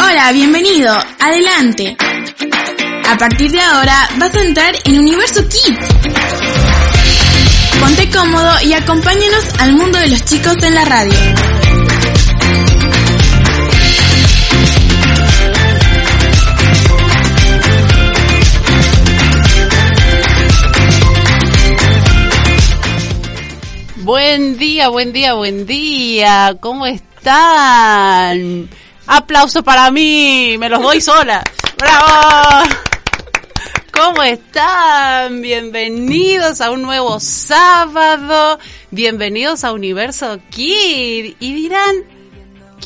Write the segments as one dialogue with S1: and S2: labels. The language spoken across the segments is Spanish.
S1: Hola, bienvenido. Adelante. A partir de ahora vas a entrar en Universo Kids. Ponte cómodo y acompáñanos al mundo de los chicos en la radio.
S2: Buen día, buen día, buen día. ¿Cómo están? Aplauso para mí. Me los doy sola. ¡Bravo! ¿Cómo están? Bienvenidos a un nuevo sábado. Bienvenidos a Universo Kid. Y dirán,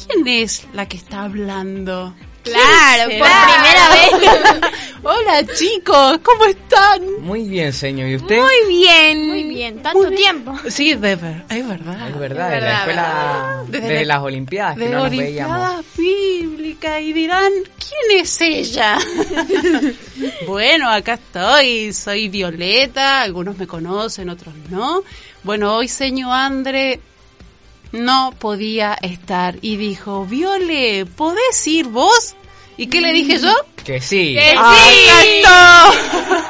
S2: ¿quién es la que está hablando?
S1: Claro,
S2: ¿Quién
S1: por
S2: será?
S1: primera
S2: Hola chicos, ¿cómo están?
S3: Muy bien, señor. ¿Y usted?
S1: Muy bien.
S4: Muy bien, tanto tiempo.
S2: Sí, de ver- es verdad.
S3: es verdad, de
S4: verdad,
S3: la escuela,
S2: Desde
S3: desde,
S2: la-
S3: las Olimpiadas, que
S2: de
S3: no nos veíamos.
S2: Olimpiadas Bíblica y dirán, ¿quién es ella? bueno, acá estoy, soy Violeta, algunos me conocen, otros no. Bueno, hoy señor Andre no podía estar y dijo, Viole, ¿podés ir vos? ¿Y qué le dije yo?
S3: Que sí.
S4: Que-
S2: ¡Acá estoy!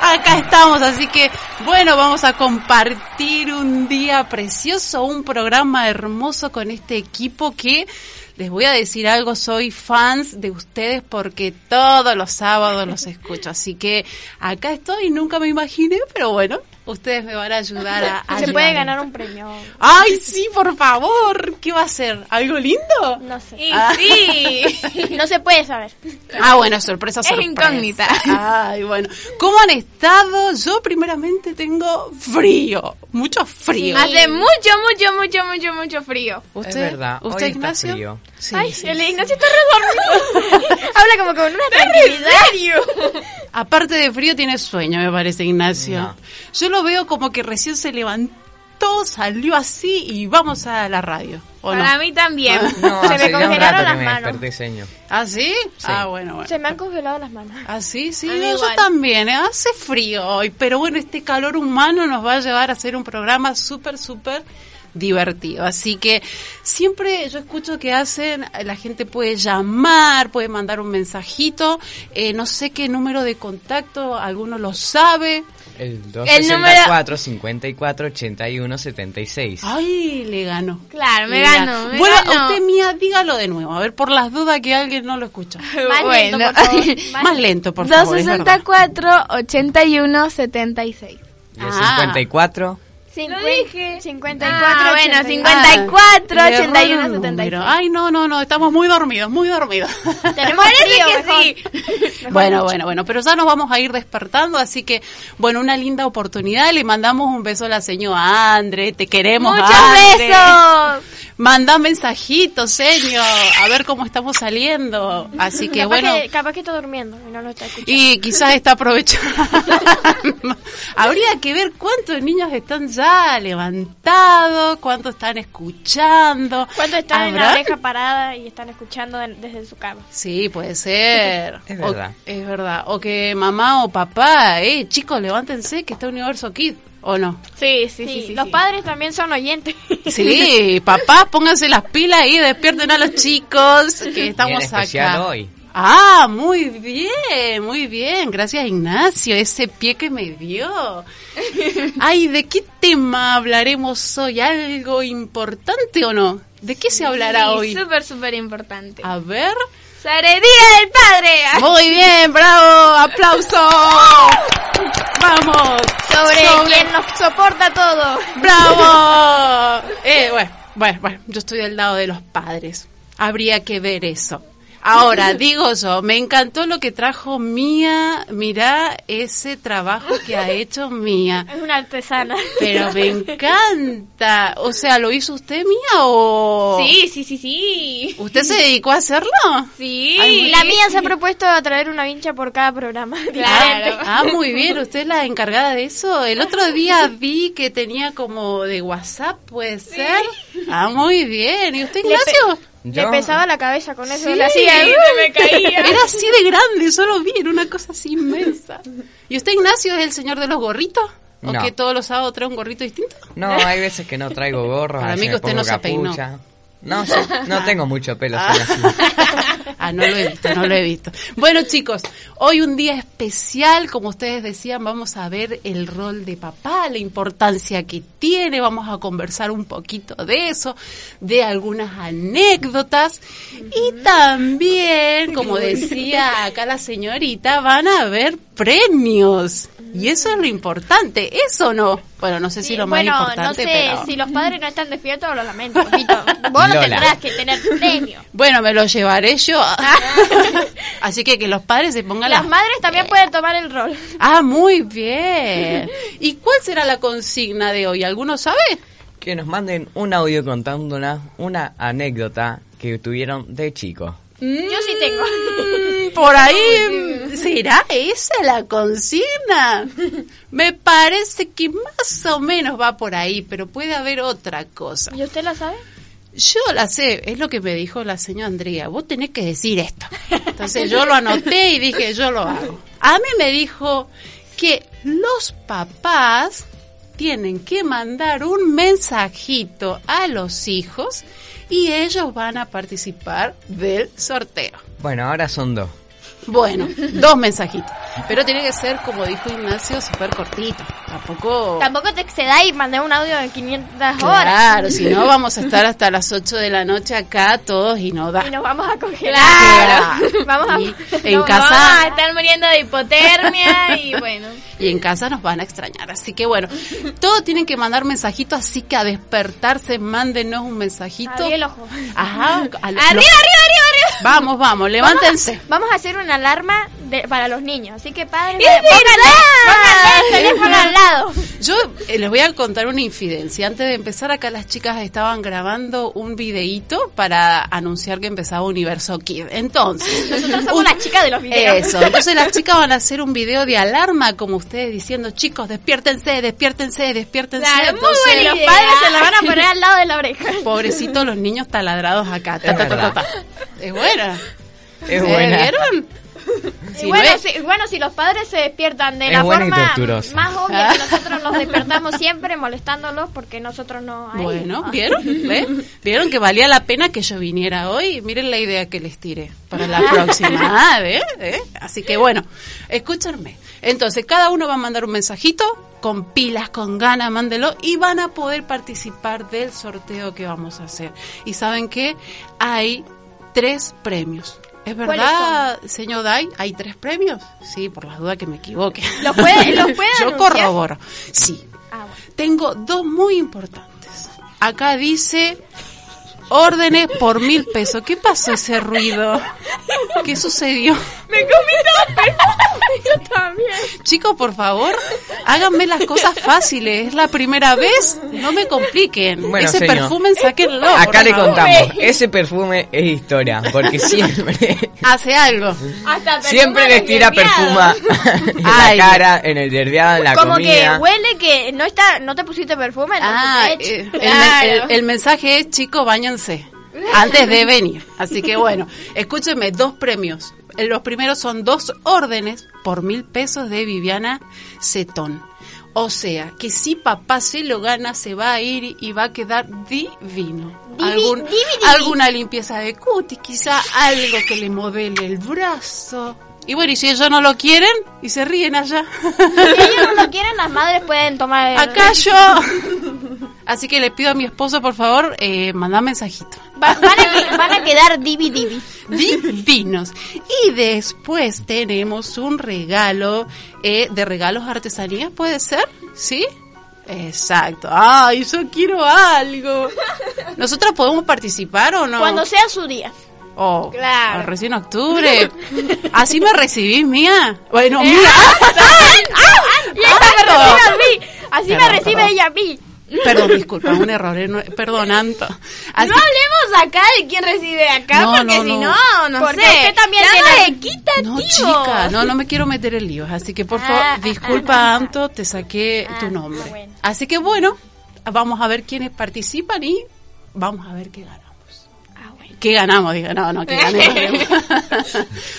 S2: Acá estamos, así que bueno, vamos a compartir un día precioso, un programa hermoso con este equipo que les voy a decir algo, soy fans de ustedes porque todos los sábados los escucho, así que acá estoy, nunca me imaginé, pero bueno, ustedes me van a ayudar a... a
S4: Se puede
S2: llegar.
S4: ganar un premio.
S2: ¡Ay, sí, por favor! ¿Qué va a ser? ¿Algo lindo?
S4: No sé.
S2: Ah.
S4: No se puede saber.
S2: Ah, bueno, sorpresa, sorpresa.
S1: incógnita.
S2: Ay, bueno. ¿Cómo han estado? Yo primeramente tengo frío, mucho frío.
S5: Hace mucho, mucho, mucho, mucho, mucho frío.
S2: ¿Usted,
S3: Es verdad, hoy
S2: ¿Usted,
S3: está
S2: Ignacio?
S3: frío.
S2: Sí,
S5: Ay,
S2: sí.
S5: el Ignacio está redormido.
S4: Habla como con una tranquilidad.
S2: Aparte de frío, tiene sueño, me parece, Ignacio.
S3: No.
S2: Yo lo veo como que recién se levantó, salió así y vamos a la radio. ¿O no?
S5: Para mí también.
S3: No,
S4: Se me
S3: hace ya Ah, un
S4: congelaron
S3: rato
S4: las
S3: que me
S4: manos.
S3: desperté, señor.
S2: ¿Ah, sí? Ah, bueno, bueno.
S4: Se me han congelado las manos.
S2: Ah, sí, sí,
S5: A mí
S2: no, yo
S5: igual.
S2: también. eh, Hace frío hoy, pero bueno, este calor humano nos va a llevar a hacer un programa súper, súper divertido. Así que siempre yo escucho que hacen, la gente puede llamar, puede mandar un mensajito, eh, no sé qué número de contacto, alguno lo sabe.
S3: El
S5: El número-
S3: 264 54 81 76.
S2: Ah. Ay, le ganó.
S5: Claro, me
S2: Le
S5: gano. Me
S2: bueno,
S5: gano.
S2: usted mía, dígalo de nuevo, a ver, por las dudas que alguien no lo escucha.
S5: Más lento, por favor.
S2: Más, lento, por favor. es verdad.
S5: 264 81 76.
S3: Y el
S2: Ah.
S3: 54.
S4: Cincuen-
S5: Lo dije.
S4: 54.
S5: Ah, bueno,
S4: 80.
S5: 54,
S2: Ah, le erró
S5: 81,
S2: el
S5: 76.
S2: número. Ay, no, no, no, estamos muy dormidos, muy dormidos.
S4: Tenemos
S5: Parece
S4: frío,
S5: que sí.
S2: bueno, bueno, bueno, pero ya nos vamos a ir despertando, así que, bueno, una linda oportunidad. Le mandamos un beso a la señora Andre, te queremos.
S5: Muchos
S2: Andre.
S5: besos.
S2: Manda mensajitos, señor, a ver cómo estamos saliendo. Así que,
S4: capaz,
S2: bueno.
S4: que, capaz que está durmiendo y no lo está escuchando.
S2: Y quizás está aprovechando. Habría que ver cuántos niños están ya levantados, cuántos están escuchando.
S4: ¿Cuánto están en la
S2: ¿Habrá?
S4: oreja parada y están escuchando de- desde su cama?
S2: Sí, puede ser.
S3: Es
S2: O-
S3: verdad.
S2: es verdad. O que mamá o papá, eh, chicos, levántense que está Universo Kid, ¿o no?
S5: Sí,
S4: Sí,
S5: sí, sí, sí.
S4: los
S5: sí.
S4: padres también son oyentes.
S2: Sí, papás, pónganse las pilas y despierten a los chicos que estamos
S3: especial
S2: acá.
S3: hoy.
S2: Ah, muy bien, muy bien. Gracias, Ignacio, ese pie que me dio. Ay, ¿de qué tema hablaremos hoy? ¿Algo importante o no? ¿De qué se hablará
S5: Sí,
S2: hoy?
S5: Súper, súper importante.
S2: A ver.
S5: Sobre Día del Padre.
S2: Muy bien, bravo, aplauso. Vamos.
S5: Sobre,
S2: Sobre-
S5: quien nos soporta todo.
S2: Bravo. Eh, bueno, bueno, bueno, yo estoy del lado de los padres. Habría que ver eso. Ahora, digo yo, me encantó lo que trajo Mía. Mirá ese trabajo que ha hecho Mía.
S4: Es una artesana.
S2: Pero me encanta. O sea, ¿lo hizo usted, Mía, o...?
S5: Sí, sí, sí, sí.
S2: ¿Usted se dedicó a hacerlo?
S5: Sí.
S2: Ay, muy
S4: La mía se ha propuesto traer una vincha por cada programa.
S5: Claro.
S2: Ah, muy bien, usted es la encargada de eso. El otro día vi que tenía como de WhatsApp, ¿puede ser? Ah, muy bien. ¿Y usted, Ignacio?
S4: Le pesaba la cabeza con eso. de la
S2: Sí,
S4: silla.
S5: me caía.
S2: Era así de grande, solo vi, era una cosa así inmensa. ¿Y usted, Ignacio, es el señor de los gorritos? ¿O
S3: No.
S2: que todos los sábados trae un gorrito distinto?
S3: No, hay veces que no traigo gorros.
S2: Para
S3: a veces
S2: mí que
S3: me
S2: usted
S3: pongo
S2: no se
S3: capucha. No, sí, no tengo mucho pelo, soy así.
S2: Ah, no lo he visto, no lo he visto. Bueno, chicos, hoy un día especial, como ustedes decían, vamos a ver el rol de papá, la importancia que tiene, vamos a conversar un poquito de eso, de algunas anécdotas y también, como decía acá la señorita, van a haber premios. Y eso es lo importante, ¿eso no? Bueno, no sé si lo más
S4: bueno, no
S2: importante,
S4: sé,
S2: pero...
S4: si los padres no están despiertos, lo lamento, Vito. Vos no
S3: Lola.
S4: tendrás que tener premio.
S2: Bueno, me lo llevaré yo. Así que que los padres se pongan
S4: Ah. Las madres también pueden tomar el rol.
S2: Ah, muy bien. ¿Y cuál será la consigna de hoy? ¿Alguno sabe?
S3: Que nos manden un audio contando una, una anécdota que tuvieron de chico.
S4: Yo sí tengo.
S2: Mm, Por ahí, mm, ¿será esa la consigna? Me parece que más o menos va por ahí, pero puede haber otra cosa.
S4: ¿Y usted la sabe?
S2: Yo la sé, es lo que me dijo la señora Andrea, vos tenés que decir esto. Entonces yo lo anoté y dije, yo lo hago. A mí me dijo que los papás tienen que mandar un mensajito a los hijos y ellos van a participar del sorteo.
S3: Bueno, ahora son dos.
S2: Bueno, dos mensajitos. Pero tiene que ser, como dijo Ignacio, súper cortito. Tampoco...
S4: Tampoco te excedáis y mandé un audio de 500 horas.
S2: Claro, si no vamos a estar hasta las 8 de la noche acá todos y no da.
S4: Y nos vamos a congelar.
S2: Claro.
S4: Vamos a...
S2: Y en
S4: no,
S2: casa-
S5: Vamos a estar muriendo de hipotermia y bueno.
S2: y en casa nos van a extrañar. Así que bueno, todos tienen que mandar mensajitos, así que a despertarse, mándenos un mensajito.
S4: Abrí el ojo.
S2: Ajá, a lo-
S4: Arriba, arriba, arriba, arriba.
S2: Vamos, vamos, levántense.
S4: Vamos a hacer una alarma de- para los niños, así que padres,
S5: ¡Es
S4: pónganle-
S5: verdad!
S4: pónganle el teléfono al lado.
S2: Yo eh, les voy a contar una infidencia. Antes de empezar, acá las chicas estaban grabando un videíto para anunciar que empezaba Universo Kid. Entonces,
S4: Nosotros somos las chicas de los videos.
S2: Eso, entonces las chicas van a hacer un video de alarma, como ustedes diciendo, chicos, despiértense, despiértense, despiértense.
S5: Claro, muy
S2: Entonces,
S5: buena idea.
S4: Los padres se la van a poner al lado de la oreja.
S2: Pobrecitos los niños taladrados acá. Ta,
S3: Es
S2: ta, ta, ta,
S3: verdad.
S2: ta. Es buena. ¿Eh,
S3: Es buena.
S2: ¿Vieron?
S4: Y
S2: Si
S4: bueno,
S2: no es-
S4: si, bueno, si los padres se despiertan de
S3: Es
S4: la
S3: buena y
S4: forma
S3: torturosa.
S4: más obvia que
S2: Ah.
S4: nosotros nos despertamos siempre molestándolos porque nosotros no... ahí.
S2: Bueno,
S4: Ah.
S2: ¿vieron? ¿Ve? ¿Vieron que valía la pena que yo viniera hoy? Miren la idea que les tiré para la próxima. Ah, ¿ve? ¿Ve? Así que bueno, escúchenme. Entonces, cada uno va a mandar un mensajito con pilas, con ganas, mándelo y van a poder participar del sorteo que vamos a hacer. Y saben que hay tres premios. ¿Es
S4: ¿Cuáles
S2: verdad, señor Dai? ¿Hay tres premios? Sí, por las dudas que me equivoque.
S4: ¿Los puede- los puede
S2: Yo
S4: anunciar?
S2: corroboro. Sí,
S4: Ah, bueno.
S2: tengo dos muy importantes. Acá dice órdenes por mil pesos. ¿Qué pasó ese ruido? ¿Qué sucedió?
S4: Me comí todo. Yo también.
S2: Chicos, por favor, háganme las cosas fáciles. Es la primera vez. No me compliquen.
S3: Bueno,
S2: ese
S3: señor.
S2: perfume, sáquenlo.
S3: Acá
S2: por
S3: le
S2: favor.
S3: contamos, ese perfume es historia, porque siempre,
S2: Hace algo.
S5: Hasta
S3: siempre les tira perfuma en la
S2: Ay.
S3: cara, en el derbiado, en la
S4: Como
S3: comida.
S4: que huele que no está, no te pusiste perfume. entonces
S2: Ah,
S4: te
S2: eh, el,
S4: echa.
S2: el- el mensaje es, chicos, bañense antes de venir. Así que bueno, escúchenme, dos premios. Eh, Los primeros son dos órdenes por mil pesos de Viviana Cetón. O sea, que si papá se lo gana, se va a ir y va a quedar divino.
S4: Divi-
S2: Algún-
S4: divi- divi.
S2: alguna limpieza de cutis, quizá algo que le modele el brazo. Y bueno, y si ellos no lo quieren, y se ríen allá.
S4: Si ellos no lo quieren, las madres pueden tomar el...
S2: Acá yo. Así que le pido a mi esposo, por favor, eh, mandar mensajito.
S4: Va- van, a, que- van a quedar divi divi.
S2: Divinos. Y después tenemos un regalo eh, de regalos artesanías, ¿puede ser? ¿Sí? Exacto. Ay, yo quiero algo. ¿Nosotros podemos participar o no?
S4: Cuando sea su día.
S2: Oh,
S4: Claro.
S2: ah, recién octubre. Así me recibís, mía. Bueno, mía.
S4: Eh,
S2: ¡Ah!
S4: ah, Y ella me
S2: perdón.
S4: recibe a mí. Así
S2: Perdón,
S4: me recibe
S2: perdón.
S4: ella a mí.
S2: Perdón, disculpa, un error. eh, no- Perdonando. Así-
S5: No hablemos acá de quién recibe acá,
S2: No,
S5: Ah, porque
S2: no,
S5: si
S2: no.
S5: no, no
S4: Porque
S5: sé.
S4: usted también
S5: Ya
S4: tiene-
S5: no es equitativo.
S2: No, chica, no, no me quiero meter en líos. Así que, por favor,
S4: Ah,
S2: disculpa,
S4: ah, ah,
S2: Anto, te saqué
S4: Ah,
S2: tu nombre.
S4: bueno.
S2: Así que, bueno, vamos a ver quiénes participan y vamos a ver qué ganamos. ¿Qué ganamos? Digo, no, no, ¿qué ganamos?
S5: Bueno,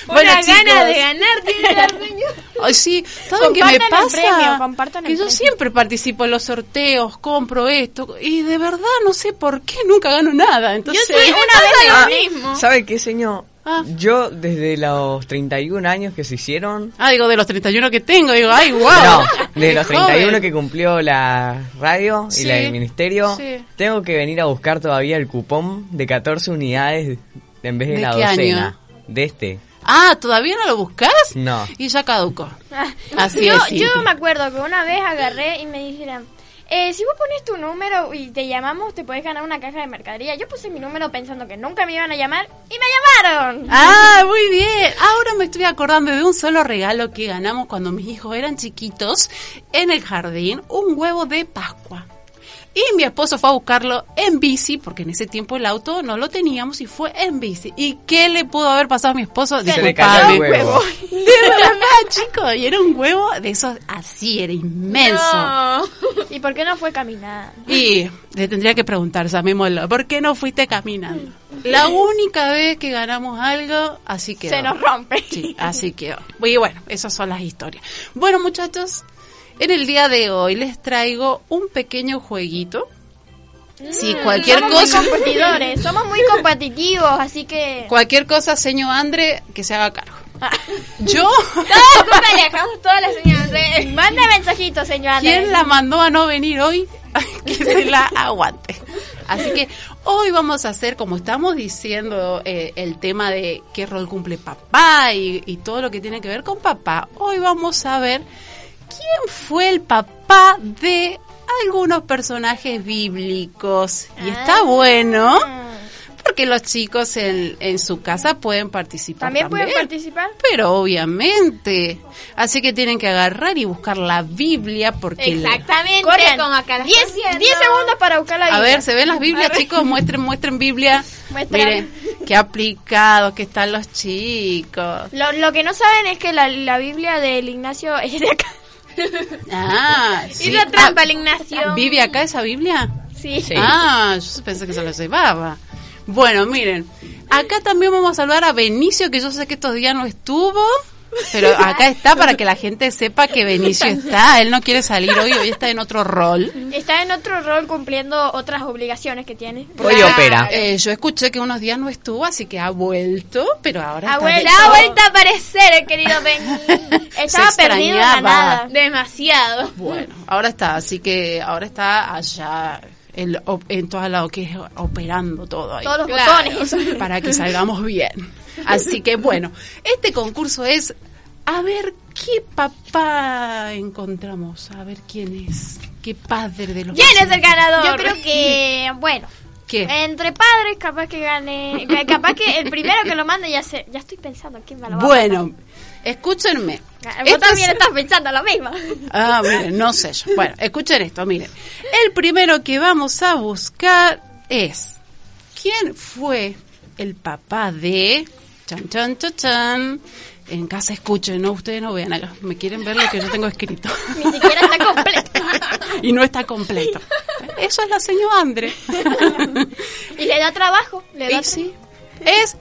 S2: bueno,
S5: Una
S2: chicos,
S5: gana de ganar tiene la señora.
S2: ay, sí, ¿saben qué me
S4: Compartan el
S2: pasa?
S4: premio, compartan el
S2: que yo
S4: premio.
S2: siempre participo en los sorteos, compro esto, y de verdad no sé por qué nunca gano nada. Entonces,
S5: soy una vez lo mismo.
S3: ¿Sabe qué, señor?
S2: Ah.
S3: Yo desde los 31 años que se hicieron...
S2: Ah, digo, de los 31 que tengo, digo, ay, wow.
S3: No, de los 31 que cumplió la radio y
S2: Sí,
S3: la del ministerio,
S2: sí.
S3: tengo que venir a buscar todavía el cupón de 14 unidades en vez de,
S2: ¿De
S3: la
S2: qué año?
S3: docena. De este.
S2: Ah, ¿todavía no lo buscas?
S3: No.
S2: Y ya caducó. Así
S4: yo,
S2: es.
S4: yo me acuerdo que una vez agarré y me dijeron, eh, si vos pones tu número y te llamamos, te puedes ganar una caja de mercadería. Yo puse mi número pensando que nunca me iban a llamar y me llamaron.
S2: Ah, muy bien. Ahora me estoy acordando de un solo regalo que ganamos cuando mis hijos eran chiquitos en el jardín, un huevo de Pascua. Y mi esposo fue a buscarlo en bici, porque en ese tiempo el auto no lo teníamos y fue en bici. ¿Y qué le pudo haber pasado a mi esposo?
S3: Se le cayó el
S2: Disculpame.
S3: huevo.
S2: De verdad, chicos. Y era un huevo de esos así, era inmenso.
S5: No.
S4: ¿Y por qué no fue caminada?
S2: Y le tendría que preguntar, llamémoslo, ¿por qué no fuiste caminando? La única vez que ganamos algo, así quedó.
S4: Se nos rompe.
S2: Sí, así quedó. Y bueno, esas son las historias. Bueno, muchachos, en el día de hoy les traigo un pequeño jueguito. Si cualquier
S4: Mm, somos
S2: cosa,
S4: muy competidores, somos muy competitivos, así que...
S2: cualquier cosa, señor Andre, que se haga cargo. Yo,
S4: Toda la culpa le dejamos toda la señora Andrés. Manda mensajito, señora
S2: ¿quién
S4: Andrés.
S2: la mandó a no venir hoy? que se la aguante. Así que hoy vamos a hacer, como estamos diciendo, eh, el tema de qué rol cumple papá y, y todo lo que tiene que ver con papá. Hoy vamos a ver quién fue el papá de algunos personajes bíblicos. Y
S4: Ah.
S2: está bueno porque los chicos en, en su casa pueden participar.
S4: ¿También pueden
S2: también.
S4: participar?
S2: Pero obviamente, así que tienen que agarrar y buscar la Biblia porque la-
S5: Exactamente.
S4: Corren.
S5: como acá la
S4: 10
S5: están haciendo.
S4: segundos para buscar la
S2: A
S4: Biblia.
S2: ver, ¿se ven las Biblias, chicos? Muestren, muestren Biblia.
S4: Muestra.
S2: Miren, qué aplicados que están los chicos.
S4: Lo, lo que no saben es que la, la Biblia del Ignacio es de acá.
S2: Ah, sí.
S5: Hizo trampa
S2: Ah,
S5: el Ignacio.
S2: ¿Vive acá esa Biblia?
S4: Sí.
S2: Ah, yo pensé que se lo llevaba. Bueno, miren, acá también vamos a saludar a Benicio, que yo sé que estos días no estuvo, pero acá está para que la gente sepa que Benicio está. Él no quiere salir hoy, hoy está en otro rol.
S4: Está en otro rol cumpliendo otras obligaciones que tiene.
S3: Hoy
S5: Claro.
S3: opera.
S2: Eh, yo escuché que unos días no estuvo, así que ha vuelto, pero ahora
S4: Ha
S2: está
S4: vuelto.
S2: de-
S5: Se ha vuelto a aparecer el eh, querido Ben.
S4: Estaba
S2: Se
S4: perdido en la
S2: extrañaba.
S4: nada.
S5: Demasiado.
S2: Bueno, ahora está, así que ahora está allá en, lo- en todas las que es operando todo ahí.
S4: Todos los
S5: Claro.
S4: botones.
S2: para que salgamos bien. Así que bueno, este concurso es a ver qué papá encontramos, a ver quién es, qué padre de los
S5: ¿Quién es el ganador?
S4: Yo creo que, bueno,
S2: ¿Qué?
S4: entre padres capaz que gane, ca- capaz que el primero que lo mande ya sé, ya estoy pensando quién va a lo va a
S2: Bueno, escúchenme.
S4: ganar. Vos
S2: Esto es-
S4: también estás pensando lo mismo.
S2: Ah, miren, no sé yo. Bueno, escuchen esto, miren. El primero que vamos a buscar es ¿quién fue el papá de chan chan chan chan? En casa escuchen, no ustedes no vean acá. Me quieren ver lo que yo tengo escrito.
S4: Ni siquiera está completo.
S2: y no está completo. Eso es la señora Andre.
S4: Y le da trabajo, le da
S2: y sí, es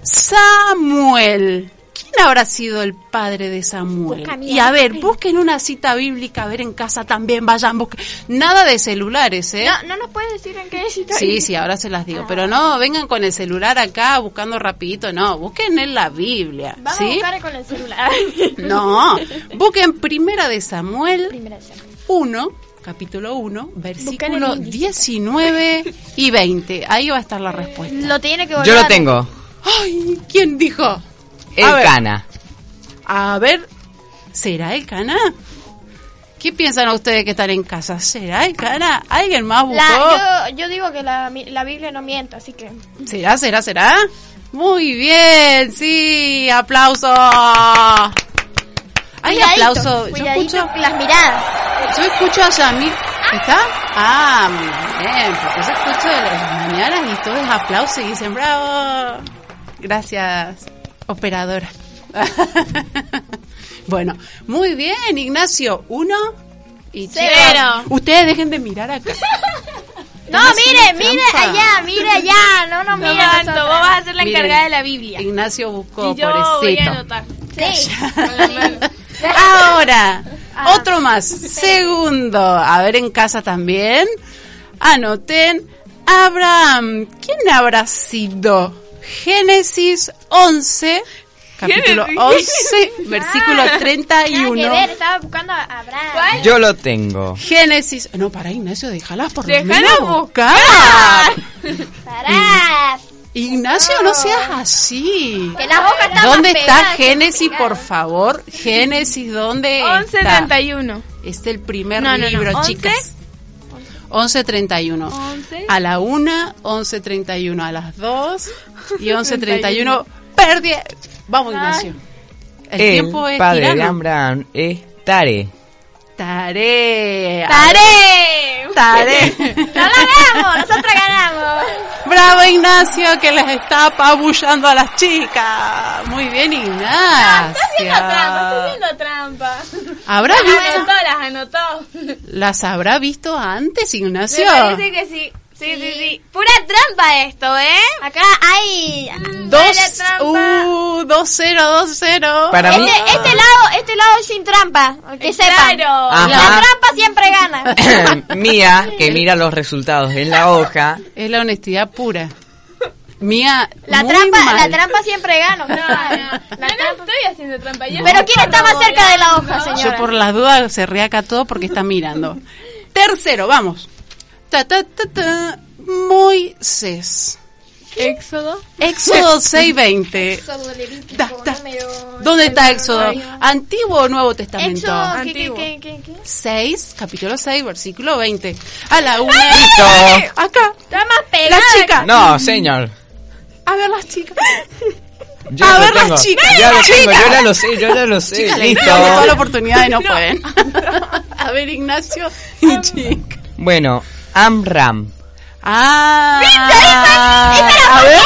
S2: Samuel. ¿Quién habrá sido el padre de Samuel?
S4: Busca, mira,
S2: y a ver,
S4: busca.
S2: busquen una cita bíblica, a ver en casa también, vayan, busquen. Nada de celulares, ¿eh?
S4: No, no nos puedes decir en qué sitio.
S2: Sí, sí, ahora se las digo,
S4: Ah.
S2: pero no vengan con el celular acá buscando rapidito, no, busquen en la Biblia,
S4: Vamos
S2: ¿sí?
S4: a buscar con el celular.
S2: No, busquen Primera de Samuel
S4: Primera semana.
S2: 1, capítulo 1,
S4: en el
S2: versículo
S4: índice.
S2: 19 y 20. Ahí va a estar la respuesta.
S4: Lo tiene que volver.
S3: Yo
S4: a
S3: lo
S4: leer.
S3: tengo.
S2: Ay, ¿quién dijo?
S3: El
S2: A ver.
S3: cana.
S2: A ver, ¿será el cana? ¿Qué piensan ustedes que están en casa? ¿Será el cana? ¿Alguien más buscó?
S4: La, yo, yo digo que la, mi- la Biblia no miente, así que.
S2: ¿Será, será, será? Muy bien, sí, aplauso. Hay
S4: Cuidadito,
S2: aplauso. Yo
S4: cuidadito
S2: escucho,
S4: con las miradas.
S2: yo escucho a Yamil. ¿Está? Ah, muy bien, porque yo escucho de las mañanas y todos aplausos y dicen bravo. Gracias, operadora. bueno, muy bien, Ignacio. Uno y
S5: Cero.
S2: Ustedes dejen de mirar acá.
S4: No,
S2: Están
S4: mire,
S2: haciendo
S4: mire
S2: trampa.
S5: Ah,
S4: allá, mire allá. No nos
S5: No,
S4: mire a
S5: Anto, vos vas vas a ser la
S2: Miren,
S5: encargada de la Biblia. Y
S2: Ignacio buscó,
S5: yo voy a
S2: pobrecito.
S5: anotar.
S4: Sí.
S2: Ahora,
S4: Ah,
S2: otro más. Segundo. A ver, en casa también. Anoten. Abraham. ¿Quién habrá sido? Génesis 11, capítulo 11,
S5: Ah.
S2: versículo
S4: Ah, Nada
S2: 31.
S4: que ver, estaba buscando a Abraham.
S3: Yo lo tengo.
S2: Génesis. No, para Ignacio, déjala por lo
S5: Déjala
S2: menos buscar.
S4: Pará.
S2: Ignacio, no seas así.
S4: Que las hojas estaban
S2: ¿Dónde está
S4: pegadas,
S2: Génesis,
S4: complicadas.
S2: por favor? Génesis, ¿dónde está? Este
S5: 11.31.
S2: Es el primer
S5: No, no, no.
S2: libro,
S5: ¿Once?
S2: chicas. 11.31.
S5: ¿Once?
S2: A la 1, 11.31. A las 2 y 11.31. Perdí. Vamos, Ignacio. El, tiempo es
S3: padre de
S2: tirano.
S3: Abraham es Tare.
S2: Tarea.
S5: ¡Tare!
S2: Tarea.
S4: ¡No la ganamos! ¡Nosotros ganamos!
S2: Bravo, Ignacio, que les está apabullando a las chicas. Muy bien, Ignacio.
S5: haciendo trampa.
S2: ¿Habrá
S5: Las
S2: visto?
S5: anotó, las anotó.
S2: ¿Las habrá visto antes,
S5: Me
S2: Ignacio?
S5: parece que sí. Sí, sí, sí. Pura trampa esto, ¿eh?
S4: Acá hay...
S2: Dos,
S5: Vaya trampa.
S2: uh, dos cero, dos cero. Eh,
S3: Para mí.
S4: Este, este lado, este lado es sin trampa, que sepan.
S5: Claro.
S3: Ah.
S4: La
S3: Ajá.
S4: trampa siempre gana.
S3: Mía, que mira los resultados en la hoja.
S2: Es la honestidad pura. Mía,
S4: La
S2: muy
S4: trampa, la
S2: mal.
S4: trampa siempre gana.
S5: No, no,
S4: La
S5: yo no
S4: trampa-
S5: estoy haciendo trampa. yo
S4: Pero
S5: estoy
S4: quién está más cerca de la hoja,
S5: corroborando.
S4: señor.
S2: Yo por las dudas cerré acá todo porque está mirando. Tercero, vamos. Ta, ta, ta, ta. Moisés.
S5: Éxodo.
S2: Éxodo 620. Ta, ta. ¿Dónde está Éxodo? ¿Antiguo o Nuevo Testamento?
S4: Éxodo, ¿qué,
S5: Antiguo.
S4: qué, qué, qué, qué?
S2: 6, capítulo 6, versículo 20. A la una.
S3: Listo.
S2: Acá.
S4: Está más
S2: La
S4: pegada.
S2: chica.
S3: No, señor.
S2: A ver las chicas.
S3: Yo
S2: A
S3: lo
S2: ver, las
S3: tengo.
S2: chicas,
S3: Ya lo
S2: las
S3: tengo,
S2: chicas.
S3: yo ya lo sé, yo ya lo sé.
S2: Chicas, les
S3: Listo.
S2: estoy dando toda la oportunidad y no, pueden. A ver, Ignacio Ah. y chica.
S3: Bueno, Amram.
S2: Ah. A ver.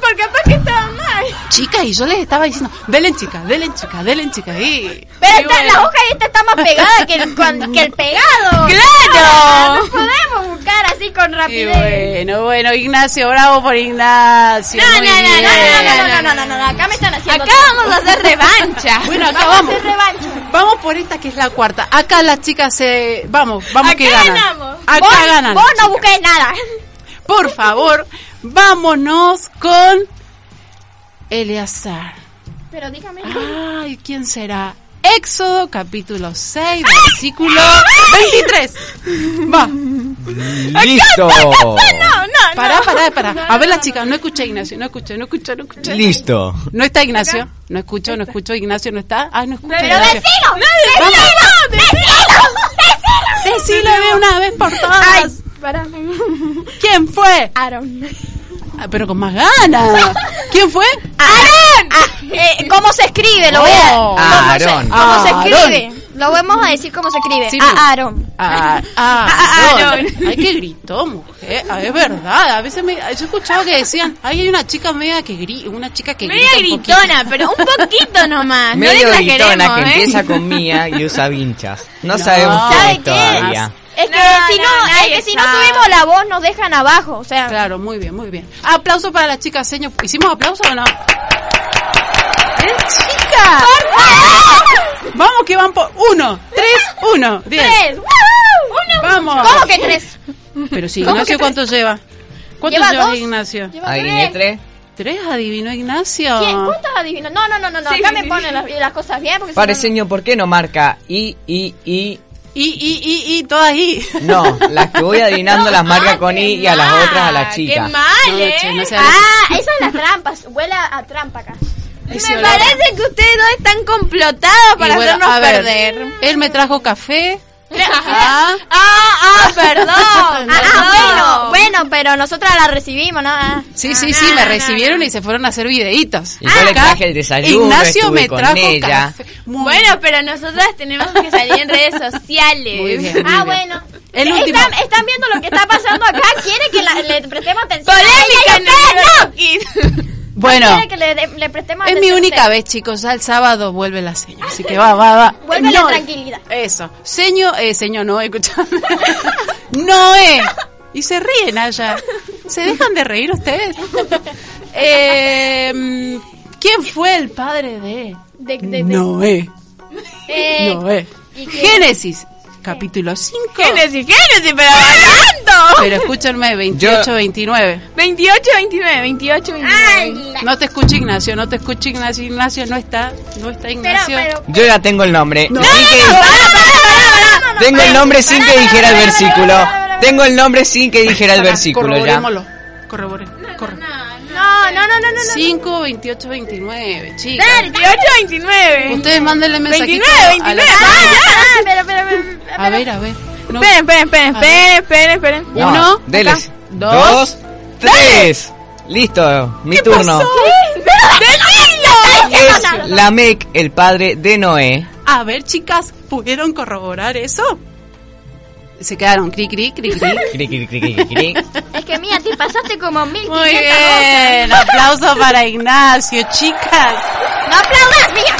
S5: Porque capaz que estaba mal.
S2: Chicas, y yo les estaba diciendo, delen chicas, delen chicas, delen chicas. Y...
S4: Pero
S2: y
S4: esta-
S2: bueno.
S4: la hoja esta está más pegada que el, cuan- que el pegado.
S2: ¡Claro!
S4: No podemos buscar así con
S2: Y
S4: rapidez.
S2: bueno, bueno, Ignacio, bravo por Ignacio.
S5: No,
S2: muy
S5: no, no,
S2: bien.
S4: No, no, no, no, no, no, no, no, acá me están haciendo.
S5: Acá vamos a hacer revancha.
S2: Bueno, acá
S4: Vamos
S2: vamos.
S4: a hacer revancha.
S2: Vamos por esta que es la cuarta. Acá las chicas se... Vamos, vamos
S5: Acá
S2: que ganan.
S5: ganamos.
S2: Acá
S4: Vos-
S2: ganan.
S4: Vos no busques nada.
S2: Por favor, vámonos con Eleazar.
S4: Pero dígame.
S2: Ay, ¿quién será? Éxodo capítulo 6, versículo 23. Va,
S3: Listo.
S5: No, no,
S2: pará, pará, pará. A ver las chicas, no escuché Ignacio, no escuché, no escuché, no escuché.
S3: Listo.
S2: No está Ignacio, no escucho, no escucho, Ignacio no está. Ah, no escucho.
S5: Pero
S2: Ignacio.
S4: ¡Decilo!
S2: Vamos.
S4: ¡Decilo! ¡Decilo!
S2: Decilo de una vez por todas.
S4: Para.
S2: ¿Quién fue?
S4: Aaron.
S2: Ah, pero con más ganas. ¿Quién fue? Ah,
S4: ¡Aaron! Eh, ¿Cómo se escribe? Lo voy a.
S2: Oh.
S3: Aarón.
S4: ¿Cómo se
S2: Aarón.
S4: escribe? Lo vamos a decir cómo se escribe.
S2: Sí,
S4: a Aaron.
S2: Ah,
S5: Ah,
S2: ah,
S5: Aarón.
S2: no. Ay, que gritó, mujer. Ah, es verdad. A veces me, yo he escuchado que decían, ay, hay una chica media que grita, una chica que
S5: Media
S2: grita. un poquito".
S5: gritona, pero un poquito nomás.
S3: Medio
S5: no les la
S3: gritona
S5: queremos,
S3: que
S5: ¿eh?
S3: empieza con Mía y usa vinchas. No,
S2: No.
S3: sabemos quién
S2: ¿Sabe
S3: es todavía.
S4: Es que
S5: No,
S4: si no,
S5: no,
S4: es
S5: nadie
S4: que si no
S5: sabe.
S4: subimos la voz nos dejan abajo, o sea,
S2: Claro, muy bien, muy bien. Aplauso para la chica seño. ¿Hicimos aplauso o no? ¿Eh, chica? Vamos que van por uno, tres, uno, diez.
S4: tres. ¡Woo!
S2: Vamos.
S4: ¿Cómo que tres?
S2: Pero si Ignacio, ¿cuánto lleva? ¿Cuánto
S4: Lleva
S2: lleva
S4: dos.
S2: Ignacio?
S3: Adiviné tres.
S2: Tres, adivinó Ignacio.
S4: ¿Quién? ¿Cuántos adivinos? No, no, no, no, no.
S5: Sí,
S4: acá
S5: sí,
S4: me
S5: sí.
S4: ponen las, las cosas bien porque si no,
S3: Pareceño, ¿por qué no marca I, I, I?
S2: Y, y, y, y, todas y.
S3: No, las que voy adivinando las marca con I y a las otras a la
S5: Ah,
S3: chica.
S5: Qué mal,
S2: No,
S5: ¿eh?
S2: che, no
S4: no-
S2: sea-
S4: Ah, esas las trampas, huele a a trampa acá.
S2: Ese
S5: Me
S2: olor.
S5: parece que ustedes dos están complotados
S2: Y
S5: para
S2: bueno,
S5: hacernos
S2: a ver,
S5: perder.
S2: Él me trajo café.
S5: Ah,
S2: Ah,
S5: ah, perdón.
S4: Ah,
S5: perdón.
S4: bueno, bueno, pero nosotras la recibimos, ¿no? Ah.
S2: sí, sí, sí, me recibieron y se fueron a hacer videitos.
S3: Y yo le traje el
S2: Ah,
S3: desayuno,
S2: Ignacio
S3: estuve
S2: me
S3: con
S2: trajo
S3: ella.
S2: café. Muy
S5: Bueno, pero nosotras tenemos que salir en redes sociales.
S2: Muy bien.
S4: Ah, bueno.
S2: El
S4: Están-
S2: último.
S4: Están, viendo lo que está pasando acá, quiere que la- le prestemos atención. a ella y
S5: Polémica,
S4: ustedes no.
S5: no, no.
S2: Bueno,
S4: Quiere que le, de- le prestemos
S2: es mi
S4: atención a
S2: única vez,
S4: ustedes.
S2: chicos. Ya el sábado vuelve la seño. Así que va, va, va.
S4: Vuelve la
S2: Noé.
S4: tranquilidad.
S2: Eso. Seño, eh, señor Noé, escuchame. Noé. Y se ríen allá. ¿Se dejan de reír ustedes? Eh, mm, ¿Quién fue el padre de
S4: De, de- de-
S2: Noé?
S4: eh,
S2: Noé.
S4: ¿y qué?
S2: Génesis, capítulo 5.
S5: Génesis, Génesis, pero bailando.
S2: Pero escúchenme, 28,
S3: Yo-
S2: 29.
S5: 28,
S4: Eh,
S5: 29, 28, 29.
S2: No te escucha Ignacio, no te escucha Ignacio. Ignacio no está, no está
S4: Pero,
S2: Ignacio.
S4: pero,
S3: Yo ya tengo el nombre.
S2: No.
S3: Sin que-
S4: no, no,
S3: Tengo el
S4: para,
S3: nombre
S4: para,
S3: sin
S4: para,
S3: que
S4: para,
S3: dijera el
S4: para,
S3: versículo.
S4: para, para, para.
S3: Tengo el nombre sin que dijera el
S2: Pará,
S3: versículo ya.
S2: Corroborémoslo. Corroboré. Corre.
S4: No, no, no, no, no. no.
S2: 5, 28, 29, chicas.
S5: 28, 29.
S2: Ustedes mándenle mensaje
S5: 29,
S2: a,
S5: 29.
S2: la-
S4: Ah, pero, pero, pero,
S2: a ver, a ver. No,
S5: Esperen, esperen, esperen,
S2: A ver.
S5: esperen, esperen, esperen.
S2: Uno,
S3: No,
S2: acá.
S3: deles.
S2: Dos,
S3: Dos, tres. Listo, mi turno. Es Lamec, el padre de Noé.
S2: a ver, chicas, ¿pudieron corroborar eso? Se quedaron cri, cri, cri, cri.
S3: Cri, cri, cri, cri, cri.
S4: Es que mía, te pasaste como mil
S2: Muy bien, aplauso para Ignacio, chicas.
S4: No aplaudas, mía.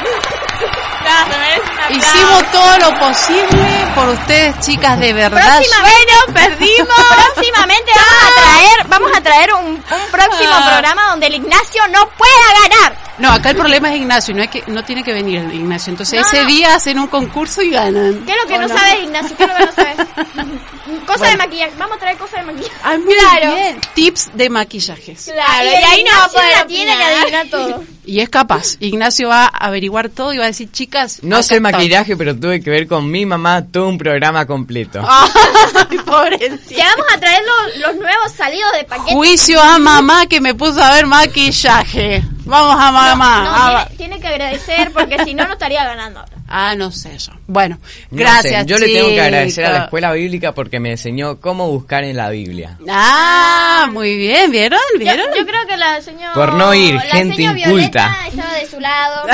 S2: Hicimos todo lo posible por ustedes, chicas, de verdad.
S5: Bueno, perdimos.
S4: Próximamente vamos a traer, vamos a traer un, un próximo
S2: Ah.
S4: programa donde el Ignacio no pueda ganar.
S2: No, acá el problema es Ignacio, no, es que, no tiene que venir el Ignacio. Entonces
S4: No,
S2: ese
S4: no.
S2: día hacen un concurso y ganan.
S4: ¿Qué es lo que no, sabes, Ignacio? ¿Qué es lo que no sabes? Cosa de maquillaje. Vamos a traer cosas de maquillaje.
S2: Ay, Ah, muy
S4: Claro.
S2: bien. Tips de maquillajes.
S5: Claro,
S4: el
S5: y ahí no va a
S4: Ignacio
S5: poder
S4: la tiene que
S5: opinar.
S4: adivinar todo.
S2: Y es capaz. Ignacio va a averiguar todo y va a decir, chicas.
S3: No
S2: acá
S3: sé
S2: está.
S3: maquillaje, pero tuve que ver con mi mamá todo un programa completo.
S2: Ay, pobrecita.
S4: Te vamos a traer los, los nuevos salidos de paquete.
S2: Juicio a mamá que me puso a ver maquillaje. Vamos a mamá. Ah,
S4: No,
S2: a-
S4: tiene, tiene que agradecer porque si no, no estaría ganando ahora.
S2: Ah, no sé yo. Bueno,
S3: No
S2: gracias.
S3: sé, Yo le tengo que agradecer a la
S2: chicos.
S3: escuela bíblica porque me enseñó cómo buscar en la Biblia.
S2: Ah, muy bien, ¿vieron?
S4: Yo,
S2: ¿Vieron?
S4: yo creo que la señora.
S3: Por no ir,
S4: la
S3: gente
S4: señora
S3: inculta.
S4: Violeta estaba de su lado.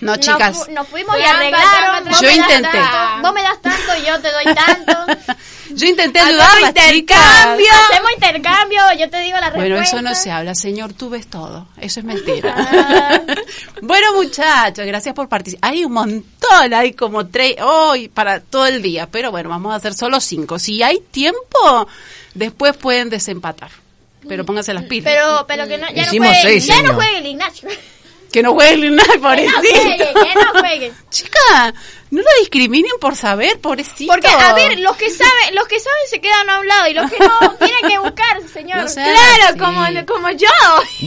S2: no, chicas.
S4: Mm, Nos, fu- nos fuimos y
S5: Trampa,
S4: arreglaron.
S5: trampa,
S4: Vos
S2: Yo
S4: me das
S2: intenté.
S4: tanto, vos me das tanto y yo te doy tanto.
S2: yo intenté
S5: Hacemos
S2: ayudarlas, chicas.
S5: intercambio.
S4: Hacemos intercambio, yo te digo la
S2: Bueno,
S4: respuesta.
S2: eso no se habla, señor, tú ves todo. Eso es
S4: Ah.
S2: mentira. bueno, muchachos, gracias por participar. Hay un montón, hay como tres hoy para todo el día, pero bueno, vamos a hacer solo cinco. Si hay tiempo, después pueden desempatar. Pero pónganse las pilas.
S4: Pero, pero que no, ya
S3: Hicimos
S4: no juegue,
S3: seis,
S4: ya no
S3: señor.
S4: juegue el Ignacio.
S2: Que no jueguen nada,
S4: Que Eh, no juegue,
S2: pobrecito.
S4: que no juegue.
S2: Chica, no lo discriminen por saber, pobrecito.
S4: Porque, a ver, los que saben, los que saben se quedan a un lado y los que no, tienen que buscar, señor.
S2: No sé.
S5: Claro,
S2: Sí.
S5: como, como yo.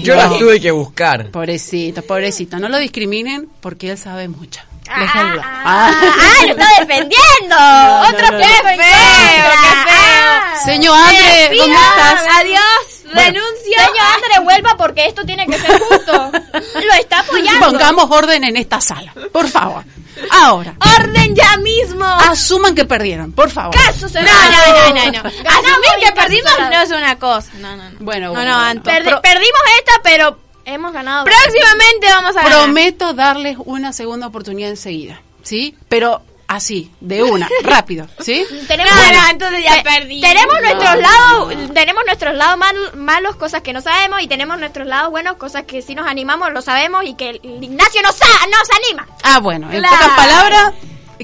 S3: Yo
S2: No.
S3: las tuve que buscar.
S2: Pobrecito, pobrecito. No lo discriminen porque él sabe mucho. Déjenlo.
S4: Ah,
S2: Ah.
S5: ¡Ah, lo está defendiendo!
S2: no,
S5: ¡Otro
S2: no.
S5: qué feo! ¡Qué feo!
S2: Señor André, ¿cómo estás?
S5: ¡Adiós! ¡Renuncio!
S4: Señor André, vuelva porque esto tiene que ser justo. Lo está apoyando.
S2: Pongamos orden en esta sala, por favor. Ahora,
S5: ¡Orden ya mismo!
S2: asuman que perdieron, por favor.
S4: Caso
S5: No,
S4: cerrado.
S5: no, no, no, no.
S4: Ganamos
S5: Asumir
S4: y
S5: que
S4: caso
S5: perdimos
S4: cerrado.
S5: no es una cosa. No, no, no.
S2: Bueno, bueno,
S5: no, no,
S2: bueno.
S5: Anto.
S4: Perde-
S5: Pro-
S4: perdimos esta, pero hemos ganado.
S5: próximamente vamos a ganar.
S2: Prometo darles una segunda oportunidad enseguida, ¿sí? Pero así, de una, rápido, ¿sí?
S4: tenemos
S5: No, no, entonces ya
S4: te-
S5: perdimos.
S4: Tenemos
S5: No.
S4: nuestros lados, tenemos nuestros lados mal- malos, cosas que no sabemos, y tenemos nuestros lados buenos, cosas que sí nos animamos, lo sabemos, y que el Ignacio nos, a- nos anima.
S2: Ah, bueno, en
S5: Claro.
S2: pocas palabras,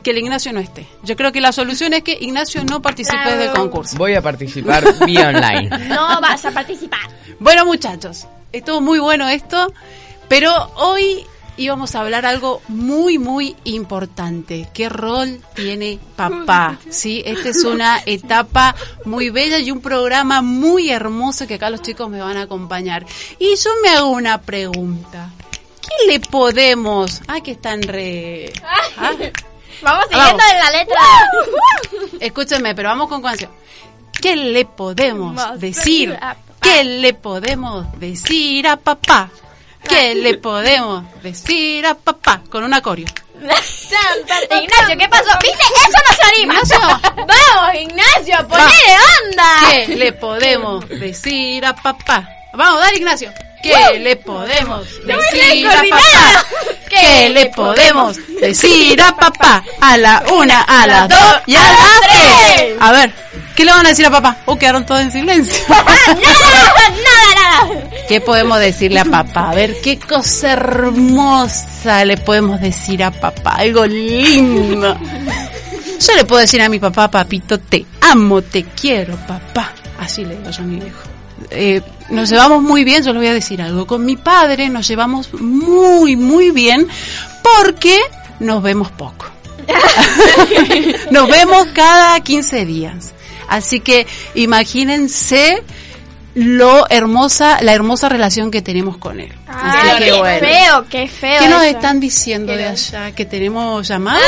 S2: que el Ignacio no esté. Yo creo que la solución es que Ignacio no participe
S4: Bravo.
S2: del concurso.
S3: Voy a participar vía online.
S4: No vas a participar.
S2: Bueno, muchachos, estuvo muy bueno esto, pero hoy íbamos a hablar algo muy, muy importante. ¿Qué rol tiene papá? Sí, esta es una etapa muy bella y un programa muy hermoso que acá los chicos me van a acompañar. Y yo me hago una pregunta. ¿Qué le podemos? Ay, que están re... Ah,
S4: Vamos
S2: Vamos.
S4: siguiendo en la letra.
S2: Escúchenme, pero vamos con canción. ¿Qué le podemos
S4: Vamos,
S2: decir?
S4: a papá.
S2: ¿Qué le podemos decir a papá? ¿Qué le podemos decir a papá? Con un acorio.
S4: Ignacio, ¿qué pasó? ¿Viste? Eso nos anima.
S2: Ignacio.
S4: Vamos, Ignacio,
S2: ponele
S4: onda.
S2: ¿Qué le podemos decir a papá? Vamos, dale Ignacio. ¿Qué le podemos decir a papá? ¿Qué le podemos decir a papá? A la una, a las dos y a las tres. A ver, ¿qué le van a decir a papá? Oh, quedaron todos en silencio.
S4: Nada, nada, nada.
S2: ¿Qué podemos decirle a papá? A ver, qué cosa hermosa le podemos decir a papá. Algo lindo. Yo le puedo decir a mi papá, papito, te amo, te quiero, papá. Así le digo yo a mi viejo. Eh, nos llevamos muy bien, yo les voy a decir algo. Con mi padre nos llevamos muy, muy bien porque nos vemos poco. nos vemos cada 15 días. Así que imagínense lo hermosa, la hermosa relación que tenemos con él. Así
S4: Ay,
S2: que
S4: qué
S2: bueno.
S4: feo, qué feo.
S2: ¿Qué nos
S4: eso.
S2: están diciendo de
S4: Pero-
S2: allá? ¿Que tenemos llamada?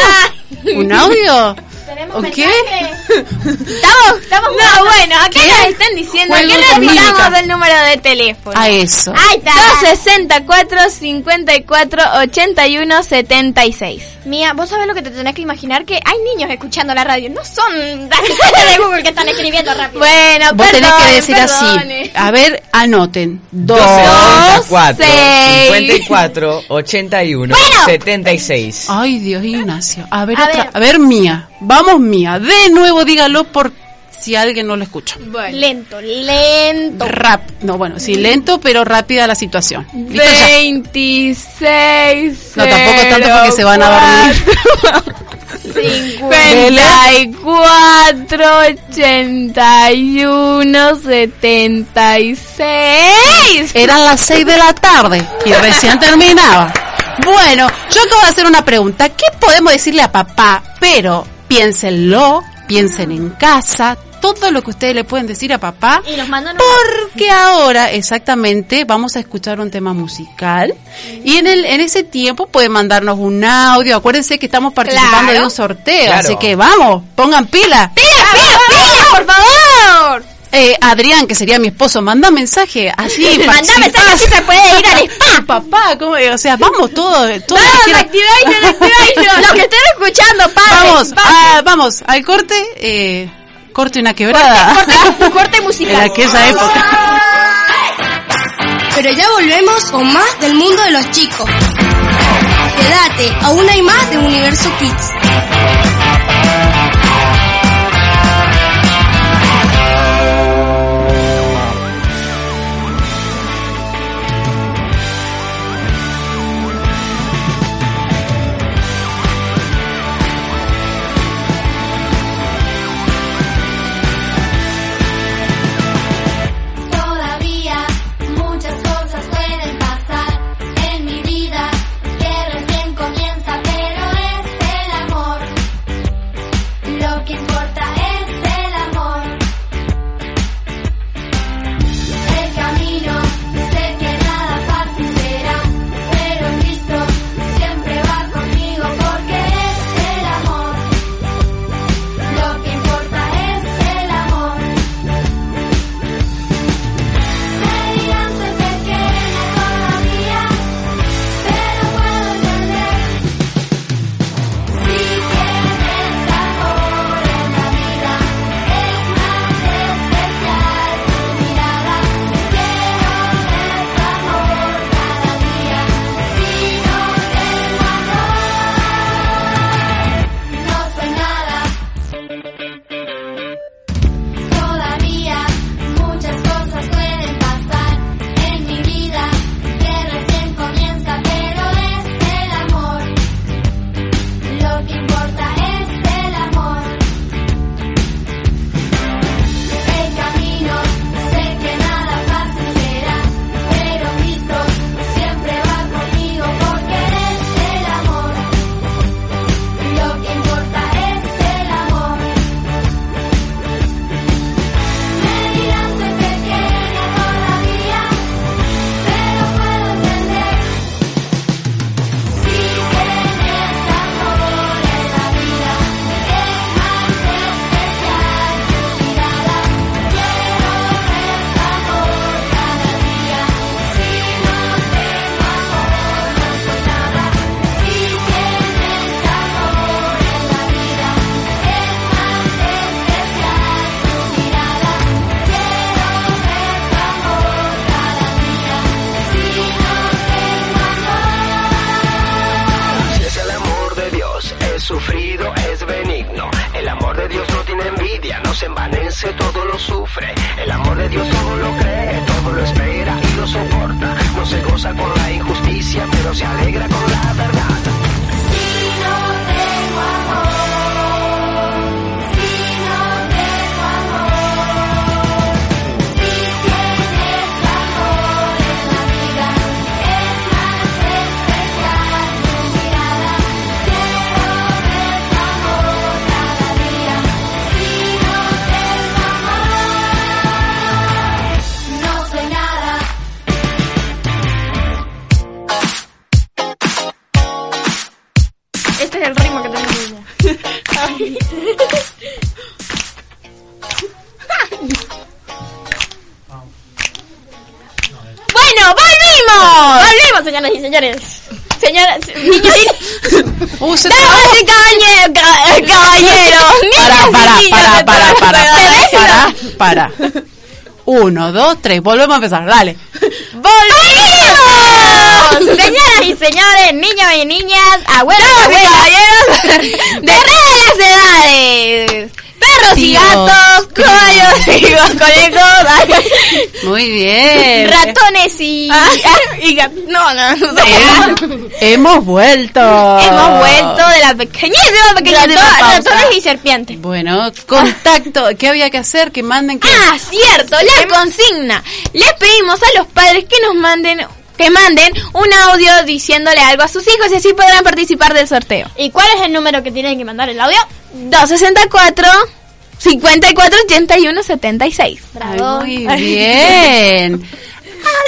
S2: ¿Un audio?
S4: Tenemos
S2: ¿O qué?
S4: mensaje.
S5: Estamos, estamos No, bueno, acá nos están diciendo
S2: Juegos
S5: que
S2: de mímica.
S5: necesitamos el número de teléfono.
S2: A Ah, eso.
S4: Ahí está.
S5: 264 54 81 76.
S4: Mía, vos sabés lo que te tenés que imaginar que hay niños escuchando la radio, no son las de Google que están escribiendo rápido.
S5: Bueno,
S2: Vos tenés
S5: perdone,
S2: que decir así.
S5: perdone.
S2: A ver, anoten. Dos.
S3: 54,
S5: seis.
S3: 54, 81, 76.
S2: Ay, Dios, Ignacio. A ver,
S4: A
S2: otra.
S4: ver.
S2: A ver, mía. Vamos, mía. De nuevo, dígalo por si alguien no lo escucha.
S4: Lento, lento.
S2: Rap. No, bueno, sí, lento, pero rápida la situación. Listo, ya.
S5: 26.
S2: No, tampoco tanto porque se van a dormir.
S5: 54 81 76.
S2: Eran las 6 de la tarde y recién terminaba. Bueno, yo acabo de hacer una pregunta. ¿Qué podemos decirle a papá? Pero piénsenlo, piensen en casa, todo lo que ustedes le pueden decir a papá.
S4: Y nos mandan un...
S2: Porque ahora exactamente vamos a escuchar un tema musical y en el en ese tiempo pueden mandarnos un audio. Acuérdense que estamos participando
S5: Claro.
S2: de un sorteo,
S3: Claro.
S2: así que vamos, pongan pila.
S5: ¡Por favor!
S2: Eh, Adrián, que sería mi esposo, manda mensaje así.
S4: Mandá
S2: si
S4: mensaje
S2: pasa.
S4: si se puede ir al spa.
S2: Papá, ¿cómo? Eh, o sea, vamos todos. todos los que quieran.
S5: Activation, activation. Lo que estén escuchando, padre.
S2: Vamos, ah, vamos, al corte, eh, corte una quebrada.
S4: corte, corte musical.
S2: en aquella época.
S6: Pero ya volvemos con más del mundo de los chicos. Quédate, aún hay más de Universo Kids.
S7: Todavía muchas cosas pueden pasar en mi vida que recién comienza, pero es el amor. Lo que importa es el amor. El camino, sé que nada fácil será, pero Cristo siempre va conmigo porque es el amor. Lo que importa es el amor. Sería soy pequeña todavía, pero puedo entender si tienes amor en la vida es más especial tu mirada. Quiero nuestro amor cada día, si no tengo amor no soy nada. Todavía muchas cosas pueden pasar en mi vida que recién comienza, pero es el amor. Lo que importa es el amor. El camino, sé que nada fácil será, pero Cristo siempre va conmigo porque es el amor. Lo que importa es el amor. Me dirás soy pequeña todavía, pero puedo entender si tienes amor en la vida es más especial tu mirada. Quiero nuestro amor cada día, si no tengo amor no soy nada. Si tienes amor en la vida es más especial tu mirada. Quiero nuestro amor cada día, si no tengo amor.
S8: Si es el amor de Dios, es sufrido, es benigno. El amor de Dios no tiene envidia, no se envanece, todo lo sufre. El amor de Dios todo lo cree, todo lo espera y lo soporta. No se goza con la injusticia, pero se alegra con la verdad.
S7: Si no tengo amor, si no tengo amor,
S2: Este
S4: tema, señoras y señores. Señoras, niños,
S2: Uh, se
S4: damas y cabañe- ca- caballeros, niñas
S2: Para,
S4: y
S2: para,
S4: niños
S2: para,
S4: de
S2: para,
S4: todas
S2: para,
S4: las
S2: para,
S4: edades.
S2: para. Uno, dos, tres, volvemos a empezar, dale.
S4: ¡Volvimos!
S5: Señoras y señores, niños y niñas, abuelos y
S4: Damas y
S5: abuelas,
S4: caballeros,
S5: de todas las edades, perros y
S2: Tíos.
S5: gatos, caballos y conejos,
S2: Muy
S4: Eh.
S2: bien.
S5: ratones y...
S4: Ah. y gat- no, no, no. Eh,
S2: Bien. Hemos vuelto.
S5: Hemos vuelto de la pequeñez de la pequeñez de
S4: Ratón-
S5: la pausa.
S4: ratones y serpientes.
S2: Bueno, contacto. ¿Qué había que hacer? Que manden que. Em-
S5: Ah, cierto, la consigna. Les pedimos a los padres que nos manden que manden un audio diciéndole algo a sus hijos y así podrán participar del sorteo.
S4: ¿Y cuál es el número que tienen que mandar el audio?
S5: 264 54 81 76.
S2: Ay, muy bien.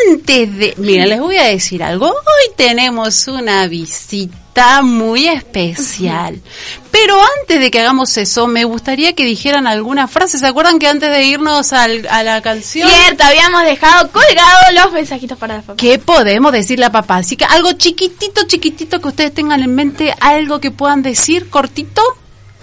S2: Antes de... Mira, les voy a decir algo. Hoy tenemos una visita muy especial. Pero antes de que hagamos eso, me gustaría que dijeran alguna frase. ¿Se acuerdan que antes de irnos al- a la canción?
S4: Cierto, habíamos dejado colgados los mensajitos para la familia.
S2: ¿Qué podemos decirle a papá? Así que algo chiquitito, chiquitito que ustedes tengan en mente, algo que puedan decir cortito.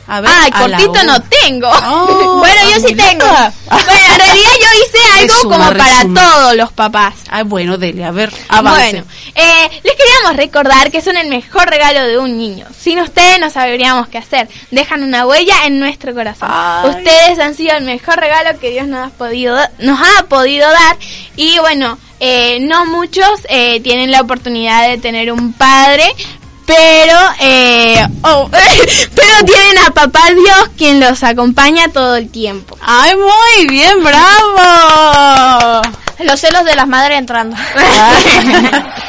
S2: A ver,
S5: Ay,
S2: a la
S5: cortito
S2: una.
S5: no tengo.
S2: Oh,
S5: bueno, yo sí
S2: mira.
S5: tengo. Bueno, en realidad yo hice algo
S2: Resuma,
S5: como para
S2: resuma.
S5: todos los papás.
S2: Ay, bueno, dele, a ver, avance.
S5: Bueno, eh, les queríamos recordar que son el mejor regalo de un niño. Sin ustedes no sabríamos qué hacer. Dejan una huella en nuestro corazón.
S2: Ay.
S5: Ustedes han sido el mejor regalo que Dios nos ha podido, da- nos ha podido dar. Y bueno, eh, no muchos eh, tienen la oportunidad de tener un padre. Pero, eh, oh, pero tienen a papá Dios quien los acompaña todo el tiempo.
S2: Ay, muy bien, bravo. Ah.
S4: Los celos de las madres entrando.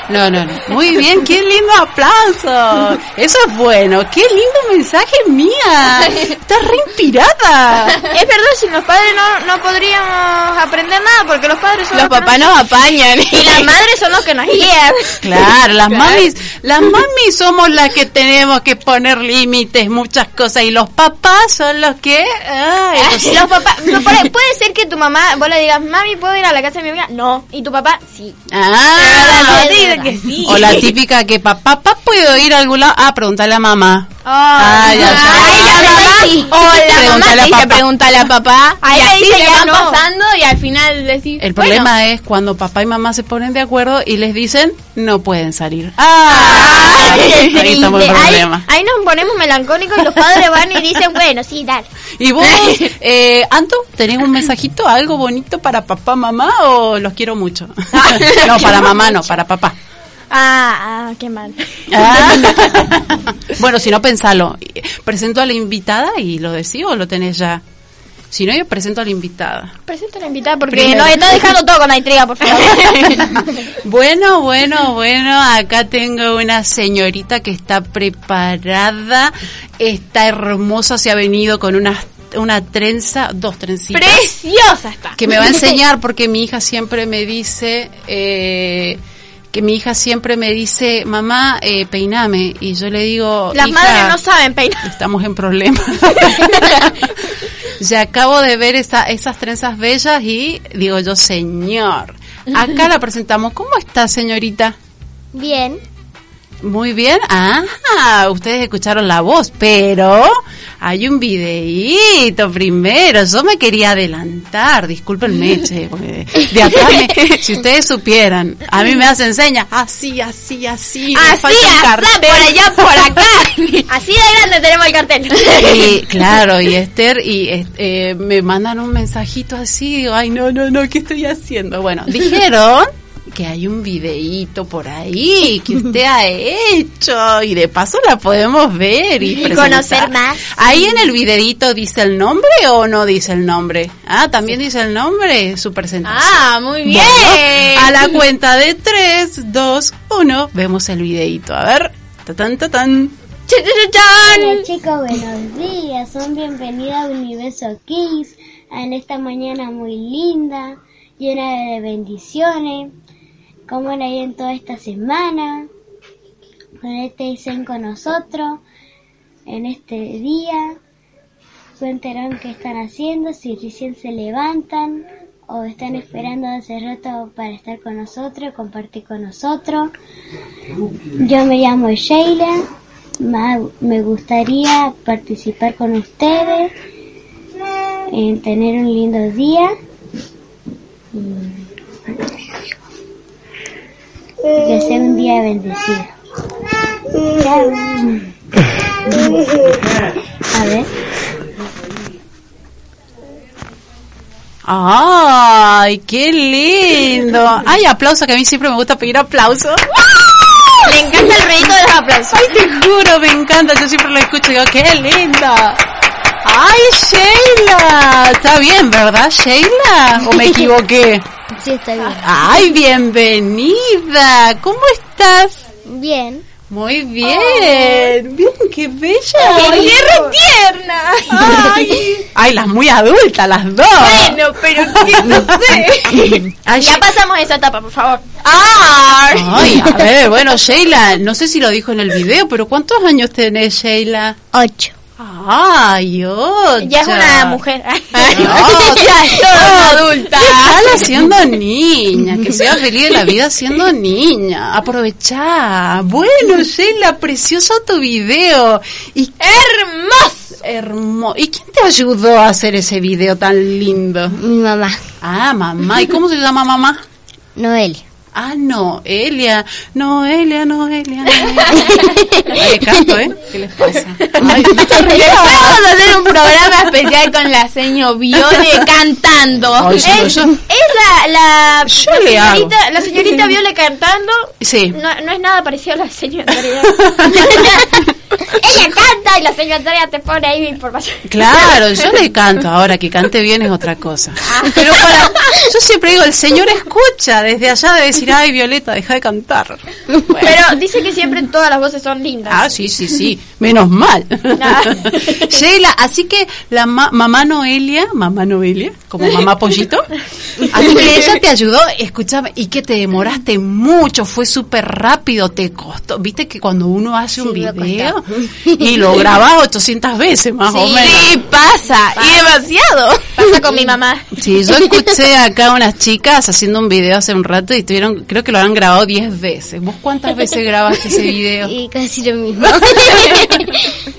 S2: No, no, no. Muy bien, qué lindo aplauso. Eso es bueno. Qué lindo mensaje mía. Estás re inspirada.
S4: Es verdad, sin los padres no, no podríamos aprender nada porque los padres son
S5: Los
S4: que
S5: papás nos apañan.
S4: nos- Y las madres son los que nos guían.
S2: Claro, las mamis, las mamis somos las que tenemos que poner límites, muchas cosas, y los papás son los que, ay, los-
S4: Los papás, no, puede, puede ser que tu mamá, vos le digas, mami, ¿puedo ir a la casa de mi amiga? No. Y tu papá, sí.
S2: ah,
S4: Te dice que sí.
S2: o la típica que papá, papá puedo ir a algún lado, ah, preguntarle a mamá. Ay, ya, ya.
S5: Ay, la mamá. O la mamá
S2: Pregúntale
S5: te
S2: a
S5: dice,
S2: papá.
S5: pregúntale a papá.
S4: Ahí
S5: y
S4: le
S5: así
S4: dice,
S5: le
S4: ya
S5: van
S4: no.
S5: pasando y al final decís...
S2: El
S5: bueno,
S2: problema es cuando papá y mamá se ponen de acuerdo y les dicen no pueden salir. Ah,
S4: Ay,
S2: ahí
S4: qué
S2: estamos el
S4: triste. Ahí-
S2: problema.
S4: Ahí, nos ponemos melancólicos y los padres van y dicen, bueno, sí, dale.
S2: Y vos, eh, Anto, ¿tenés un mensajito, algo bonito para papá, mamá o los quiero mucho? no, para mamá no, para papá.
S4: Ah, ah, qué mal.
S2: Ah. bueno, si no, pensalo. Presento a la invitada y lo decís o lo tenés ya. Si no, yo presento a la invitada.
S4: Presenta a la invitada porque
S2: Primero.
S4: nos está dejando todo con la intriga, por favor.
S2: Bueno, bueno, bueno, acá tengo una señorita que está preparada, está hermosa, se ha venido con una, una trenza, dos trencitas.
S5: Preciosa está.
S2: que me va a enseñar porque mi hija siempre me dice eh, que mi hija siempre me dice mamá eh, peiname y yo le digo
S4: Las
S2: "Hija,
S4: madres no saben peinar.
S2: estamos en problemas ya acabo de ver esa- esas trenzas bellas y digo yo señor acá la presentamos cómo está señorita
S7: Bien.
S2: muy bien, ah, ustedes escucharon la voz, pero hay un videíto primero. Yo me quería adelantar, discúlpenme, che, porque de acá me- si ustedes supieran, a mí me hacen señas, así, así, así, me
S5: Así,
S2: falta un
S5: asá,
S2: cartel.
S5: por allá, por acá.
S4: Así de grande tenemos el cartel.
S2: Y, claro, y Esther, y es- eh, me mandan un mensajito así, digo, ay, no, no, no, ¿qué estoy haciendo? Bueno, dijeron que hay un videíto por ahí que usted ha hecho y de paso la podemos ver y, presentar.
S4: conocer más.
S2: Ahí en el videíto dice el nombre o no dice el nombre. Ah, también dice el nombre, su presentación.
S5: Ah, muy bien.
S2: A la cuenta de 3, 2, 1, vemos el videíto. A ver, tatán, tatán.
S5: Chan, chan, chan.
S7: Hola chicos, buenos días. Son bienvenidos a Universo Kids. En esta mañana muy linda, llena de bendiciones. Como la hay en toda esta semana. Por este dicen con nosotros. En este día. Cuéntanos qué están haciendo, si recién se levantan.
S9: o están esperando hace rato para estar con nosotros, compartir con nosotros. Yo me llamo Sheila, ma- me gustaría participar con ustedes, en tener un lindo día. y Que sea un día bendecido. Chao. A ver.
S2: ¡Ay, qué lindo! ¡Ay, aplauso! Que a mí siempre me gusta pedir aplauso.
S5: Le encanta el ruidito de los aplausos.
S2: ¡Ah! ¡Ay, te juro! Me encanta. Yo siempre lo escucho y digo, ¡qué linda! ¡Ay, Sheila! Está bien, ¿verdad, Sheila? ¿O me equivoqué?
S9: Sí, está bien.
S2: ¡Ay, bienvenida! ¿Cómo estás?
S9: Bien.
S2: Muy bien. Bien, qué bella.
S5: ¡Qué retierna!
S2: Ay, Ay, las muy adultas, las dos.
S5: Bueno, pero qué no sé. ya pasamos esa etapa, por favor. ¡Ah!
S2: Ay, a ver, bueno, Sheila, no sé si lo dijo en el video, pero ¿cuántos años tenés, Sheila?
S9: Ocho.
S2: Ay, ocho.
S5: Ya es una mujer.
S2: No,
S5: ya es toda una adulta.
S2: Déjala siendo niña, que sea feliz de la vida siendo niña. Aprovechá. Bueno, Sheila, precioso tu video. Y hermoso. Hermoso. ¿Y quién te ayudó a hacer ese video tan lindo?
S9: Mi mamá,
S2: Ah, mamá. ¿Y cómo se llama mamá?
S9: Noelia.
S2: Ah, Noelia, Noelia, Noelia, Noelia. Ay, le canto, ¿eh? ¿Qué les pasa? Ay, no te rías.
S5: Vamos a hacer un programa especial con la señor Viole cantando.
S2: Ay, sí,
S5: es,
S2: yo-
S5: es la, la,
S2: Yo le hago.
S4: Señorita- la señorita Viole cantando
S2: Sí.
S4: no, no es nada parecido a la señora Andrea. Ella canta y la señora Andrea te pone ahí información.
S2: Claro, yo le canto ahora, que cante bien es otra cosa.
S5: Ah.
S2: Pero para, yo siempre digo, el señor escucha desde allá de decir, ay, Violeta, deja de cantar.
S4: Pero dice que siempre todas las voces son lindas.
S2: Ah, sí, sí, sí, menos mal. Sheila, así que la ma- mamá Noelia, mamá Noelia, como mamá pollito, así que ella te ayudó, escúchame, y que te demoraste mucho, fue súper rápido, te costó. Viste que cuando uno hace un video y lo grabás 800 veces más o menos.
S5: Sí, pasa. Y demasiado.
S4: Pasa con mi mamá.
S2: Sí, yo escuché acá a unas chicas haciendo un video hace un rato y tuvieron, creo que lo han grabado 10 veces. ¿Vos cuántas veces grabaste ese video?
S9: Y casi lo mismo.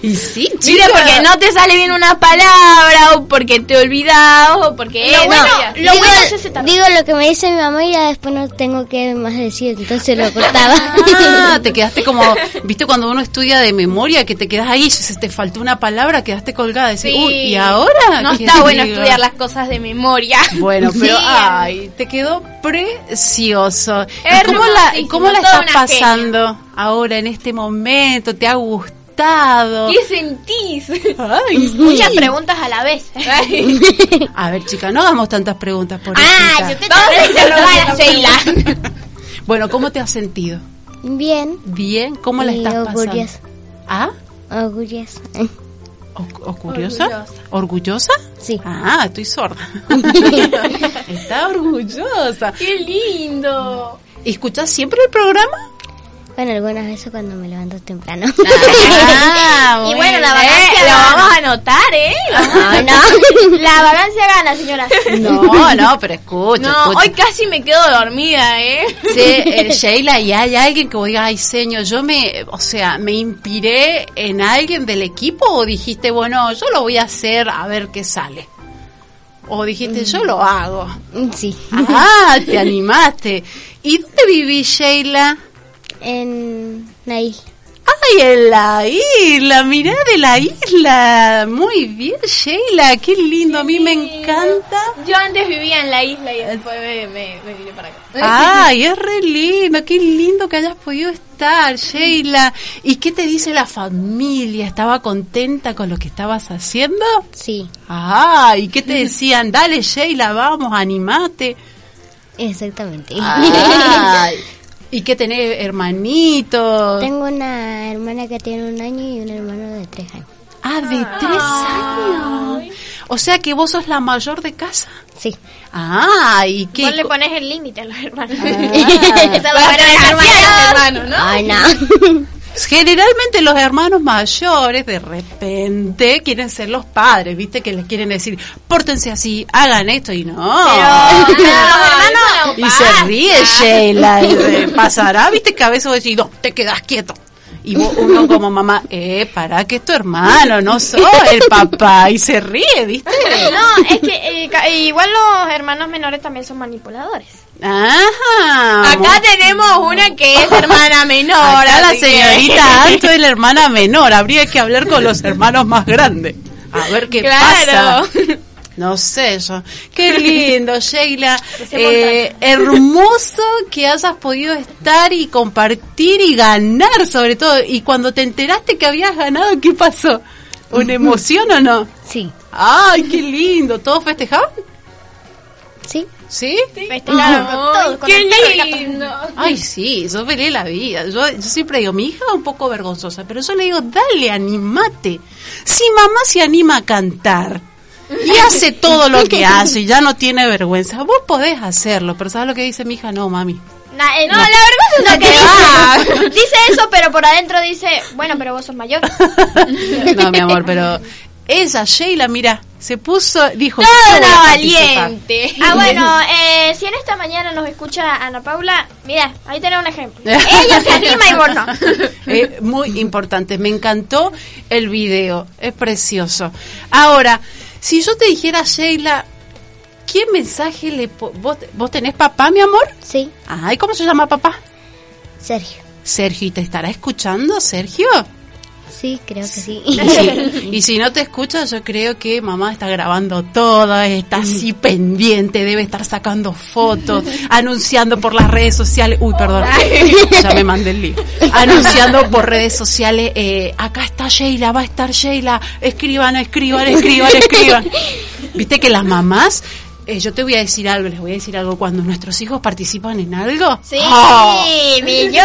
S2: Y sí,
S5: Mira, porque no te sale bien una palabra, o porque te olvidas, o porque...
S4: Lo
S5: no.
S4: bueno, lo
S9: digo,
S4: bueno es ese tarde.
S9: digo lo que me dice mi mamá y ya después no tengo que más decir, entonces lo cortaba.
S2: Ah, te quedaste como, viste cuando uno estudia de memoria que te quedas ahí, se te faltó una palabra, quedaste colgada, decís,
S5: Sí.
S2: uy, ¿y ahora?
S5: No
S2: qué
S5: está bueno
S2: digo?
S5: estudiar las cosas de memoria.
S2: Bueno, pero
S5: Sí.
S2: ay, te quedó precioso. ¿Y
S5: Hermosísimo,
S2: ¿Cómo la, y cómo la
S5: toda
S2: estás
S5: una
S2: pasando ahora en este momento? ¿Te ha gustado?
S5: ¿Qué sentís?
S2: Ay, sí.
S4: Muchas preguntas a la vez.
S2: A ver, chica, no hagamos tantas preguntas por
S5: Ah, Vamos a interrogar a Sheila.
S2: Bueno, ¿cómo te has sentido?
S9: Bien.
S2: ¿Bien? ¿Cómo la
S9: Y
S2: estás pasando?
S9: orgullosa.
S2: ¿Ah?
S9: Orgullosa.
S2: ¿O- o curiosa? ¿Orgullosa?
S9: Sí.
S2: Ah, estoy sorda. Está orgullosa.
S5: ¡Qué lindo!
S2: ¿Escuchas siempre el programa?
S9: Bueno, algunas veces cuando me levanto temprano.
S2: Ah,
S5: Y bueno, la vacancia la vamos a anotar, ¿eh?
S4: La vagancia gana, señora.
S2: No, no, pero escucha.
S5: No,
S2: escucha.
S5: hoy casi me quedo dormida, ¿eh?
S2: Sí, eh, Sheila, y hay alguien que vos digas, ay, señor, yo me, o sea, me inspiré en alguien del equipo o dijiste, bueno, yo lo voy a hacer a ver qué sale. O dijiste, yo lo hago.
S9: Sí.
S2: Ah, te animaste. ¿Y dónde vivís, Sheila?
S9: En la isla.
S2: Ay, en la isla, mirá de la isla. Muy bien, Sheila, qué lindo, a mí me encanta.
S5: Yo antes vivía en la isla y después me, me, me vine para acá.
S2: Ay, es re lindo, qué lindo que hayas podido estar, Sheila. ¿Y qué te dice la familia? ¿Estaba contenta con lo que estabas haciendo?
S9: Sí,
S2: Ay, ¿qué te decían? Dale, Sheila, vamos, animate.
S9: exactamente.
S2: Ay, ¿Y qué tenés, hermanito?
S9: Tengo una hermana que tiene un año y un hermano de tres años.
S2: Ah, de tres años. O sea que vos sos la mayor de casa.
S9: Sí.
S2: Ah, ¿y qué?
S4: Vos le pones el límite a los hermanos.
S2: Ah.
S5: Para hermano, hermano, ¿no?
S9: Ay, no.
S2: Generalmente los hermanos mayores de repente quieren ser los padres, ¿viste? Que les quieren decir, pórtense así, hagan esto y no.
S5: Pero, no,
S2: y se ríe Sheila, y re- pasará, ¿viste? Que a veces vos decís, no, te quedas quieto. Y vos- uno como mamá, eh, para que es tu hermano, no soy el papá. Y se ríe, ¿viste?
S4: No, es que eh, ca- igual los hermanos menores también son manipuladores.
S2: Ajá.
S5: Acá tenemos una que es hermana menor.
S2: Ahora la
S5: así que-
S2: señorita Anto es la hermana menor. Habría que hablar con los hermanos más grandes. A ver qué
S5: Claro.
S2: pasa. No sé yo. Qué lindo, Sheila. Eh, hermoso que hayas podido estar y compartir y ganar, sobre todo. Y cuando te enteraste que habías ganado, ¿qué pasó? ¿Una emoción o no?
S10: Sí,
S2: ¡Ay, qué lindo! ¿Todos festejaban?
S10: sí.
S2: ¿Sí?
S4: Festejaron con todos, con el pelo y la-
S2: Ay, sí, yo peleé la vida. Yo, yo siempre digo, mi hija es un poco vergonzosa, pero yo le digo, dale, animate. Si mamá se anima a cantar y hace todo lo que hace y ya no tiene vergüenza, vos podés hacerlo, pero ¿sabes lo que dice mi hija? No, mami.
S4: Na- eh,
S5: No, la vergüenza es lo que va.
S4: dice, dice eso, pero por adentro dice, bueno, pero vos sos mayor.
S2: no, mi amor, pero ella, Sheila, mira, se puso, dijo,
S5: Toda
S2: "Yo voy a
S5: una
S2: participar".
S5: valiente.
S4: Ah, bueno, eh, si en esta mañana nos escucha Ana Paula, mira, ahí tenés un ejemplo. Ella se anima y vos no.
S2: Eh, muy importante. Me encantó el video. Es precioso. Ahora, si yo te dijera, Sheila, ¿qué mensaje le... po- Vos, ¿Vos tenés papá, mi amor?
S10: Sí,
S2: Ay, ¿cómo se llama papá?
S10: Sergio.
S2: Sergio, ¿y te estará escuchando, Sergio?
S10: Sí, creo que sí.
S2: Y si, y si no te escucha, yo creo que mamá está grabando todo, está así pendiente, debe estar sacando fotos, anunciando por las redes sociales. Uy, perdón, ya me mandé el link. Anunciando por redes sociales, eh, acá está Sheila, va a estar Sheila, escriban, escriban, escriban, escriban. Viste que las mamás. eh, yo te voy a decir algo, les voy a decir algo. Cuando nuestros hijos participan en algo,
S4: Sí,
S2: ¡oh!
S4: millón.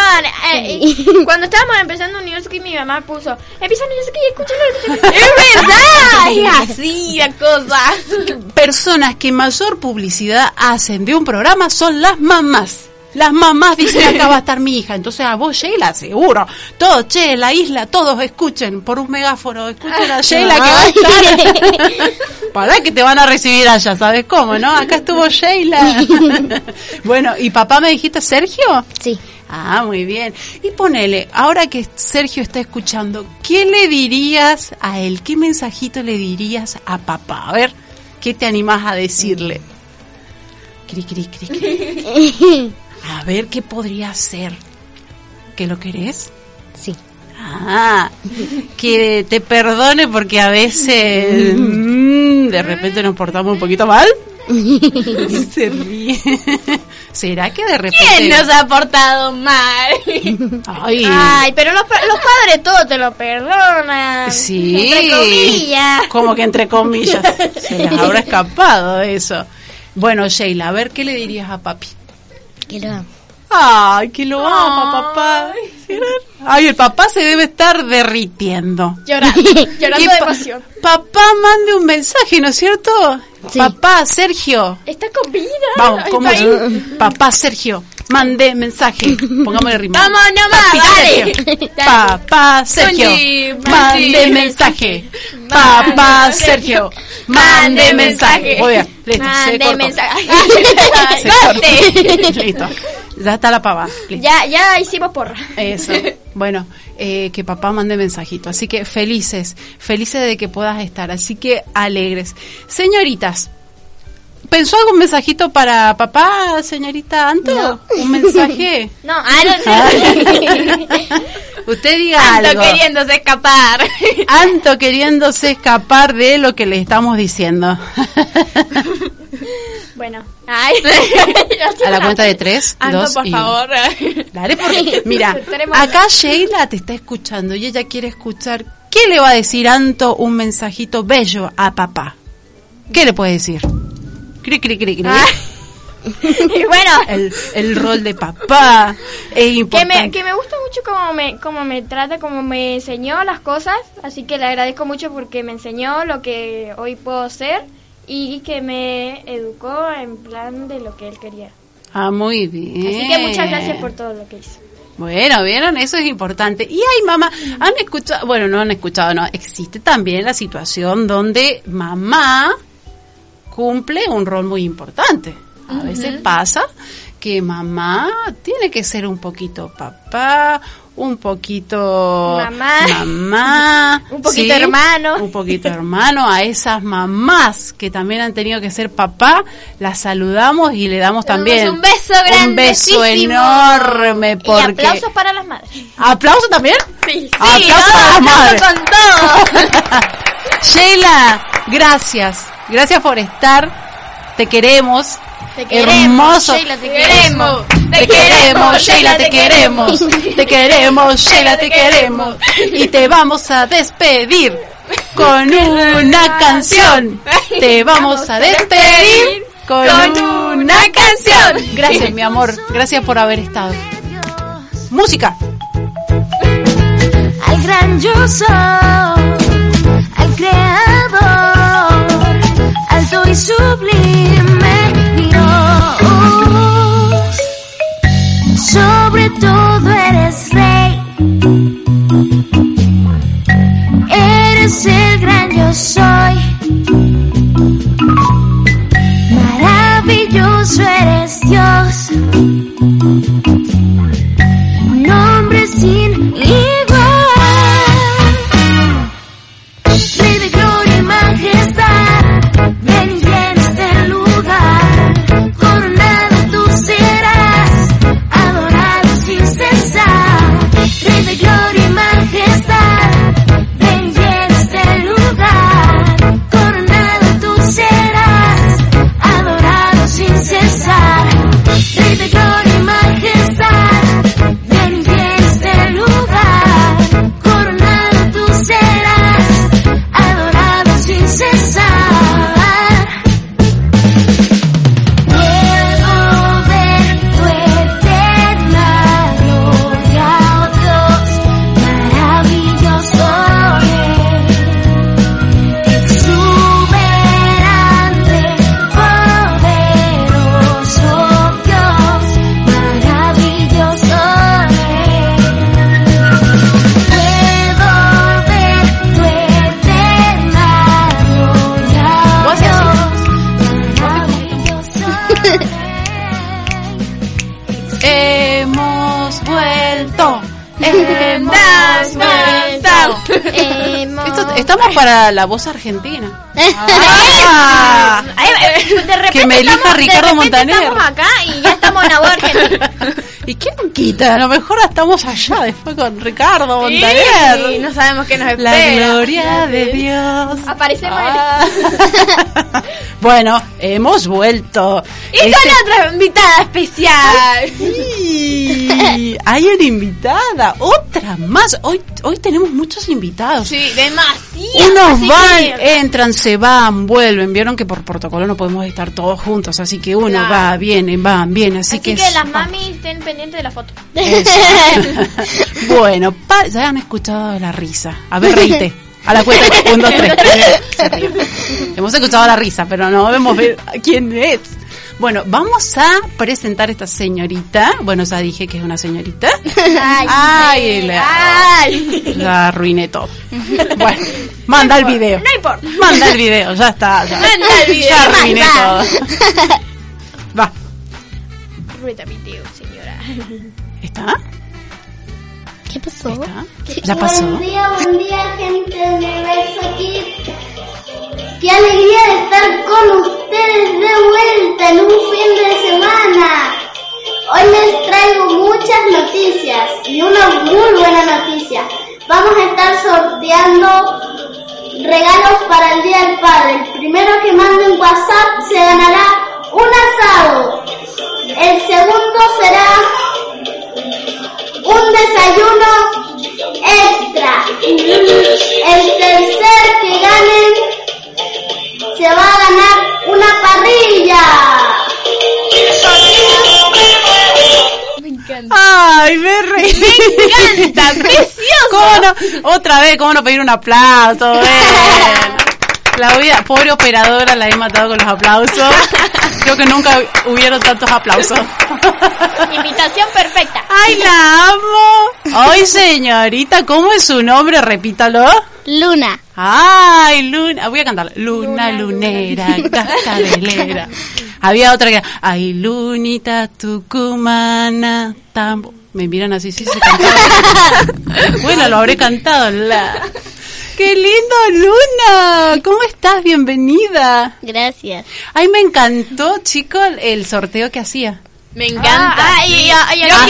S4: Eh, y cuando estábamos empezando University, mi mamá puso, empieza University, escúchalo. escúchalo".
S5: Es verdad, es así la cosa.
S2: personas que mayor publicidad hacen de un programa son las mamás. Las mamás dicen acá va a estar mi hija, entonces a vos Sheila seguro. Todo, che, la isla, todos escuchen por un megáfono, escuchen a Sheila que va a estar. Para que te van a recibir allá, ¿sabes cómo, no? Acá estuvo Sheila. bueno, ¿y papá me dijiste Sergio?
S10: Sí.
S2: Ah, muy bien. Y ponele, ahora que Sergio está escuchando, ¿qué le dirías a él? ¿Qué mensajito le dirías a papá? A ver, ¿qué te animás a decirle? Cri, cri, cri, cri. A ver, ¿qué podría ser? ¿Que lo querés?
S10: Sí.
S2: Ah, que te perdone porque a veces mm, de repente nos portamos un poquito mal. Y se ríe. ¿Será que de repente...
S5: ¿Quién nos ha portado mal?
S2: Ay,
S4: Ay, pero los, pa- los padres todo te lo perdonan.
S2: sí.
S4: Entre comillas.
S2: Como que entre comillas. Se les habrá escapado eso. Bueno, Sheila, a ver, ¿qué le dirías a papi?
S10: Que lo amo.
S2: Ay, que lo ama, papá. Ay, el papá se debe estar derritiendo.
S4: Llorando,
S2: Que
S4: llorando de
S2: pa-
S4: emoción.
S2: Papá mande un mensaje, ¿no es cierto?
S10: Sí.
S2: Papá, Sergio.
S4: Está con vida.
S2: Vamos,
S4: Ay,
S2: ¿cómo
S4: está ahí.
S2: es? Papá, Sergio. Mande mensaje. Pongámosle rima.
S5: Vamos nomás, dale.
S2: Papá Sergio,
S5: Punchy, punchy.
S2: mande mensaje. Papá Sergio, mande
S5: Mande
S2: mensaje.
S5: mensaje.
S2: Muy bien, listo, se
S4: Mande
S2: cortó.
S4: mensaje.
S2: Se cortó. Listo, ya está la pava. Listo.
S4: Ya, ya hicimos porra.
S2: Eso. Bueno, eh, que papá mande mensajito. Así que felices, felices de que puedas estar. Así que alegres. Señoritas, ¿pensó algún mensajito para papá, señorita Anto? ¿Un mensaje?
S4: No, ah, no,
S2: Usted diga
S5: Tanto
S2: algo.
S5: queriéndose escapar.
S2: Anto queriéndose escapar de lo que le estamos diciendo.
S4: Bueno,
S5: Ay,
S2: A la cuenta de tres,
S5: Ando,
S2: dos
S5: por
S2: y uno.
S5: favor.
S2: Dale, porque mira,
S4: Tenemos-
S2: acá Sheila te está escuchando y ella quiere escuchar qué le va a decir Anto un mensajito bello a papá. ¿Qué le puede decir? Cri, cri, cri, cri.
S4: Ah. y bueno,
S2: El, el rol de papá es
S4: que
S2: importante.
S4: me, que me gusta mucho cómo me, cómo me trata, cómo me enseñó las cosas, así que le agradezco mucho porque me enseñó lo que hoy puedo ser y que me educó en plan de lo que él quería.
S2: Ah, muy bien.
S4: Así que muchas gracias por todo lo que hizo.
S2: Bueno, vieron, eso es importante. Y ay, mamá, han escuchado, bueno, no han escuchado, no, existe también la situación donde mamá cumple un rol muy importante. A veces pasa que mamá tiene que ser un poquito papá, un poquito
S4: Mamá.
S2: mamá,
S4: Un poquito hermano.
S2: un poquito hermano. A esas mamás que también han tenido que ser papá, las saludamos y le damos también
S5: un beso
S2: un beso
S5: grandecísimo.
S2: enorme porque
S4: Y aplausos para las madres.
S2: ¿Aplauso también?
S4: Sí.
S2: Aplauso
S5: no,
S2: a las
S5: no,
S2: madres.
S5: con todo.
S2: Sheila, gracias. Gracias por estar. Te queremos.
S4: Te queremos,
S2: Hermoso.
S4: Sheila, te queremos.
S2: Te queremos, Sheila, te queremos. Te queremos, Sheila, te queremos. Y te vamos a despedir con una canción. Te vamos a despedir con una canción. Gracias, mi amor. Gracias por haber estado. Música.
S7: al gran yo soy, al creador, alto y sublime Dios. Sobre todo eres rey, eres el gran yo soy. Maravilloso eres Dios nombre sin igual. Rey de gloria y majestad, ven y llena este lugar. Coronado tú serás, adorado sin cesar. Rey de gloria y majestad, ven y llena este lugar. Coronado tú serás, adorado sin cesar. Rey de gloria y majestad, ven y llena este lugar. Coronado tú serás, adorado sin cesar. Puedo ver tu eterna gloria, oh Dios, maravilloso Rey, exuberante, poderoso Dios, maravilloso Rey. Puedo ver tu eterna gloria, oh Dios, maravilloso Rey.
S2: Hemos vuelto.
S4: Hemos
S2: Hemos vuelto.
S4: vuelto. Hemos-
S2: Esto- estamos para la voz argentina. Ah,
S4: Ay, de repente
S2: que me elija
S4: estamos- de
S2: Ricardo
S4: repente
S2: Montaner.
S4: Estamos acá y ya estamos en la voz argentina.
S2: ¿Y quién quita? A lo mejor estamos allá después con Ricardo Montaner.
S5: Sí, no sabemos qué nos
S2: la
S5: espera.
S2: gloria de Dios.
S4: Aparecemos
S2: Ah. bueno, hemos vuelto.
S5: Y con otra invitada especial.
S2: Y hay una invitada, otra más. Hoy, hoy tenemos muchos invitados.
S5: Sí, demasiado.
S2: Unos
S5: Así
S2: van,
S5: que-
S2: entran, se van, vuelven. Vieron que por protocolo no podemos estar todos juntos, así que uno
S5: Claro.
S2: va, viene, van, viene. Así,
S4: Así que,
S2: es-
S4: las mamis estén pendientes de la foto.
S2: Eso. bueno, pa- ya han escuchado la risa. A ver, reíte. A la cuenta de un, dos, tres. Se rió. Hemos escuchado la risa, pero no vemos ver quién es. Bueno, vamos a presentar a esta señorita. Bueno, ya dije que es una señorita. Ay, la, la arruiné todo. Bueno, manda el video.
S4: No importa.
S2: Manda el video, ya está. Ya,
S5: Manda el video,
S2: Ya arruiné
S5: manda.
S2: todo. Va,
S4: Rueda video, señora.
S2: ¿está?
S10: ¿Qué pasó?
S2: ¿Está? ¿Ya pasó?
S9: Buen día, buen día, gente del universo aquí. Qué alegría de estar con ustedes de vuelta en un fin de semana. Hoy les traigo muchas noticias y una muy buena noticia. Vamos a estar sorteando regalos para el Día del Padre. El primero que mande un WhatsApp se ganará un asado. El segundo será un desayuno extra. El tercer que gane se va a ganar una parrilla.
S2: Ay, me reí. Me encanta, precioso. Otra vez, ¿cómo no pedir un aplauso? Ven. Claudia, pobre operadora, la he matado con los aplausos. Creo que nunca hubieron tantos aplausos.
S4: Imitación perfecta.
S2: ¡Ay, la amo! ¡Ay, señorita! ¿Cómo es su nombre? Repítalo.
S10: Luna.
S2: ¡Ay, Luna! Voy a cantar. Luna, lunera, cascabelera. Había otra que era. ¡Ay, Lunita tucumana! Tambo. Me miran así, sí, se cantaba. bueno, lo habré cantado. La... ¡Qué lindo, Luna! ¿Cómo estás? Bienvenida.
S10: Gracias.
S2: Ay, me encantó, chicos, el sorteo que hacía.
S5: Me encanta.
S2: ah,
S4: ay, ay,
S5: yo
S4: ay,
S5: quiero ganar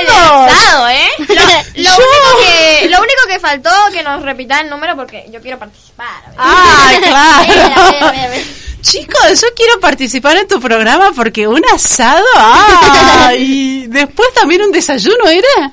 S5: el
S2: ¡Asados!
S5: asado, ¿eh?
S4: Lo único, que, lo único que faltó que nos repita el número porque yo quiero participar. a ver.
S2: ¡Ah,
S4: A ver, a ver,
S2: claro!
S4: a ver.
S2: Chicos, yo quiero participar en tu programa porque un asado. ¡Ah! Y después también un desayuno era.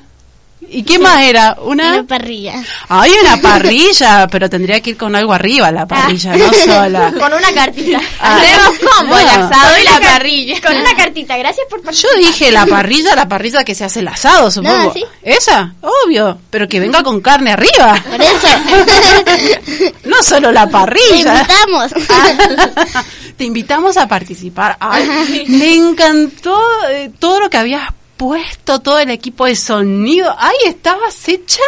S2: ¿Y qué más era? Una.
S10: Una parrilla.
S2: ¡Ay, una parrilla! Pero tendría que ir con algo arriba la parrilla,
S4: Ah.
S2: no sola.
S4: Con una cartita.
S2: Ah.
S5: Tenemos combo, el
S2: Ah.
S5: asado y la
S4: car-
S5: parrilla.
S4: Con una cartita. Gracias por
S2: Yo
S4: participar.
S2: dije la parrilla, la parrilla que se hace el asado, supongo.
S10: Ah, sí.
S2: ¿Esa? Obvio. Pero que venga con carne arriba.
S10: Por eso.
S2: No solo la
S10: Te
S2: parrilla.
S10: invitamos.
S2: Ah, Te invitamos a participar. Ay, me encantó eh, todo lo que habías puesto, todo el equipo de sonido. Ay, estabas hecha,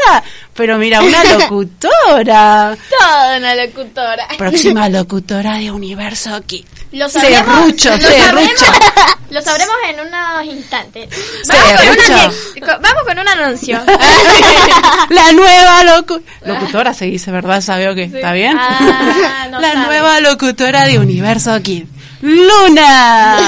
S2: pero mira, una locutora.
S5: Toda una locutora.
S2: Próxima locutora de Universo aquí.
S4: Lo sabremos.
S2: Serrucho,
S4: lo, sabremos
S2: serrucho.
S4: lo sabremos en unos instantes. Vamos con, una,
S2: Serrucho.
S4: que- co- vamos con un anuncio.
S2: La nueva locu- locutora se dice, ¿verdad? ¿Sabe que ¿Está bien?
S4: Ah, no
S2: La
S4: sabe.
S2: nueva locutora de Universo Kid. ¡Luna!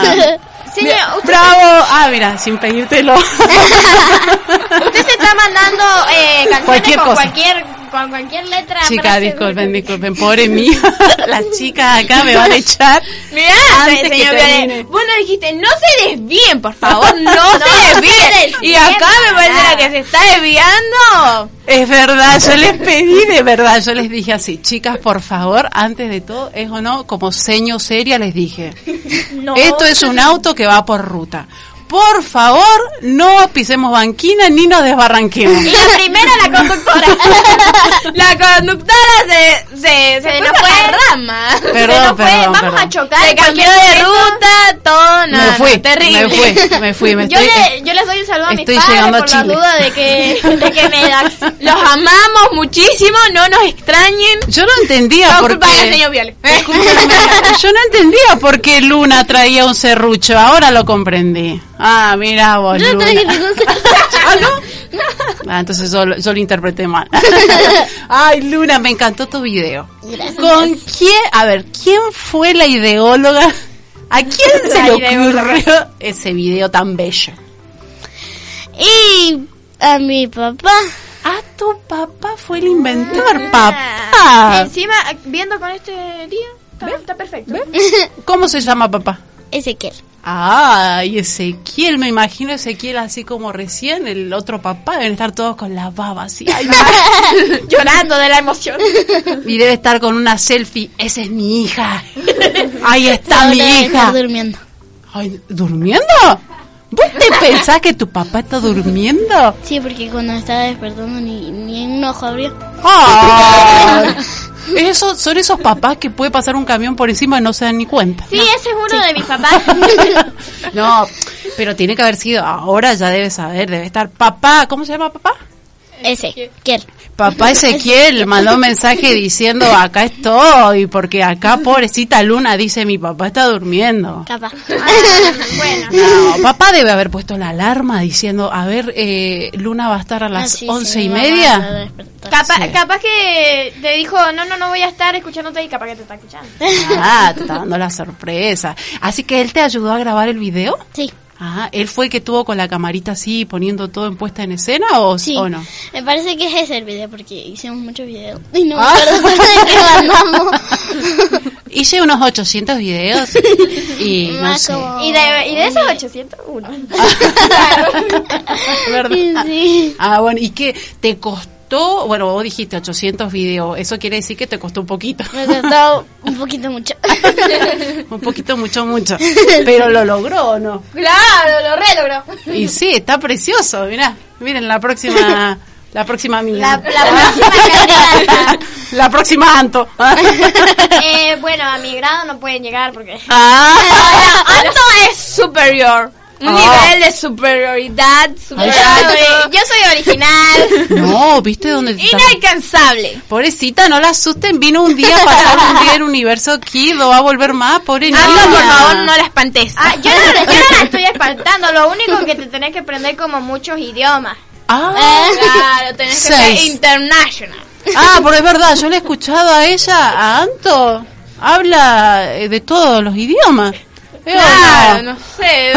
S4: Señor, usted,
S2: ¡Bravo! Ah, mira, sin pedírtelo.
S4: usted se está mandando eh, canciones
S2: Cualquier
S4: con
S2: cosa.
S4: cualquier con cualquier letra.
S2: Chicas,
S4: frase,
S2: disculpen,
S4: grupo.
S2: disculpen, pobre mía. Las chicas acá me van a echar.
S5: Mirá,
S2: Antes
S5: se-
S2: que
S5: señor
S2: termine.
S5: Violet, vos no dijiste, no se desvíen, por favor, no, se desvíen. Y acá me parece la que se está desviando.
S2: Es verdad, yo les pedí de verdad, yo les dije así, chicas, por favor, antes de todo, es o no, como seño seria les dije, esto es un auto que va por ruta. Por favor, no pisemos banquina ni nos desbarranquemos.
S4: Y la primera la conductora.
S5: La conductora se, se,
S4: Se
S5: se, fue
S4: nos
S5: por
S4: fue.
S5: la rama.
S4: Se
S2: Perdón,
S4: nos fue,
S2: perdón,
S4: vamos
S2: perdón.
S4: a chocar.
S5: Se
S4: en
S5: cambió
S4: cualquier
S5: de
S4: momento.
S5: ruta, todo, no,
S2: me
S5: no,
S2: fui,
S5: terrible.
S2: me fui, me fui, me
S4: Yo,
S2: estoy-
S4: le- yo les doy un saludo a mis
S2: Estoy
S4: padres
S2: llegando a
S4: por
S2: Chile.
S4: la duda de que, de que me da.
S5: Los amamos muchísimo, no nos extrañen.
S2: Yo no entendía
S5: No,
S2: por
S5: culpa
S2: qué.
S5: del señor Violet.
S2: Discúlpenme, Yo no entendía por qué Luna traía un serrucho. Ahora lo comprendí. Ah, mira vos,
S10: Yo no
S2: Luna.
S10: traje ningún
S2: ¿Ah, no? Ah, entonces yo, lo- yo lo interpreté mal. Ay, Luna, me encantó tu video. ¿Con quién? A ver, ¿quién fue la ideóloga? ¿A quién se le ocurrió ese video tan bello?
S10: Y a mi papá.
S2: Ah, tu papá fue el inventor, papá.
S4: Ah. Encima, viendo con este día, está, está perfecto.
S2: ¿Cómo se llama papá?
S10: Ezequiel.
S2: Ah, y Ezequiel, me imagino Ezequiel así como recién, el otro papá, deben estar todos con la baba así. ay,
S4: Llorando de la emoción.
S2: y debe estar con una selfie, esa es mi hija. Ahí está mi
S10: Ahora debe
S2: hija.
S10: estar durmiendo.
S2: Ay, ¿Durmiendo? ¿Vos te pensás que tu papá está durmiendo?
S10: Sí, porque cuando estaba despertando ni, ni un ojo abrió.
S2: Ay, Eso, son esos papás que puede pasar un camión por encima y no se dan ni cuenta.
S4: Sí, ese es uno de mis papás.
S2: No, pero tiene que haber sido, ahora ya debe saber, debe estar papá, ¿cómo se llama papá?
S10: Ezequiel.
S2: Papá Ezequiel mandó un mensaje diciendo acá estoy, porque acá pobrecita Luna dice mi papá está durmiendo.
S10: Capaz.
S4: bueno,
S2: No, papá debe haber puesto la alarma diciendo, a ver, eh, Luna va a estar a las
S10: Así
S2: once
S10: se
S2: y
S10: llama para
S2: media. Ah,
S10: despertar.
S4: capaz,
S2: Sí.
S4: capaz que te dijo, no, no, no voy a estar escuchándote y capaz que te está escuchando.
S2: Ah, te está dando la sorpresa. Así que él te ayudó a grabar el video.
S10: Sí.
S2: Ah, ¿él fue el que tuvo con la camarita así poniendo todo en puesta en escena o,
S10: Sí,
S2: o no?
S10: me parece que es ese el video porque hicimos muchos videos y no me
S2: Ah.
S10: acuerdo cuál es el que mandamos.
S2: Hice unos 800 videos y no
S10: Más
S2: sé.
S10: como-
S4: Y de, y de esos 801.
S2: ¿Verdad?
S10: Sí.
S2: Ah, bueno, ¿y qué? ¿Te costó? Bueno, vos dijiste 800 videos, eso quiere decir que te costó un poquito.
S10: Me costó un poquito mucho.
S2: un poquito, mucho, mucho. Pero lo logró, ¿o no?
S4: Claro, lo re logró.
S2: Y sí, está precioso, mirá. Miren, la próxima... La próxima mía.
S4: La próxima candidata.
S2: La próxima Anto.
S4: Eh, bueno, a mi grado no pueden llegar porque...
S2: Ah,
S5: Anto es superior. Un nivel de superioridad, superioridad.
S4: Yo soy original.
S2: No, ¿viste dónde está?
S5: Inalcanzable.
S2: Pobrecita, no la asusten. Vino un día a pasar un día en Universo Kid. No va a volver más, pobre niña.
S5: Amiga, por favor, no la espantes.
S4: Ah, yo no, yo no la estoy espantando. Lo único que te tenés que aprender como muchos idiomas.
S2: Ah,
S5: Claro, tenés que
S2: Seis.
S5: ser international.
S2: ah, pero es verdad. Yo le he escuchado a ella, a Anto. Habla eh, de todos los idiomas. Eh, ¿o
S5: Claro,
S2: no?
S5: no sé.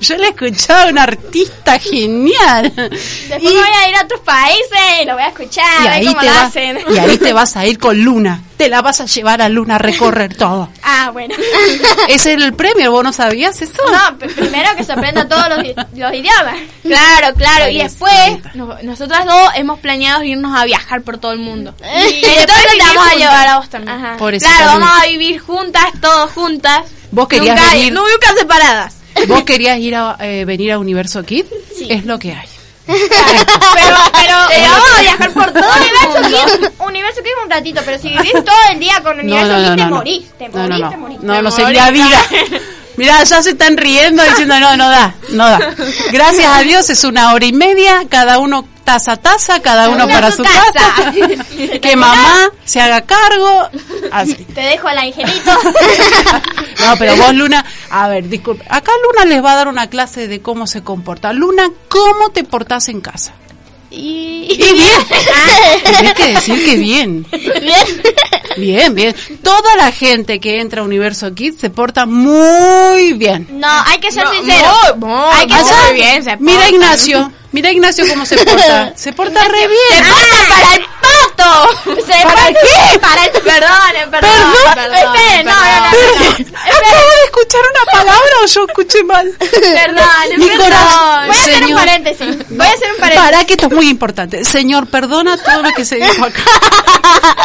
S2: Yo le escuchaba a un artista genial.
S4: Después me voy a ir a otros países y lo voy a escuchar.
S2: Y
S4: a ver
S2: ahí,
S4: cómo
S2: te
S4: lo
S2: vas,
S4: hacen.
S2: y ahí te vas a ir con Luna. Te la vas a llevar a Luna a recorrer todo.
S4: Ah, bueno.
S2: Ese era el premio, ¿vos no sabías eso?
S4: No, p- primero que se aprenda todos los, i- los idiomas.
S5: Claro, claro. Y
S2: Pobrecita.
S5: después, no- nosotras dos hemos planeado irnos a viajar por todo el mundo.
S4: Y
S5: Entonces te vamos a
S4: juntas.
S5: llevar a vos también.
S4: Ajá.
S2: Pobrecita
S5: Claro,
S2: Luna.
S5: vamos a vivir juntas, todos juntas.
S2: Vos querías
S5: nunca,
S2: venir-
S5: nunca separadas.
S2: ¿Vos querías ir a, eh, venir a Universo Kid? Es lo que hay.
S4: Pero, pero. eh,
S5: Te vamos a viajar por todo el
S4: Universo
S5: mundo.
S4: Kid, universo Kid un ratito, pero si vivís todo el día con
S2: No,
S4: Universo
S2: no,
S4: Kid,
S2: no,
S4: te
S2: no. No,
S4: morís, te
S2: no,
S4: morís,
S2: no.
S4: te morís.
S2: No, no sería vida. Mirá, ya se están riendo diciendo, no, no da, no da. Gracias a Dios es una hora y media, cada uno taza a taza, cada uno
S5: Uno
S2: para
S5: a
S2: su
S5: su
S2: casa. que mamá se haga cargo. Así.
S4: Te dejo al angelito.
S2: No, pero vos, Luna, a ver, disculpe. Acá Luna les va a dar una clase de cómo se comporta. Luna, ¿cómo te portás en casa?
S10: Y.
S2: Y bien. Tenés que decir que bien.
S10: Bien.
S2: Bien, bien. Toda la gente que entra a Universo Kids se porta muy bien.
S4: No, hay que ser sincero.
S5: Hay que
S2: Allá,
S5: ser bien, se
S2: mira a
S5: portan.
S2: Ignacio. Mira a Ignacio cómo se porta. Se porta re
S5: ¡Se
S2: bien. Ah.
S5: porta para el pato! ¡Se
S2: ¿Para
S5: porta
S2: qué?
S5: para el... Perdón, perdón, perdón.
S4: Esperen, no, no, no,
S2: Acabo de escuchar una palabra o yo escuché mal.
S5: Perdón,
S2: Mi
S5: perdón.
S2: corazón.
S4: Voy a hacer un
S2: Señor.
S4: paréntesis. Voy a hacer un paréntesis.
S2: Para que esto es muy importante. Señor, perdona todo lo que se dijo acá.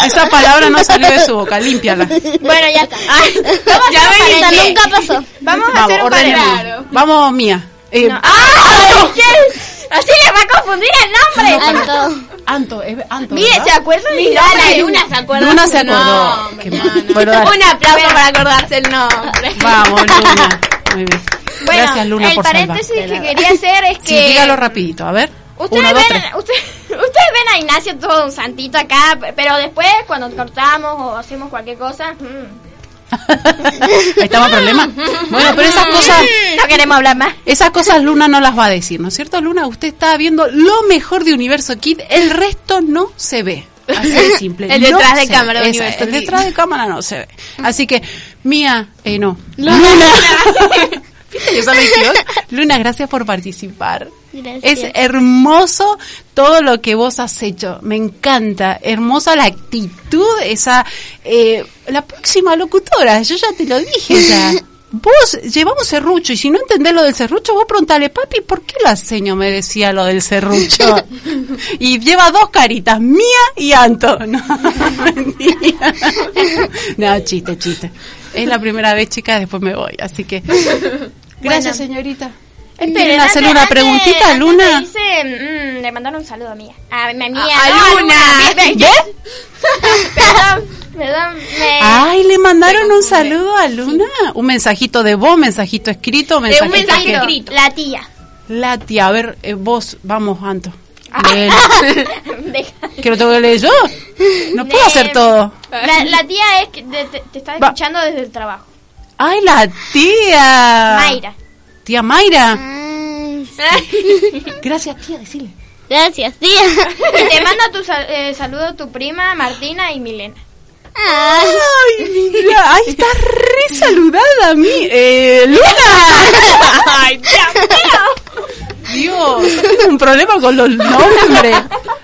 S2: Esa palabra no salió de su boca, límpiala.
S4: Bueno, ya está. Vamos a
S5: Ya
S4: hacer un
S5: me
S4: paréntesis.
S5: hizo,
S10: Nunca pasó.
S4: Vamos a
S2: Vamos,
S4: hacer un
S2: ordenemos.
S4: paréntesis.
S2: Vamos, mía. Eh,
S4: ¡Ah! Así les va a confundir el nombre.
S10: Anto.
S2: Anto, es Anto.
S4: Mire,
S2: ¿verdad?
S4: ¿se acuerdan? de
S5: Dale, Luna se acuerda.
S2: Luna se acordó.
S5: No,
S2: Qué
S5: no,
S4: Ah,
S2: mal.
S5: no.
S2: Bueno, dale.
S5: Un aplauso para acordarse el nombre.
S2: Vamos, Luna. Muy bien.
S4: Bueno,
S2: Gracias, Luna,
S4: el
S2: por salvar.
S4: paréntesis que quería hacer es que...
S2: Sí, dígalo rapidito, a ver.
S4: Ustedes,
S2: Uno, dos,
S4: ven,
S2: tres.
S4: usted- ustedes ven a Ignacio todo un santito acá, pero después cuando cortamos o hacemos cualquier cosa... mm,
S2: Ahí estaba el problema. Bueno, pero esas cosas,
S4: no queremos hablar más.
S2: esas cosas Luna no las va a decir, ¿no es cierto, Luna? Usted está viendo lo mejor de Universo Kid, el resto no se ve. Así de simple.
S5: El
S2: no
S5: detrás de
S2: se
S5: cámara
S2: ve.
S5: de
S2: Esa-
S5: Universo
S2: El
S5: Kid.
S2: detrás de cámara no se ve. Así que, mía, eh, no. Luna. Viste, yo solo dije, "Oye, Luna, gracias por participar.
S10: Gracias.
S2: Es hermoso todo lo que vos has hecho. Me encanta. Hermosa la actitud, esa... eh, la próxima locutora, yo ya te lo dije ya. Vos llevamos serrucho y si no entendés lo del serrucho, vos preguntale, papi, ¿por qué la seño me decía lo del serrucho? y lleva dos caritas, mía y Anto. No, mentira. no chiste, chiste. Es la primera vez, chicas, después me voy. Así que... Gracias, señorita. ¿Quieren
S4: Pero
S2: hacer
S4: antes-
S2: una
S4: antes-
S2: preguntita a
S4: antes
S2: Luna?
S4: le hice, mm, le mandaron un saludo a Mía. A, a Mía.
S5: a
S4: no,
S5: Luna.
S4: Ve- ve-
S2: ¿Ves? Ah,
S4: Perdón, perdón. me-
S2: Ay, le mandaron un saludo a Luna. Un mensajito de vos, mensajito escrito, mensajito.
S5: un mensajito
S2: que-
S5: escrito.
S4: La tía.
S2: La tía, a ver, eh, vos, vamos, Anto.
S4: Ah.
S2: Léelo.
S4: Deja-
S2: ¿Que lo tengo que leer yo? No puedo hacer todo.
S4: La, la tía es que de- te, te está
S2: Va.
S4: escuchando desde el trabajo.
S2: Ay, la tía.
S4: Mayra.
S2: Tía Mayra.
S10: Ah, sí.
S4: Mm.
S2: Gracias, tía, decile.
S10: Gracias, tía.
S4: Que te manda tu sal- eh, saludo tu prima Martina y Milena.
S10: Ah,
S2: Ay, mira, ay, está re saludada a mí. Eh, Luna.
S4: ¡Ay, Dios mío!
S2: Dios, tengo un problema con los nombres.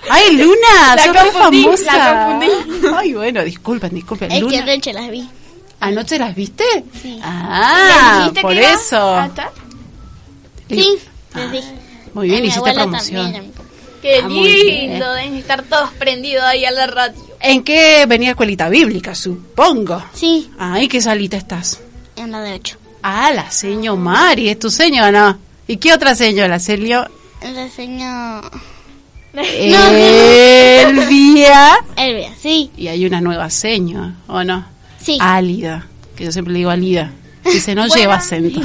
S2: Ay, Luna,
S4: La
S2: sos re
S4: confundí,
S2: famosa.
S4: la confundí.
S2: Ay, bueno, disculpen, disculpen.
S10: es que
S2: Luna,
S10: anoche las vi.
S2: ¿anoche las viste?
S10: Sí.
S4: ¿Le
S2: Ah,
S4: dijiste
S2: por
S4: que iba
S2: eso.
S4: a estar?
S10: Sí. Les dije.
S2: Muy bien,
S10: A mi
S2: hiciste
S10: abuela
S2: promoción.
S10: también.
S5: Qué
S2: Ah, muy bien.
S5: lindo deben estar todos prendidos ahí a la radio.
S2: ¿En qué venía escuelita bíblica, supongo?
S10: Sí,
S2: Ay, qué salita estás.
S10: en la de ocho.
S2: Ah, la seño Mari, ¿es tu seño o no? ¿Y qué otra seño? La seño
S10: Reseñó
S2: Eh, Elvia.
S10: Elvia, sí,
S2: Y hay una nueva seño, ¿o no?
S10: sí.
S2: Álida, que yo siempre le digo Álida. Dice, no lleva acento.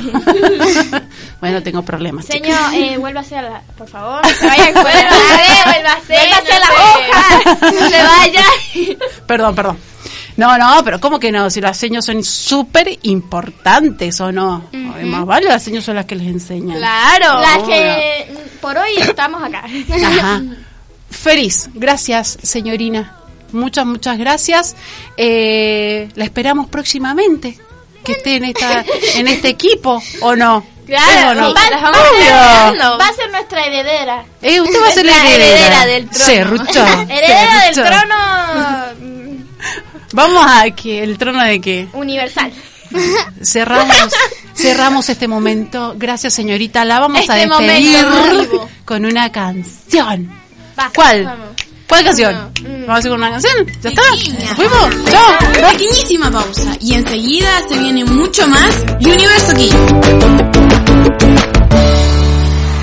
S2: Bueno, tengo problemas. chicas.
S4: Señor, eh, vuélvase a la. Por favor, no se vaya a vuelva a hacer,
S5: Vuelva a hacer la hoja. No se vaya.
S2: Perdón, perdón. No, no, pero ¿cómo que no? Si las señas son súper importantes o no. Más vale, las señas son las que les enseñan.
S5: Claro.
S4: Las que mm, por hoy estamos acá.
S2: Ajá. Feliz. Gracias, señorina. Muchas, muchas gracias. Eh, la esperamos próximamente. Que esté en, esta, en este equipo, ¿o no? ¿Sí o
S5: Claro,
S2: no?
S5: sí, las vamos
S2: Obvio.
S5: heredando.
S4: Va a ser nuestra heredera.
S2: Eh, usted va a ser la
S5: La
S2: heredera.
S5: heredera del trono.
S2: Serrucho,
S4: Heredera del
S2: serrucho.
S4: trono mm,
S2: Vamos a que el trono de qué.
S4: universal.
S2: Cerramos, cerramos este momento. Gracias, señorita. La vamos a
S5: Este momento
S2: despedir
S5: emotivo.
S2: con una canción.
S4: Va,
S2: ¿Cuál?
S4: vamos.
S2: ¿Cuál canción? ¿Vamos a hacer una canción? ¿Ya está?
S1: Pequeña.
S2: ¿Nos fuimos? ¡Chao! Gracias.
S1: Pequeñísima pausa y enseguida se viene mucho más Universo Kids.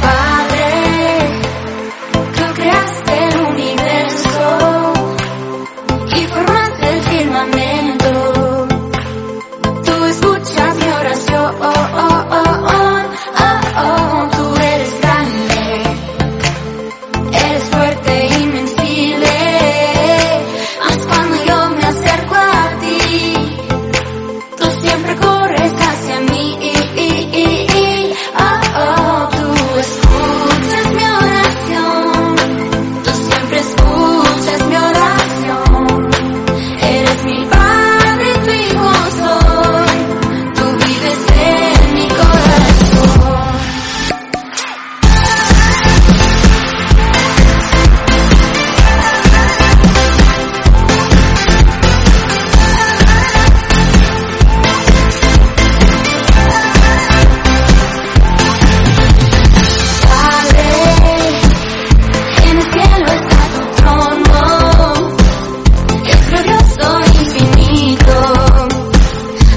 S7: Padre, tú creaste el universo y formaste el firmamento. Tú escuchas mi oración, oh, tú oh, eres grande, eres fuerte y me Más cuando yo me acerco a ti. Tú siempre corres hacia mí, oh oh, tú escuchas mi oración, tú siempre escuchas mi oración, eres mi padre y mi gozo, tú vives en mi corazón. Padre, en el cielo está tu trono, es glorioso e infinito,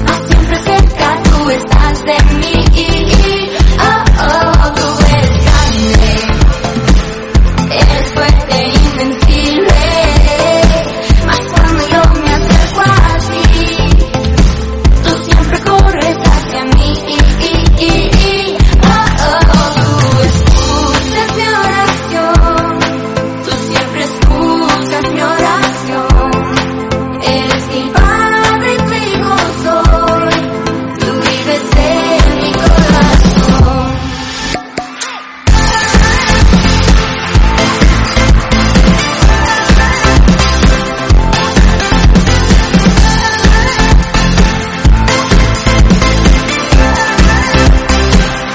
S7: más siempre cerca tú estás de mí, oh oh, tú eres grande, eres fuerte e invencible, más cuando yo me acerco a ti. Tú siempre corres hacia mí, oh oh, tú escuchas mi oración, tú siempre escuchas mi oración, eres mi padre y mi gozo, tú vives en mi corazón.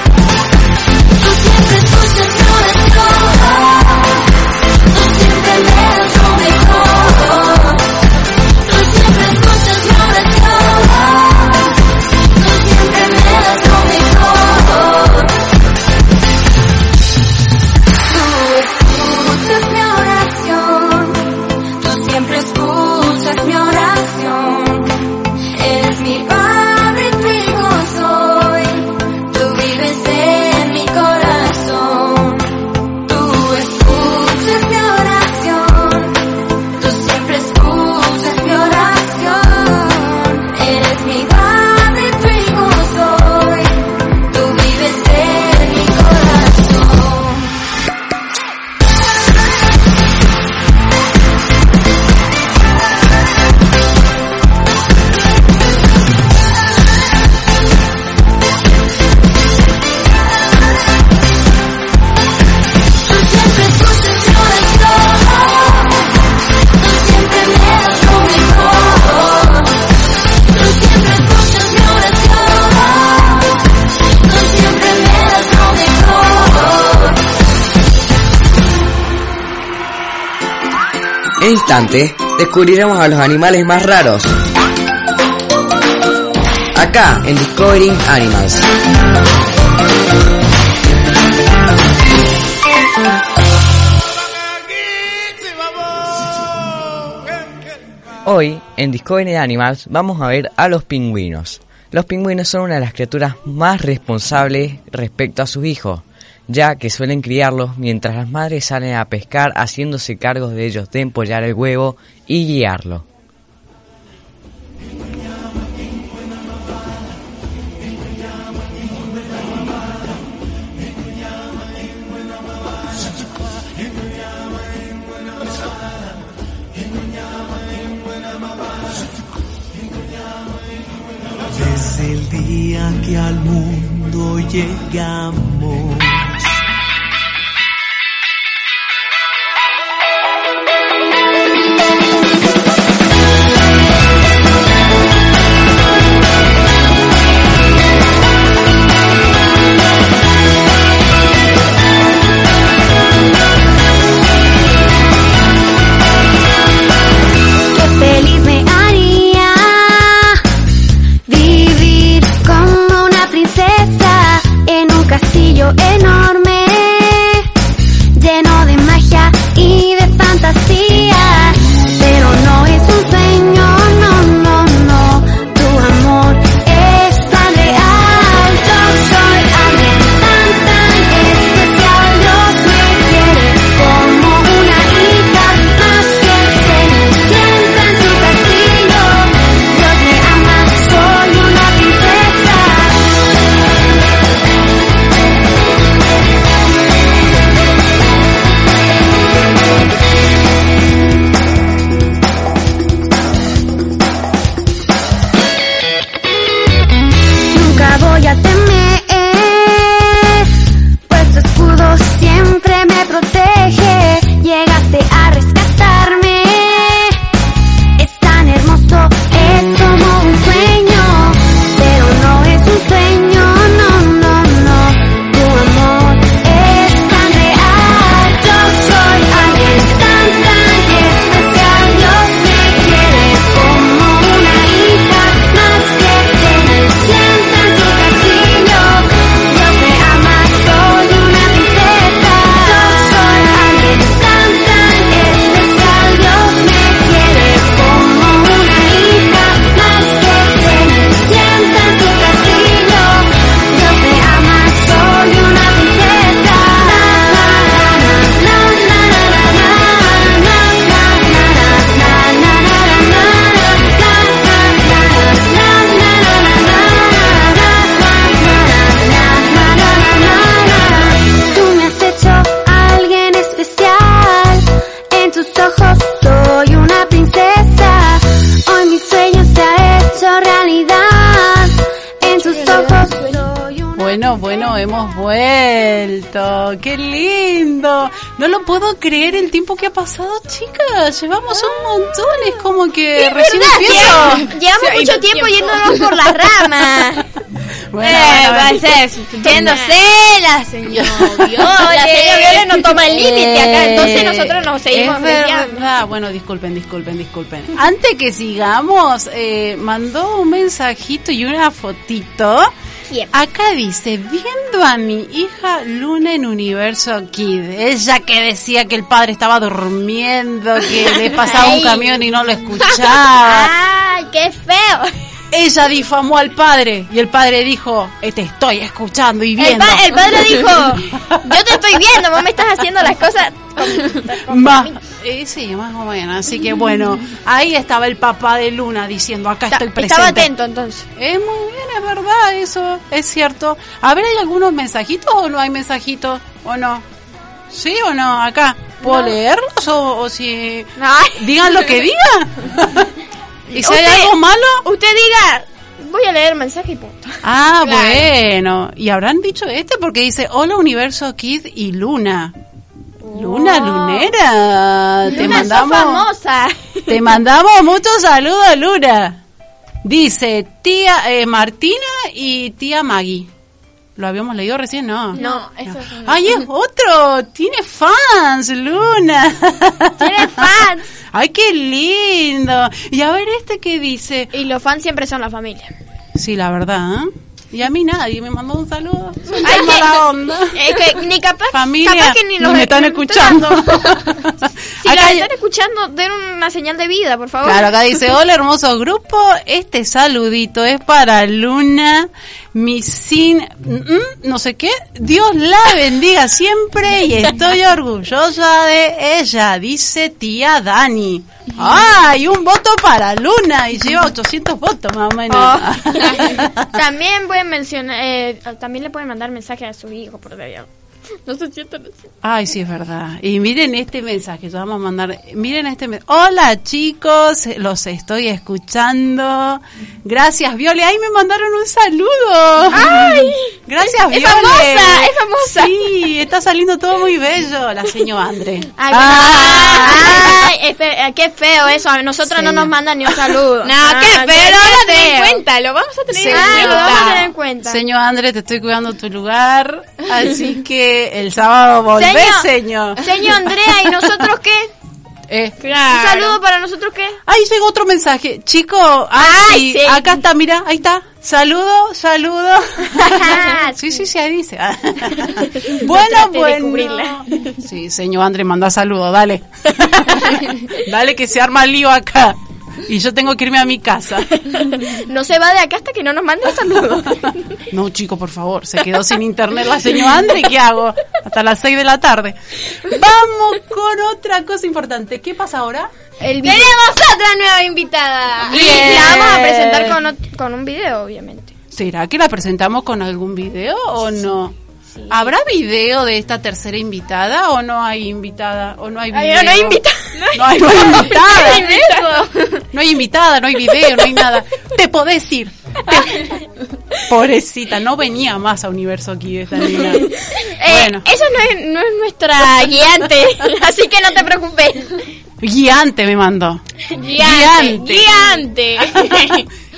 S7: Tú siempre escuchas mi oración, tú siempre me das lo mejor. Tú siempre escuchas mi oración, tú siempre me das lo mejor. Tú escuchas mi oración, tú siempre escuchas mi oración. Eres mi padre y mi gozo. Tú vives en mi corazón, tú escuchas mi oración, tú siempre escuchas mi oración, eres mi padre y tu hijo soy, tú vives en mi corazón. Tú siempre escuchas mi oración, tú siempre me das lo mejor. Tú siempre escuchas mi oración, tú siempre me das lo mejor.
S3: En instante, descubriremos a los animales más raros. Acá, en Discovering Animals. Hoy, en Discovering Animals, vamos a ver a los pingüinos. Los pingüinos son una de las criaturas más responsables respecto a sus hijos, ya que suelen criarlos mientras las madres salen a pescar haciéndose cargos de ellos de empollar el huevo y guiarlo.
S11: el día que al mundo llegamos.
S7: Qué feliz me haría vivir como una princesa en un castillo enorme, lleno de magia y de fantasía. Pero no es un sueño, no, no, no. Tu amor es tan real. Yo soy alguien tan, tan especial. Dios me quiere como una hija más que se sienta en su castillo. Dios me ama, soy una princesa. Nunca voy a temer, pues tu escudo siempre me protege. Llegaste a rescatarme. Es tan hermoso, es como un sueño, pero no es un sueño, no, no, no. Tu amor es tan real. Yo soy alguien tan, tan especial. Dios me quiere como una hija más que se me sienta en su castillo. Dios me ama, soy una princesa. Yo soy alguien tan, tan especial. Dios me quiere como una hija más que se me sienta en su castillo. Dios me ama, soy una princesa. Tú me has hecho alguien especial. En tus ojos soy una princesa. Hoy mi sueño se ha hecho realidad. En tus ojos soy una.
S2: Bueno, bueno, hemos vuelto. ¡Qué lindo! No lo puedo creer el tiempo que ha pasado, chicas. Llevamos
S4: Ah.
S2: un montón. Es como que recién
S5: ¿verdad?
S2: empiezo.
S5: Llevamos- llevamos
S2: hay
S5: mucho tiempo yéndonos por las ramas.
S2: Bueno,
S5: eh,
S2: bueno, bueno.
S5: Moisés, yéndose la señora Viola.
S4: La señora Viola no toma el límite acá,
S5: Eh,
S4: entonces nosotros nos seguimos
S2: Eh, Es
S4: peleando.
S2: verdad. Bueno, disculpen, disculpen, disculpen. Antes que sigamos, eh, mandó un mensajito y una fotito. Acá dice, viendo a mi hija Luna en Universo Kid, ella que decía que el padre estaba durmiendo, que le pasaba un
S5: Ay.
S2: camión y no lo escuchaba.
S5: ¡Ay, qué feo!
S2: Ella difamó al padre y el padre dijo, "Eh, te estoy escuchando y
S5: El,
S2: viendo.
S5: pa- el padre dijo, yo te estoy viendo, vos me estás haciendo las cosas.
S2: Ma. Eh, sí, más o menos. Así que bueno, ahí estaba el papá de Luna diciendo, acá estoy presente.
S5: Estaba atento entonces.
S2: Es muy bien, es verdad, eso es cierto. A ver, ¿hay algunos mensajitos o no hay mensajitos? ¿O no? ¿Sí o no? Acá. ¿Puedo leerlos o, o si.? Digan lo que digan. ¿Y si hay
S4: Usted-
S2: algo malo?
S4: Usted diga, voy a leer mensaje y punto.
S2: Ah,
S4: Claro.
S2: bueno. ¿Y habrán dicho este? Porque dice: Hola, Universo Kid y Luna. Luna, lunera. Ah, Te
S5: Oh. Luna, sos
S2: mandamos.
S5: famosa.
S2: Te mandamos muchos saludos, Luna. Dice tía eh, Martina y tía Maggie. ¿Lo habíamos leído recién? No.
S5: No, eso es un-
S2: ¡Ay, es otro! ¡Tiene fans, Luna! ¡Tiene
S5: fans!
S2: ¡Ay, qué lindo! Y a ver este que dice...
S4: Y los fans siempre son la familia.
S2: Sí, la verdad, ¿eh? Y a mí nadie me mandó un saludo. Soy
S4: Ay,
S2: tan mala
S4: que-
S2: onda.
S4: Es que ni capaz,
S2: Familia,
S4: capaz que ni
S2: nos
S4: los
S2: me están
S4: no
S2: escuchando.
S4: Si
S2: Acá
S4: los
S2: hay-
S4: están escuchando, den una señal de vida, por favor.
S2: Claro, acá dice, hola hermoso grupo, este saludito es para Luna, mi sin, mm, no sé qué, Dios la bendiga siempre y estoy orgullosa de ella, dice tía Dani. ¡Ay, un voto para Luna! Y lleva 800 votos más o menos.
S4: También pueden mencionar, eh, también le pueden mandar mensaje a su hijo, por favor.
S12: No se sientan así.
S2: Ay, sí, es verdad. Y miren este mensaje, lo vamos a mandar. Miren este mensaje. Hola chicos, los estoy escuchando. Gracias, Viole. Ay, me mandaron un saludo.
S5: Ay.
S2: Gracias,
S5: Es
S2: Viole.
S5: famosa, es famosa.
S2: Sí, está saliendo todo muy bello, la señora André.
S4: Ay,
S2: Ah.
S5: Ay, espe- eh, qué feo eso. A nosotros
S4: no nos mandan ni un saludo. Ah,
S5: No, qué
S2: Ah,
S5: feo, lo vamos a tener en cuenta,
S4: lo vamos a
S5: tener
S4: en
S5: en
S4: cuenta. lo vamos a
S5: cuenta.
S4: tener en cuenta.
S2: Señor André, te estoy cuidando tu lugar, así que el sábado volvé, señor.
S4: Señor Andrea, ¿y nosotros qué?
S2: Eh.
S4: Un saludo para nosotros qué?
S2: Ahí llegó otro mensaje. Chico,
S4: Ay,
S2: ay,
S4: sí.
S2: acá está, mira, ahí está. Saludo, saludo. sí, sí, sí, ahí dice. Ah. bueno,
S4: trate de
S2: bueno.
S4: cubrirla.
S2: Sí, señor André, manda saludo, dale. dale que se arma el lío acá. Y yo tengo que irme a mi casa.
S4: No se va de acá hasta que no nos mande un saludo.
S2: No, chico, por favor, se quedó sin internet la señora André, ¿qué hago? Hasta las 6 de la tarde. Vamos con otra cosa importante. ¿Qué pasa ahora?
S4: El video.
S5: Tenemos otra nueva invitada.
S4: Y la vamos a presentar con, ot- con un video, obviamente.
S2: ¿Será que la presentamos con algún video o no? ¿Habrá video de esta tercera invitada o no hay invitada? ¿O no hay
S4: Ay,
S2: video?
S4: no hay invita-
S2: No hay, no hay invitada. No hay invitada, no hay video, no hay nada. Te podés ir. Te- Pobrecita, no venía más a Universo aquí esta niña. Bueno,
S4: Esa Eh, no es, no es nuestra guiante, así que no te preocupes.
S2: guiante me mandó.
S5: Guiante. Guiante.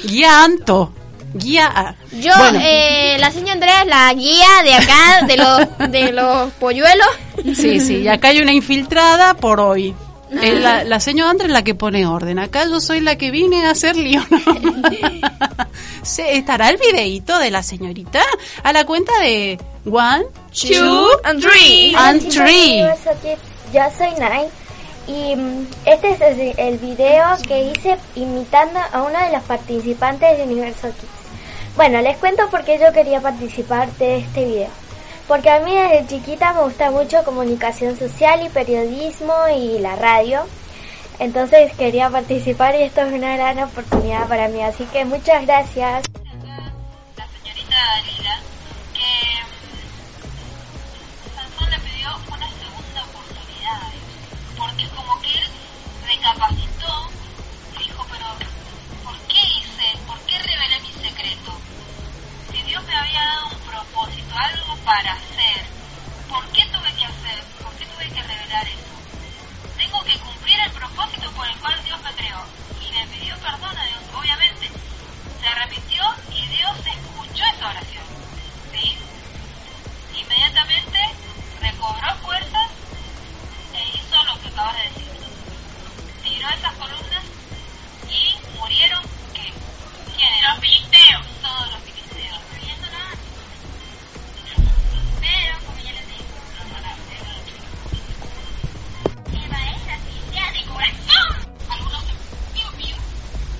S2: Guianto. Guía.
S4: Yo,
S2: Bueno.
S4: eh, la señora Andrea es la guía de acá, de los, de los polluelos.
S2: Sí, sí, y acá hay una infiltrada por hoy.
S4: Ah.
S2: Es la, la señora Andrés la que pone orden. Acá yo soy la que vine a hacer lío. ¿no? Sí, ¿Estará el videíto de la señorita? A la cuenta de one, two,
S4: and three.
S2: and three.
S10: Yo soy Nai y mm, este es el- el video que hice imitando a uno de los participantes de Universo Kids. Bueno, les cuento por qué yo quería participar de este video. Porque a mí desde chiquita me gusta mucho comunicación social y periodismo y la radio. Entonces quería participar y esto es una gran oportunidad para mí. Así que muchas gracias.
S13: Sansón mm, le pidió una segunda oportunidad, porque como que él recapacitó, dijo, pero ¿por qué hice? ¿Por qué revelé mi secreto? Si Dios me había dado un propósito, algo para hacer, ¿por qué tuve que hacer? ¿Por qué tuve que revelar eso? Tengo que cumplir el propósito por el cual Dios me creó. Y le pidió perdón a Dios, obviamente. Se arrepintió y Dios escuchó esa oración. ¿Sí? inmediatamente recobró fuerzas e hizo lo que acabas de decir. Tiró esas columnas y murieron ¿qué? ¿Quiénes? Los filisteos. Todos los filisteos. No había nada. Pero, como ya les dije, los ganaste mucho. Eva es así, ya de corazón. Algunos hacen piu piu,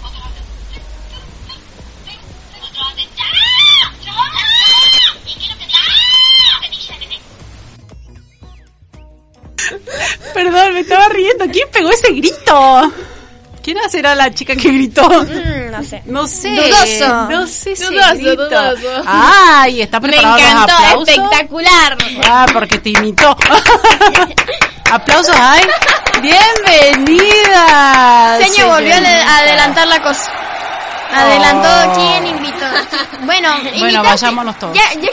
S13: otros hacen piu, piu, piu, piu, otros hacen chao, chao, y quiero que chao, que dice nene.
S2: Perdón, me estaba riendo. ¿Quién pegó ese grito? ¿Quién será la chica que gritó?
S4: mm, no sé.
S2: No sé.
S5: Dudoso.
S2: No sé si
S5: Dudoso,
S2: grito.
S5: dudoso.
S2: Ay, está
S5: Me
S2: preparado los
S5: encantó,
S2: aplausos?
S5: espectacular.
S2: Ah, porque te imitó. Aplausos hay. Bienvenida.
S4: Señor, volvió
S2: señorita.
S4: a ade- a adelantar la cosa. Adelantó quién invitó. Bueno, invitaste-
S2: Oh. vayámonos todos.
S4: Ya, ya-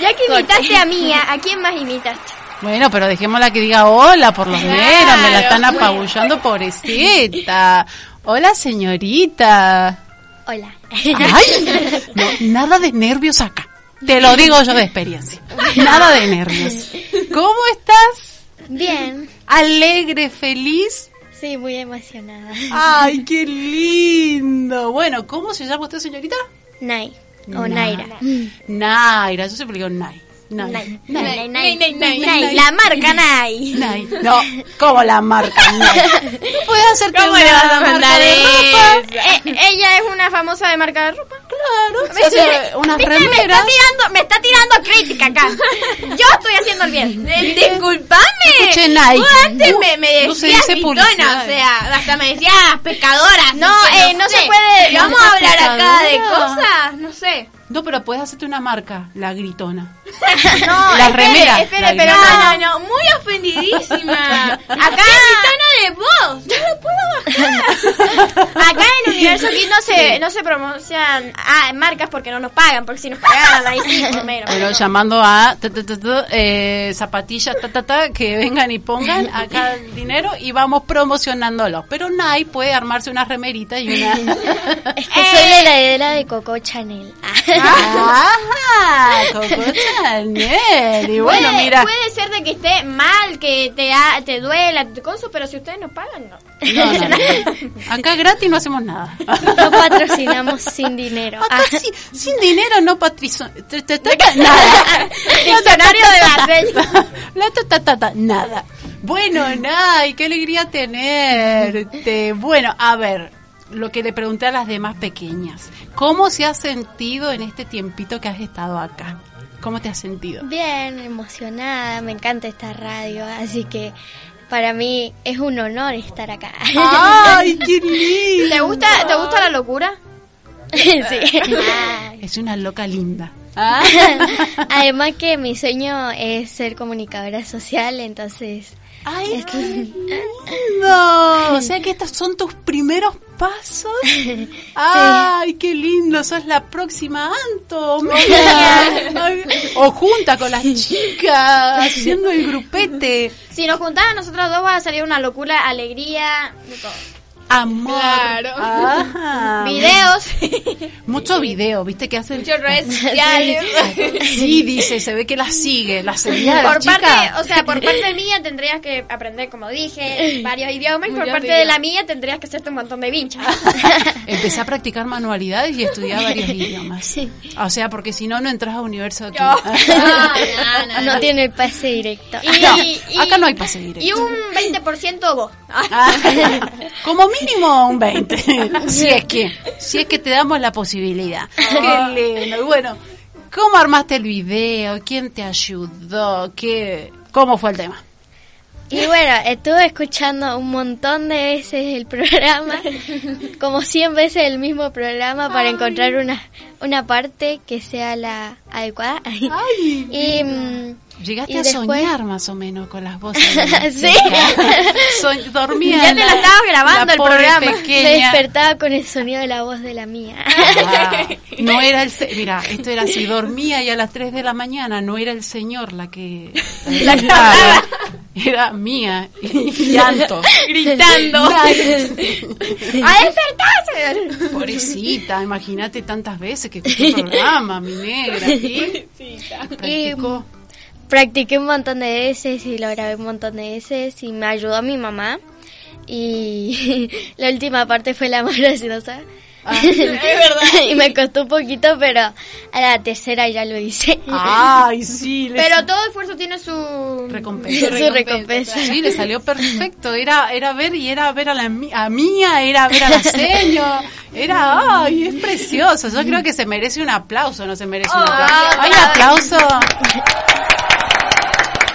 S4: ya que invitaste a Mía, ¿a quién más invitaste?
S2: Bueno, pero dejémosla que diga hola por los menos. Me la están apabullando, pobrecita. Hola, señorita.
S10: Hola.
S2: Ay, no, nada de nervios acá. Te lo digo yo de experiencia. Nada de nervios. ¿Cómo estás?
S10: Bien.
S2: Alegre, feliz.
S10: Sí, muy emocionada.
S2: Ay, qué lindo. Bueno, ¿cómo se llama usted, señorita?
S10: Nay.
S2: Na-
S10: O Naira.
S2: Naira, yo siempre digo Nay. Nay.
S10: Nay.
S2: Nay.
S10: Nay, nay, nay.
S4: Nay, la marca Nay.
S2: Nay. No, como la marca Nay. Puedes hacerte
S5: ¿Cómo
S2: una
S5: le vas a
S2: marca
S5: mandar
S2: de
S5: eso?
S2: ropa.
S4: Eh, ella es una famosa de marca de ropa.
S2: Claro, se
S4: Me, estoy-
S2: hace unas
S4: ¿Viste? me
S2: remeras.
S4: está tirando, me está tirando crítica acá. Yo estoy haciendo el bien.
S5: Eh, Disculpame.
S2: Escuché Nike.
S5: Vos antes me, me
S2: No se
S5: decías
S2: dice
S5: pitona,
S2: publicidad.
S5: o sea, hasta me decías pecadora. así
S4: No,
S5: que
S4: eh, no se puede-
S5: Pero Vamos a hablar acá de
S4: pecadora.
S5: cosas, no sé.
S2: No, pero puedes hacerte una marca, la gritona.
S5: No,
S2: la
S5: espere,
S2: remera.
S5: espere,
S2: la
S5: pero
S2: gritona.
S5: no, no, no, muy ofendidísima. Acá en el tono de voz. Yo no puedo
S4: Acá en Universo Kids no se, no se promocionan ah, marcas porque no nos pagan, porque si nos pagaran ahí sí, por menos.
S2: Pero llamando a ta, ta, ta, ta, eh, zapatillas ta, ta, ta, que vengan y pongan acá el dinero y vamos promocionándolo. Pero Nai puede armarse unas remeritas y una...
S10: Es que soy la heredera de Coco Chanel.
S2: Ah. Ajá, Coco Chanel. Y bueno,
S4: puede,
S2: mira.
S4: puede ser de que esté mal, que te, ha- te duela, te conso, pero si ustedes nos pagan, no.
S2: No, no, no. Acá gratis no hacemos nada.
S10: No patrocinamos sin dinero.
S2: Acá sin, sin dinero no patrizo... te- te- te- te- Nada.
S4: Diccionario de
S2: Barcelona. La ta, ta, ta, ta, nada. Bueno, Nay, qué alegría tenerte. Bueno, a ver, lo que le pregunté a las demás pequeñas. ¿Cómo se ha sentido en este tiempito que has estado acá? ¿Cómo te has sentido?
S10: Bien, emocionada, me encanta esta radio, así que para mí es un honor estar acá.
S2: ¡Ay, qué lindo!
S4: ¿Te gusta, ¿te gusta la locura?
S10: Sí.
S2: Es una loca linda.
S10: Además que mi sueño es ser comunicadora social, entonces...
S2: ¡Ay,
S10: esto-
S2: No, o sea que estos son tus primeros pasos. ¡Ay, qué lindo! Sos la próxima Anto. mira. Ay, o junta con las chicas, haciendo el grupete.
S4: Si nos juntamos nosotras dos va a salir una locura, alegría, de todo.
S2: Amor. Ah.
S4: Claro.
S2: Ajá.
S4: Videos.
S2: Mucho video, ¿viste que hacen?
S4: Muchas redes sociales.
S2: Sí, dice, se ve que las sigue, las seguía.
S4: por
S2: chica.
S4: parte, o sea, por parte mía tendrías que aprender, como dije, varios idiomas y por
S2: Muchos
S4: parte de
S2: idiomas.
S4: la mía tendrías que hacerte un montón de vinchas.
S2: Empecé a practicar manualidades y estudiar varios idiomas. O sea, porque si no, no entras a universo aquí. Ah,
S10: no, tiene el pase directo.
S2: No, acá no hay pase
S4: Y
S2: directo.
S4: un 20% vos.
S2: Como mínimo un 20. si es que, si es que te damos la posibilidad. Qué lindo. Y Bueno, ¿cómo armaste el video? ¿Quién te ayudó? ¿Qué, ¿Cómo fue el tema?
S10: Y bueno, estuve escuchando un montón de veces el programa, como 100 veces el mismo programa para encontrar una, una parte que sea la adecuada. y mm,
S2: Llegaste
S10: Y
S2: a
S10: después-
S2: soñar más o menos con las voces. de-
S10: Sí.
S2: Soñ- dormía.
S10: Ya te la estabas
S2: la pobre
S10: me
S2: pequeña.
S10: despertaba con el sonido de la voz de la mía.
S2: Ah, no era el se- mira esto era así dormía y a las 3 de la mañana no era el señor la que la que hablaba, era mía y llanto
S4: Gritando. ¡A despertarse!
S2: pobrecita imagínate tantas veces que escuché el programa mi negra ¿sí?
S10: Y
S2: Practicó.
S10: practiqué un montón de veces y lo grabé un montón de veces y me ayudó mi mamá. Y la última parte fue la más graciosa.
S2: Ah,
S10: y me costó un poquito, pero a la tercera ya lo hice.
S2: ay sí le
S4: Pero todo esfuerzo tiene su
S2: recompensa.
S10: Su recompensa.
S2: Sí, le salió perfecto. Era, era ver y era ver a la mi- a mía, era ver a la seño. Era, ay, es precioso. Yo creo que se merece un aplauso, no se merece
S4: Oh,
S2: un aplauso.
S4: ah,
S2: Ay, aplauso.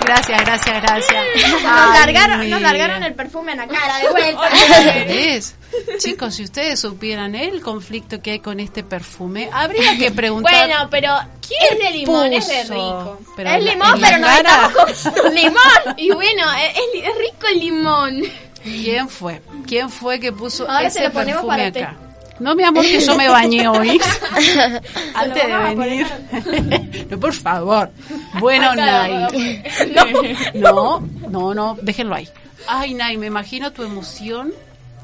S2: Gracias, gracias, gracias.
S4: Nos
S2: Ay,
S4: largaron,
S2: mira.
S4: nos largaron el perfume en la cara de vuelta.
S2: ¿Ves? Chicos, si ustedes supieran el conflicto que hay con este perfume, habría que preguntar.
S5: Bueno, pero ¿quién es de limón? Es de
S2: puso?
S5: rico.
S2: Pero
S5: es
S2: la-
S5: limón,
S2: en la
S5: pero no
S2: cara.
S5: estamos con limón. Y bueno, es, es li- es rico el limón.
S2: ¿Quién fue? ¿Quién fue que puso
S5: Ahora
S2: ese
S5: se lo ponemos
S2: perfume
S5: para
S2: acá? No, mi amor, que yo me bañé hoy. Antes de
S5: vamos a
S2: venir. no, por favor. Bueno,
S5: Acá lo
S2: Nay. No, no, no, déjenlo ahí. Ay, Nay, me imagino tu emoción.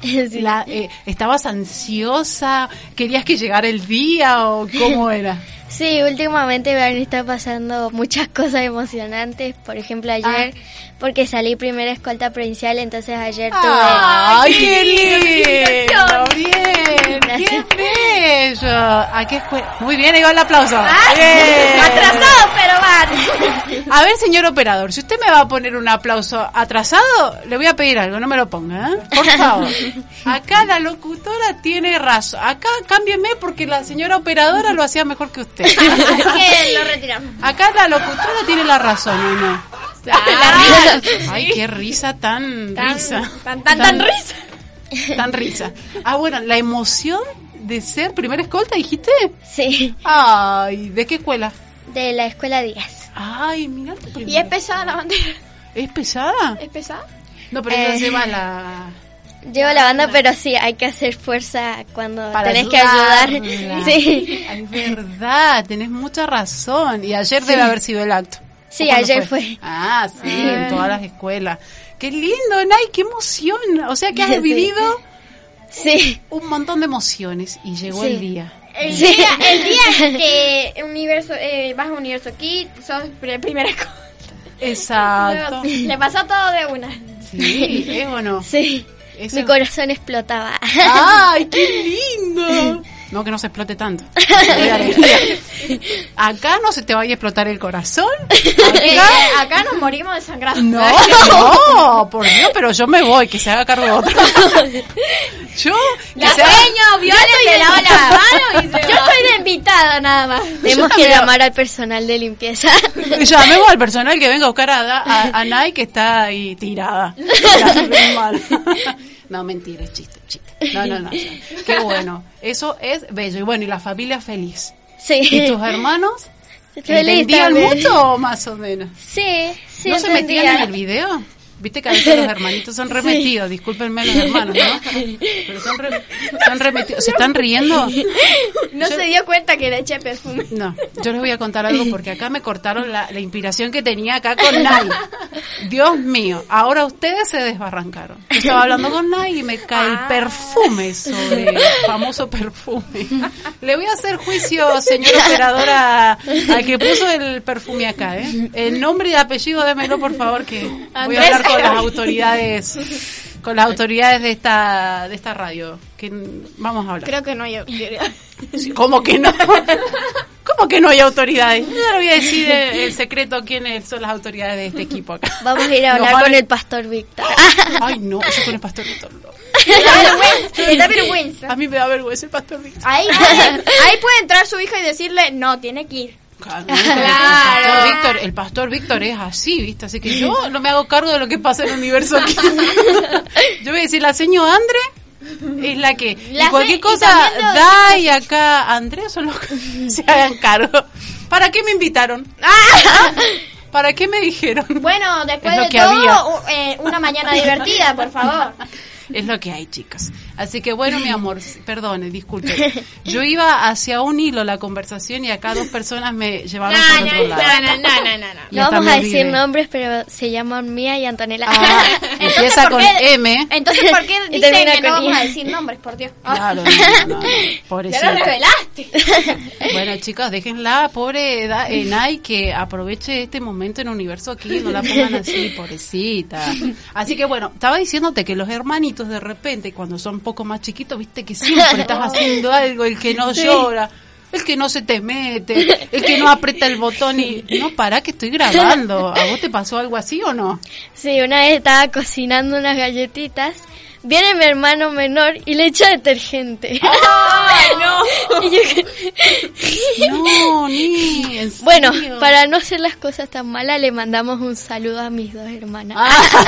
S2: La, eh, ¿Estabas ansiosa? ¿Querías que llegara el día o cómo era?
S10: Sí, últimamente me han estado pasando muchas cosas emocionantes. Por
S2: Ah.
S10: ejemplo, ayer, porque salí primera escolta provincial, entonces ayer tuve...
S2: ¡Ay, qué lindo! ¡Bien! ¡Qué bello! ¿A qué escuela? Muy bien, ahí va el aplauso. Bien.
S4: Ah, Atrasado, pero va.
S2: A ver, señor operador, si usted me va a poner un aplauso atrasado, le voy a pedir algo, no me lo ponga, ¿eh? Por favor. Acá la locutora tiene razón. Acá cámbieme porque la señora operadora lo hacía mejor que usted.
S4: Así que lo retiramos.
S2: Acá la locutora tiene la razón, ¿o no?
S4: La
S2: Ay, qué risa tan,
S4: Tan-
S2: risa.
S4: tan- tan- tan risa.
S2: Tan risa. Ah, bueno, la emoción de ser primera escolta, dijiste?
S10: Sí.
S2: Ay, ¿de qué escuela?
S10: De la escuela Díaz.
S2: Ay, mira tu primera.
S4: Y es pesada la bandera.
S2: ¿Es pesada?
S4: ¿Es pesada?
S2: No, pero ella
S10: Eh.
S2: lleva la...
S10: Llevo la banda, pero sí, hay que hacer fuerza cuando
S2: Ah. Para
S10: tenés que
S2: ayudarla.
S10: ayudar. Sí,
S2: Es verdad, tenés mucha razón. Y ayer
S10: Sí.
S2: debe haber sido el acto.
S10: Sí,
S2: ¿O cuándo
S10: ayer fue.
S2: Ah, sí,
S10: Ah.
S2: en todas las escuelas. Qué lindo, Nay, qué emoción. O sea que has
S10: Sí.
S2: vivido
S10: sí.
S2: un montón de emociones y llegó
S10: Sí.
S2: el día.
S4: El
S10: Sí.
S4: día, el día que universo, eh, vas a Universo Kid, sos pri- primera escolta.
S2: Exacto.
S4: Le pasó todo de una.
S2: Sí, ¿es o no?
S10: Sí.
S2: Eso-
S10: Mi corazón explotaba.
S2: ¡Ay, qué lindo! No, que no se explote tanto. Qué alegría. Acá no se te vaya a explotar el corazón.
S4: Eh,
S2: Acá
S4: acá nos morimos de sangrado.
S2: No,
S10: Oh.
S2: no, por Dios, pero yo me voy, que se haga cargo otro. Yo, que
S4: La
S2: se haga-
S4: peña, Viola se lava las manos y se Yo estoy de invitada nada más.
S10: Tenemos que llamar al personal de limpieza.
S2: Llamemos al personal que venga a buscar a, Da- a, a Nay, que está ahí tirada. La bien mal. No, mentira, es chiste, chiste. No, no, no. Qué bueno. Eso es bello. Y bueno, y la familia feliz.
S10: Sí.
S2: ¿Y tus hermanos?
S10: Feliz
S2: ¿Entendían
S10: también.
S2: mucho o más o menos?
S10: Sí, sí.
S2: ¿No se
S10: entendía.
S2: metían en el video? Viste que a veces los hermanitos son remetidos, discúlpenme los hermanos, ¿no? Pero son, re- son remetidos. ¿Se están riendo?
S4: No se dio cuenta que le eché perfume.
S2: No, yo les voy a contar algo porque acá me cortaron la, la inspiración que tenía acá con Nay. Dios mío, ahora ustedes se desbarrancaron. Yo estaba hablando con Nay y me cae el perfume sobre el famoso perfume. Le voy a hacer juicio, señora operadora, al que puso el perfume acá, ¿eh? El nombre y apellido démelo, por favor, que voy a
S4: Andrés
S2: hablar con las
S4: Eloy.
S2: autoridades, con las autoridades de esta, de esta radio. Que vamos a hablar.
S4: Creo que no yo.
S2: Sí, ¿Cómo que no? ¿Cómo que no hay autoridades? Yo le voy a decir el, el secreto quiénes son las autoridades de este equipo acá.
S10: Vamos a ir a
S2: Nos
S10: hablar
S2: van-
S10: con el pastor Víctor.
S2: Ay, no, yo con el pastor Víctor. no.
S4: Me da vergüenza.
S2: A mí me da vergüenza el pastor Víctor.
S4: Ahí, ahí puede entrar su hija y decirle, no, tiene que ir.
S2: Claro. El pastor Víctor, el pastor Víctor es así, ¿viste? Así que yo no me hago cargo de lo que pasa en el universo aquí. Yo voy a decir, la seño Andre es la que... y
S4: La
S2: cualquier
S4: se- y
S2: cosa,
S4: también lo-
S2: da y acá Andrea son los que se hagan cargo. ¿Para qué me invitaron? ¿Para qué me dijeron?
S4: Ah. Bueno, después
S2: Es lo
S4: de
S2: que
S4: todo,
S2: había.
S4: u- eh, una mañana divertida, por favor.
S2: Es lo que hay, chicos. Así que bueno, mi amor, s- perdone, disculpe. Yo iba hacia un hilo la conversación y acá dos personas me llevaron por otro lado.
S4: no, no, no,
S2: Y
S10: No
S2: hasta
S10: vamos
S2: me
S10: a decir
S2: olvidé.
S10: nombres, pero se llaman Mía y Antonella.
S2: Ah, empieza
S4: ¿por
S2: con
S4: qué-
S2: M.
S4: Entonces, ¿por qué
S10: Y
S4: dicen
S10: termina
S4: que no
S10: con
S4: vamos a
S10: I.
S4: decir nombres, por Dios? Ah.
S2: Claro, no, no, no,
S4: Ya lo
S2: pobrecita.
S4: revelaste.
S2: Bueno, chicos, déjenla, pobre edad, Enay, que aproveche este momento en Universo aquí, no la pongan así, pobrecita. Así que bueno, estaba diciéndote que los hermanitos de repente, cuando son un poco más chiquitos, viste que siempre estás haciendo algo, el que no llora. El que no se te mete, el que no aprieta el botón y no para que estoy grabando. ¿A vos te pasó algo así o no?
S10: Sí, una vez estaba cocinando unas galletitas. Viene mi hermano menor y le echa detergente. Y yo-
S2: No, ni. en
S10: bueno,
S2: serio.
S10: para no hacer las cosas tan malas, le mandamos un saludo a mis dos hermanas.
S2: Ah,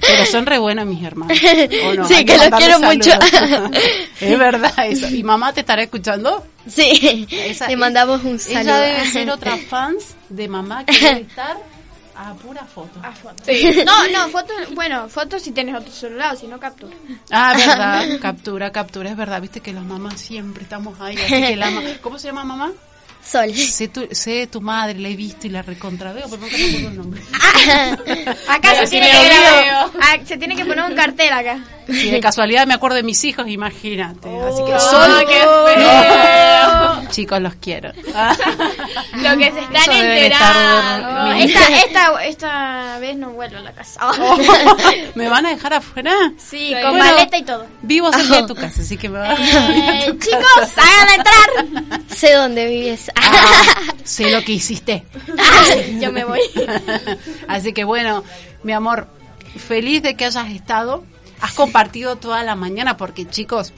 S2: pero son re buenas mis hermanas. ¿o no?
S10: Sí,
S2: Hay
S10: que los
S2: mandarles
S10: quiero mucho.
S2: saludos. es verdad eso. ¿Y mamá te estará escuchando?
S10: sí,
S2: Esa-
S10: le mandamos un
S2: Ella
S10: saludo.
S2: debe ser otra fans de mamá que debe estar a Ah, pura foto.
S4: No, no, fotos, bueno, fotos si tienes otro celular, si no captura.
S2: Ah, verdad. Captura, captura. Es verdad. Viste que las mamás siempre estamos ahí. Así que la ma- ¿Cómo se llama mamá?
S10: Sol.
S2: Sé tu, sé tu madre, la he visto y la recontraveo, pero nunca me acuerdo el nombre.
S4: Ah. Acá
S2: Pero
S4: se
S2: si
S4: tiene,
S2: me
S4: que
S2: olvido.
S4: grabar- ah, se tiene que poner un cartel acá.
S2: Si de casualidad me acuerdo de mis hijos, imagínate. Así que
S4: Oh,
S2: solo
S4: qué feo.
S2: Chicos, los quiero.
S4: Lo que
S2: Eso
S4: se están
S2: deben estar
S4: enterando.
S2: dormidos.
S4: Esta, esta, esta vez no vuelvo a la casa.
S2: Oh. ¿Me van a dejar afuera?
S4: Sí, con
S2: Bueno,
S4: maleta y todo.
S2: Vivo cerca de tu casa, así que me van a dejar
S4: Eh,
S2: en tu
S4: chicos,
S2: casa.
S4: háganla entrar.
S10: Sé dónde vives.
S2: Ah, sé lo que hiciste.
S4: Yo me voy.
S2: Así que bueno, mi amor, feliz de que hayas estado. Has compartido toda la mañana porque chicos,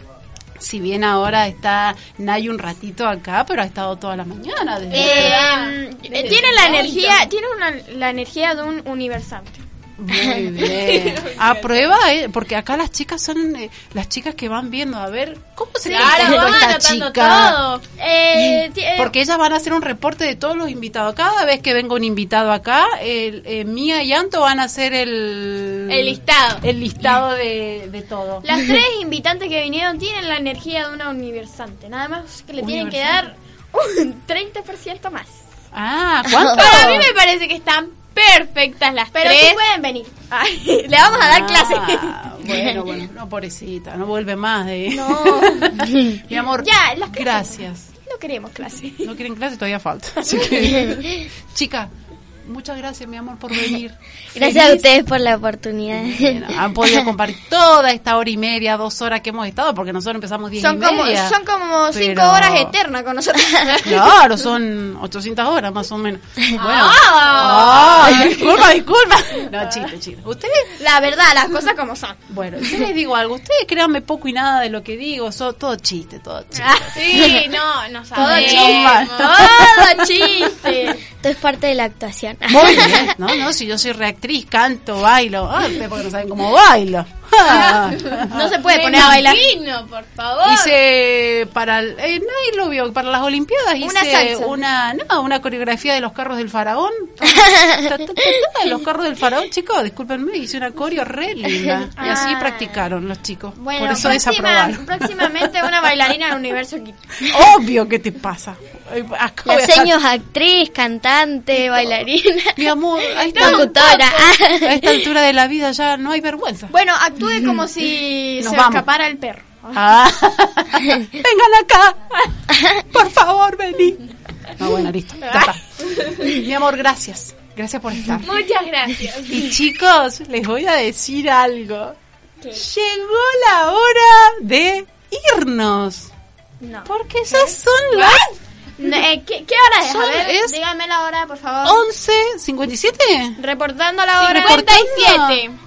S2: si bien ahora está Nay un ratito acá, pero ha estado toda la mañana. desde-
S4: Eh, eh, tiene la energía, tiene una- la energía de un universante.
S2: Muy bien. A prueba, eh, porque acá las chicas son eh, las chicas que van viendo a ver cómo se
S4: Claro,
S2: comporta
S4: van
S2: esta
S4: anotando
S2: chica.
S4: todo. Eh, ti- eh,
S2: porque ellas van a hacer un reporte de todos los invitados. Cada vez que venga un invitado acá, el, eh, Mía y Anto van a hacer el,
S4: El listado.
S2: El listado de, de todo.
S4: Las tres invitantes que vinieron tienen la energía de una universante. Nada más que le tienen que dar un 30% más.
S2: Ah, ¿cuánto?
S4: Para mí me parece que están perfectas las Pero
S5: tres.
S4: sí pueden venir. Ay, le vamos a dar
S2: Ah,
S4: clase.
S2: Bueno, bueno, no, pobrecita, no vuelve más de.
S4: No.
S2: Mi amor,
S4: Ya, las clases.
S2: gracias.
S4: No queremos clase.
S2: No quieren clase, todavía falta. Así que, chica, muchas gracias, mi amor, por venir.
S10: Gracias a
S2: Feliz.
S10: ustedes por la oportunidad.
S2: Han podido compartir toda esta hora y media, dos horas que hemos estado, porque nosotros empezamos diez y
S4: Son como,
S2: media.
S4: son como cinco
S2: Pero-
S4: horas eternas con nosotros.
S2: Claro, son 800 horas más o menos. Bueno.
S4: Ah.
S2: Ay, disculpa, disculpa. No, chiste, chiste. Ustedes,
S4: La verdad, las cosas como son.
S2: bueno, yo les digo algo. Ustedes créanme poco y nada de lo que digo. So, todo chiste, todo chiste.
S4: Sí, no, no
S2: sabemos.
S4: Todo chiste.
S10: Esto es parte de la actuación.
S2: Muy bien. No, no, si yo soy reactriz, canto, bailo. Ah, ustedes porque no saben cómo bailo. Ah.
S4: No se puede poner a bailar. por favor.
S2: Hice para el- eh, nadie lo vio para las olimpiadas hice
S4: Una salsa.
S2: una no, una coreografía de los carros del faraón Ta, ta, ta, ta, de los carros del faraón chicos discúlpenme hice una coreo re linda y así
S4: Ah.
S2: practicaron los chicos
S4: Bueno,
S2: por eso
S4: próxima-
S2: desaprobaron
S4: próximamente una bailarina del universo Kid.
S2: obvio que te pasa Eh, acabo
S10: La
S2: de sacar-
S10: seño es actriz, cantante, bailarina,
S2: mi amor a esta,
S10: locutora.
S2: a esta altura de la vida ya no hay vergüenza Mm.
S4: Bueno, actúe como si
S2: Nos
S4: se
S2: vamos.
S4: escapara el perro.
S2: Ah. vengan acá por favor vení no bueno listo ya está. mi amor gracias gracias por estar
S4: Muchas gracias.
S2: Y chicos, les voy a decir algo. Llegó la hora de irnos.
S4: No.
S2: Porque ya son las
S4: No, eh, ¿qué, qué hora es? A
S2: Son-
S4: ver,
S2: es-
S4: dígame la hora, por favor.
S2: 11.57.
S4: Reportando la hora.
S2: ¿Reportando?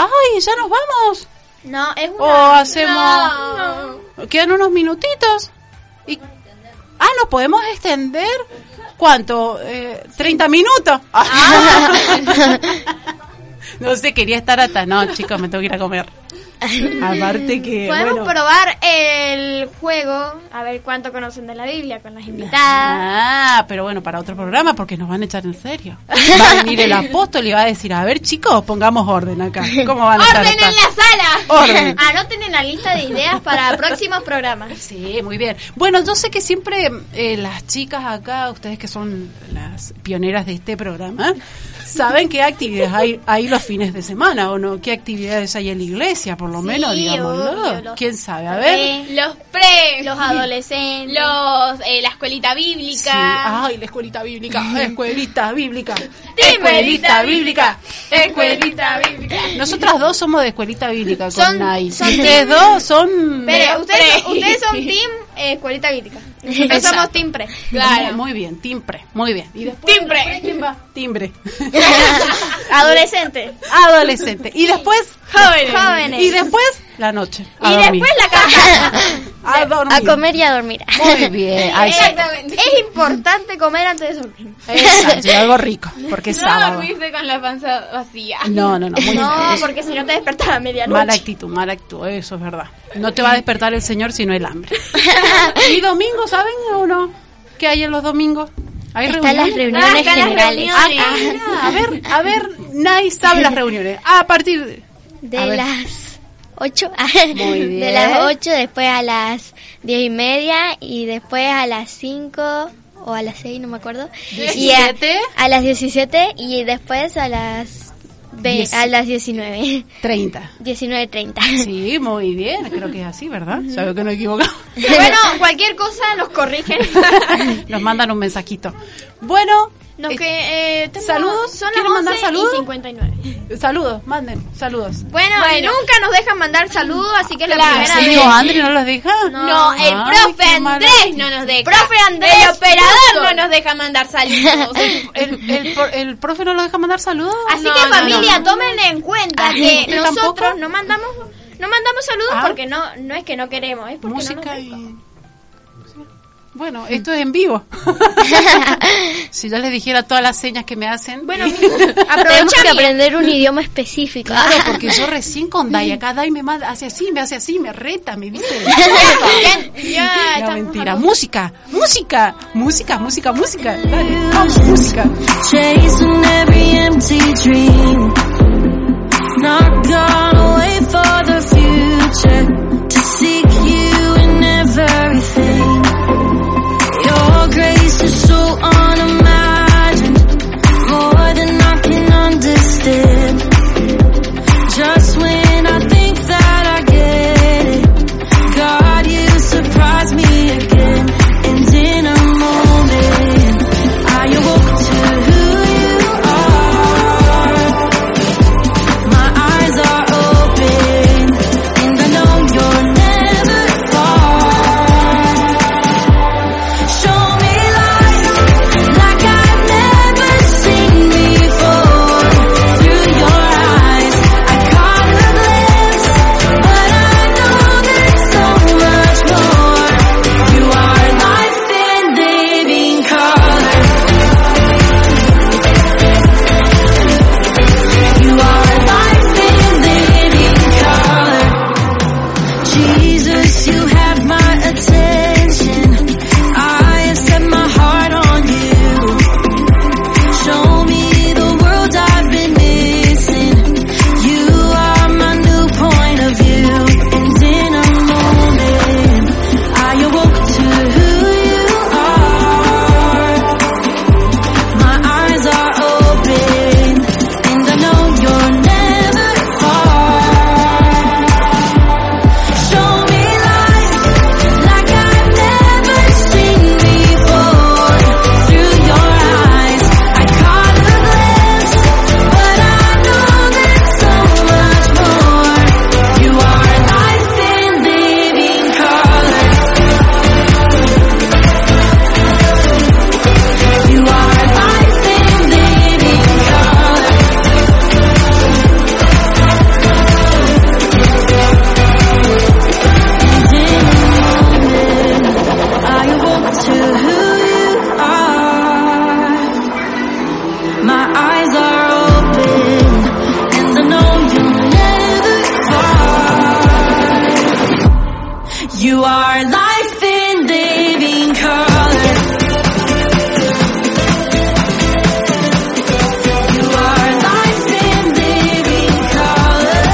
S2: Ay, ya nos vamos.
S4: No, es una...
S2: O hacemos-
S4: No.
S2: Quedan unos minutitos. Y... Ah, ¿nos podemos extender? ¿Cuánto? Eh, ¿30 minutos? Ah. no sé, quería estar hasta... No, chicos, me tengo que ir a comer. Aparte que...
S4: Podemos
S2: bueno.
S4: probar el juego, a ver cuánto conocen de la Biblia con las invitadas.
S2: Ah, pero bueno, para otro programa porque nos van a echar en serio. Va a venir el apóstol y va a decir, a ver chicos, pongamos orden acá. ¿Cómo van a estar
S4: ¡Orden en
S2: acá?
S4: la sala!
S2: Orden.
S4: Anoten en la lista de ideas para próximos programas.
S2: Sí, muy bien. Bueno, yo sé que siempre eh, las chicas acá, ustedes que son las pioneras de este programa, saben qué actividades hay, hay los fines de semana o no, qué actividades hay en la iglesia, por lo
S4: Sí,
S2: menos, digámoslo.
S4: obvio, los-
S2: ¿Quién sabe? A ver.
S4: los pre, Eh, los adolescentes, los eh, la escuelita bíblica.
S2: Sí. Ay, la escuelita bíblica, escuelita bíblica,
S4: Dime,
S2: escuelita
S4: escuelita
S2: bíblica, escuelita
S4: bíblica.
S2: Nosotras dos somos de escuelita bíblica con
S4: Son-
S2: Nay.
S4: son-
S2: Ustedes dos son.
S4: Pero
S2: de-
S4: ustedes,
S2: pre.
S4: ustedes son team eh, escuelita bíblica. Nosotros
S2: Exacto.
S4: somos team pre.
S2: Muy, muy bien, timbre, muy bien. Y después,
S4: Timbre.
S2: ¿quién va? Timbre.
S4: Adolescente.
S2: Adolescente. Y después,
S4: Jóvenes. Jóvenes.
S2: Y después, la noche. A
S4: Y
S2: dormir.
S4: después la casa.
S2: A dormir.
S10: A comer y a dormir.
S2: Muy bien. Eh, Ahí está.
S4: Eh, Exactamente. Es importante comer antes de dormir.
S2: Exacto, y algo rico, porque es sábado.
S4: con la panza vacía.
S2: No, no, no, muy
S4: No,
S2: bien.
S4: porque si no te despertas a
S2: Mala
S4: medianoche.
S2: actitud, mala actitud, eso es verdad. No te va a despertar el Señor sino el hambre. ¿Y domingo saben o no? ¿Qué hay en los domingos? ¿Hay
S10: Están las
S4: Ah,
S10: reuniones
S4: están las
S10: generales.
S2: Ah,
S4: reuniones.
S2: ah, a ver, a ver, nadie sabe las reuniones. A partir de... A
S10: De
S2: ver.
S10: las 8.
S2: Muy bien.
S10: De las 8, después a las 10 y media y después a las 5 o a las 6, no me acuerdo. Y a-
S2: 17.
S10: a, las 17 y después a las, ve-
S2: Diez.
S10: a las 19.
S2: 30.
S10: 19.30.
S2: Sí, muy bien, creo que es así, ¿verdad? Sabe que no he equivocado.
S4: Bueno, cualquier cosa nos corrigen.
S2: Nos mandan un mensajito. Bueno,
S4: Nos
S2: eh,
S4: que, eh, tenemos-
S2: ¿Saludos?
S4: Son las
S2: ¿Quieren mandar
S4: 11 y
S2: saludos?
S4: 59.
S2: saludos, manden, saludos.
S4: Bueno, nunca nos dejan mandar saludos, así que es la
S2: ¿El
S4: primera
S2: señor
S4: vez.
S2: Andri no los deja?
S4: No, el
S2: Ay,
S4: profe
S2: qué mala-
S4: Andrés no nos deja. Profe Andrés, el operador no nos deja mandar saludos.
S2: ¿El, el, por- el profe no los deja mandar saludos?
S4: Así
S2: No,
S4: que
S2: no,
S4: familia,
S2: no.
S4: tomen en cuenta
S2: Ah,
S4: que
S2: ¿usted
S4: nosotros
S2: tampoco?
S4: no mandamos no mandamos saludos
S2: Ah.
S4: porque no no es que no queremos, es porque no
S2: Música
S4: nos dejan.
S2: y... Bueno, esto es en vivo. si yo les dijera todas las señas que me hacen. Bueno,
S10: Tenemos que aprender un idioma específico.
S2: Claro, porque yo recién con Dai, acá Dai me manda, hace así, me hace así, me reta, me dice.
S4: Ya,
S2: no, mentira. Música, música, música, música, música. Dale, vamos, música.
S14: Chasing every empty dream. Not gonna wait for the future to seek you in everything. Your grace is so unimagined, more than I can understand. Just when I think that I get it, God, you surprise me again. And in a moment, I awoke to who you are. My eyes are open, and I know you're never far. Show me light like I've never seen before. Through your eyes, I caught a glimpse, but I know there's so much more. You are life in living color. You are life in living color. Jesus, you have my attention. I have set my heart on you. Show me the world I've been missing. You are my new point of view. And in a moment, I awoke to who you are. My eyes are open. And I know you're never far. Show me light like I've never seen before. Through your eyes, I caught a glimpse, but I know there's so much more. You are life in living color. You are life in living color. I awoke to who you are. My eyes are open, and I know you'll never fall. You are life in living color. You are life in living color.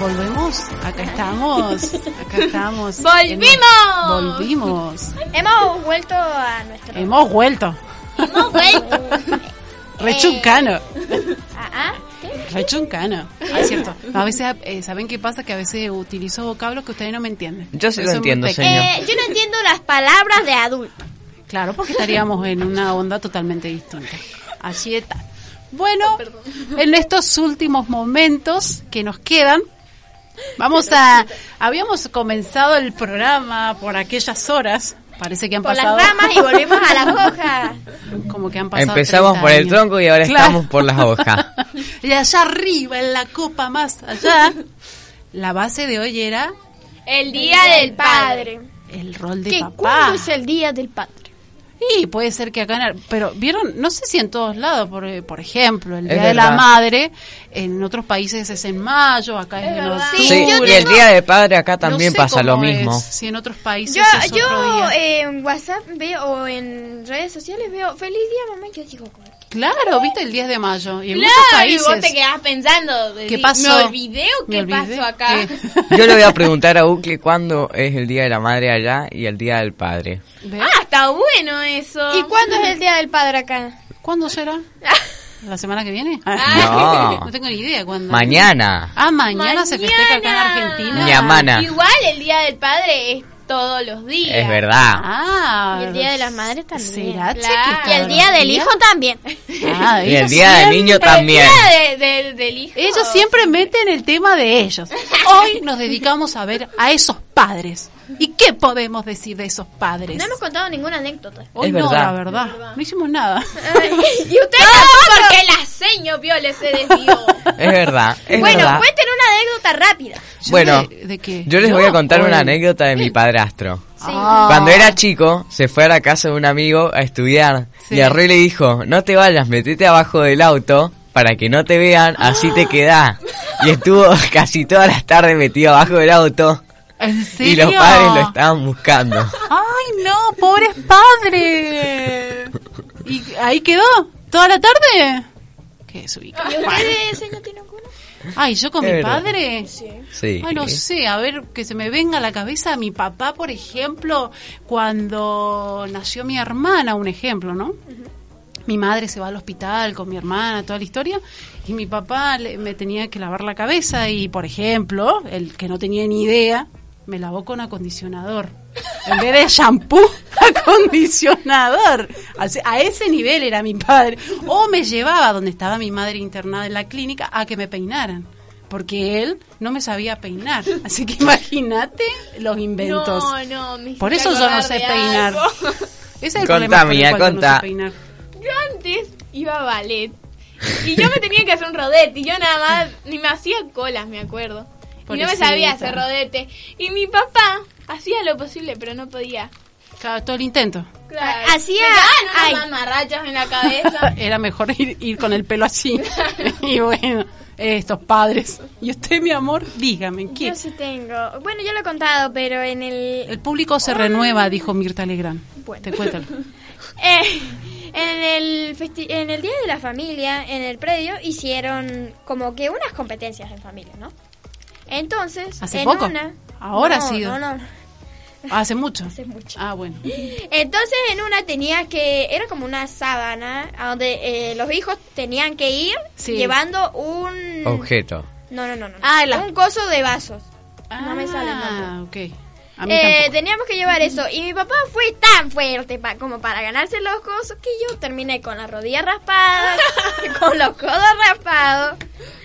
S2: Volvemos, acá estamos, acá estamos.
S4: ¡Volvimos!
S2: Volvimos.
S4: Hemos vuelto a nuestro.
S2: Hemos vuelto.
S4: Hemos vuelto.
S2: Rechuncano.
S4: Ah, ah, ¿qué?
S2: Rechuncano. Ah, es cierto. No, a veces, eh, ¿saben qué pasa? Que a veces utilizo vocablos que ustedes no me entienden.
S3: Yo sí
S2: Por
S3: lo
S2: eso es muy
S3: entiendo,
S2: pequeño.
S3: señor.
S5: yo no entiendo las palabras de adulto.
S2: Claro, porque estaríamos en una onda totalmente distinta. Así está. Bueno, en estos últimos momentos que nos quedan, vamos a... Habíamos comenzado el programa por aquellas horas. Parece que han
S4: Por las
S2: pasado...
S4: ramas y volvimos a las hojas.
S2: Como que han pasado
S3: Empezamos
S2: 30
S3: por el
S2: años.
S3: tronco y ahora
S2: Claro.
S3: estamos por las hojas.
S2: Y allá arriba, en la copa más allá, la base de hoy era
S4: El día del padre.
S2: el rol de
S4: ¿Qué?
S2: papá.
S4: ¿Cuándo es el día del padre?
S2: Y puede ser que acá, en Ar- pero vieron, no sé si en todos lados, por, eh, por ejemplo, el
S3: Es
S2: Día de la
S3: verdad.
S2: Madre, en otros países es en mayo, acá es, en octubre.
S3: Sí, y el día de padre acá también
S2: No sé
S3: pasa lo
S2: cómo es,
S3: mismo.
S2: Si en otros países
S4: Yo,
S2: es otro
S4: yo
S2: día.
S4: eh, en WhatsApp veo, o en redes sociales veo, feliz día mamá, y yo digo,
S2: Claro, viste el 10 de mayo. Y en
S5: Claro,
S2: muchos
S5: y vos te
S2: países.
S5: quedás pensando. decís,
S2: ¿Qué pasó?
S5: ¿Me olvidé o
S2: ¿Me
S5: qué
S2: olvidé?
S5: pasó acá?
S2: ¿Qué?
S3: Yo le voy a preguntar a Ucle cuándo es el día de la madre allá y el día del padre.
S2: ¿Ve?
S5: Ah, está bueno eso.
S4: ¿y cuándo es el día del padre acá?
S2: ¿Cuándo será? ¿La semana que viene?
S5: Ah.
S3: No.
S2: No tengo ni idea cuándo.
S3: Mañana.
S2: Ah, mañana, se festeja acá en Argentina.
S3: Ñamana.
S5: Igual el día del padre es todos los días.
S3: Es verdad.
S2: Ah.
S4: Y el día de las madres también.
S2: ¿Será,
S5: Claro.
S2: chiquita?
S5: Y el día del hijo
S4: también.
S2: Ah,
S3: Y el
S2: ellos
S3: día del niño
S5: Pero el
S3: también.
S5: día de- del- del hijo.
S2: Ellos siempre meten el tema de ellos. Hoy nos dedicamos a ver a esos padres. ¿Y qué podemos decir de esos padres?
S4: No hemos contado ninguna anécdota.
S2: Hoy
S3: Es
S2: no,
S3: verdad.
S2: la verdad. No hicimos nada.
S5: Y usted tampoco, porque la seño viola se desvió.
S3: Es verdad. Es
S4: bueno,
S3: verdad.
S4: cuenten una
S6: respuesta
S4: anécdota
S6: rápida.
S3: Bueno, yo les voy a contar
S6: Yo, oye.
S3: una anécdota de mi padrastro.
S6: Ah.
S3: Cuando era chico, se fue a la casa de un amigo a estudiar y a Roy le dijo, no te vayas, metete abajo del auto para que no te vean, así te quedás. Y estuvo casi todas las tardes metido abajo del auto
S2: ¿En
S3: y
S2: serio?
S3: los padres lo estaban buscando.
S2: ¡Ay, no! ¡Pobres padres! ¿Y ahí quedó? ¿Toda la tarde? ¿Qué es
S4: ¿Y ustedes, señor, tienen alguno?
S2: Ay, yo con
S3: Es
S2: mi
S3: verdad.
S2: padre.
S3: Sí.
S2: Ay, no sé, a ver, que se me venga a la cabeza mi papá, por ejemplo, cuando nació mi hermana, un ejemplo, ¿no? Mi madre se va al hospital con mi hermana, toda la historia, y mi papá le- me tenía que lavar la cabeza y, por ejemplo, el que no tenía ni idea, me lavó con acondicionador. En vez de shampoo, acondicionador. Así- A ese nivel era mi padre. O me llevaba donde estaba mi madre internada en la clínica a que me peinaran. Porque él no me sabía peinar. Así que imagínate los inventos.
S5: No, no, me
S2: Por
S5: hiciste
S2: eso yo no
S5: acordar
S2: sé
S5: de
S2: peinar.
S5: algo.
S2: Ese es el
S3: Contá,
S2: problema con el
S3: mía,
S2: cual yo No
S3: contá.
S2: sé peinar.
S5: Yo antes iba a ballet y yo me tenía que hacer un rodete y yo nada más ni me hacía colas, me acuerdo. Y no me
S2: Pobrecita.
S5: sabía hacer rodete. Y mi papá hacía lo posible, pero no podía.
S2: Claro, todo el intento.
S5: Claro.
S6: Hacía-
S5: Me daban unas
S6: ay.
S5: mamarrachas en la cabeza.
S2: Era mejor ir, ir con el pelo así. y bueno, estos padres. Y usted, mi amor, dígame, ¿qué?
S4: Yo sí tengo. Bueno, yo lo he contado, pero en el.
S2: El público se renueva, dijo Mirta Legrand.
S4: Bueno.
S2: Te cuéntalo.
S4: Eh, en, el festi- en el Día de la Familia, en el predio, hicieron como que unas competencias en familia, ¿no? Entonces.
S2: ¿Hace
S4: en
S2: poco?
S4: una-
S2: Ahora
S4: no,
S2: ha sido.
S4: No, no.
S2: Hace mucho.
S4: Hace mucho.
S2: Ah, bueno.
S4: Entonces en una tenías que, era como una sábana, a donde eh, los hijos tenían que ir
S2: Sí.
S4: llevando un...
S3: Objeto.
S4: No, no, no, no.
S2: Ah, la-
S4: Un coso de vasos.
S2: Ah,
S4: no me sale el nombre.
S2: Ah, ok. A mí
S4: Eh,
S2: tampoco.
S4: teníamos que llevar eso y mi papá fue tan fuerte pa- como para ganarse los cosos que yo terminé con las rodillas raspadas, con los codos raspados.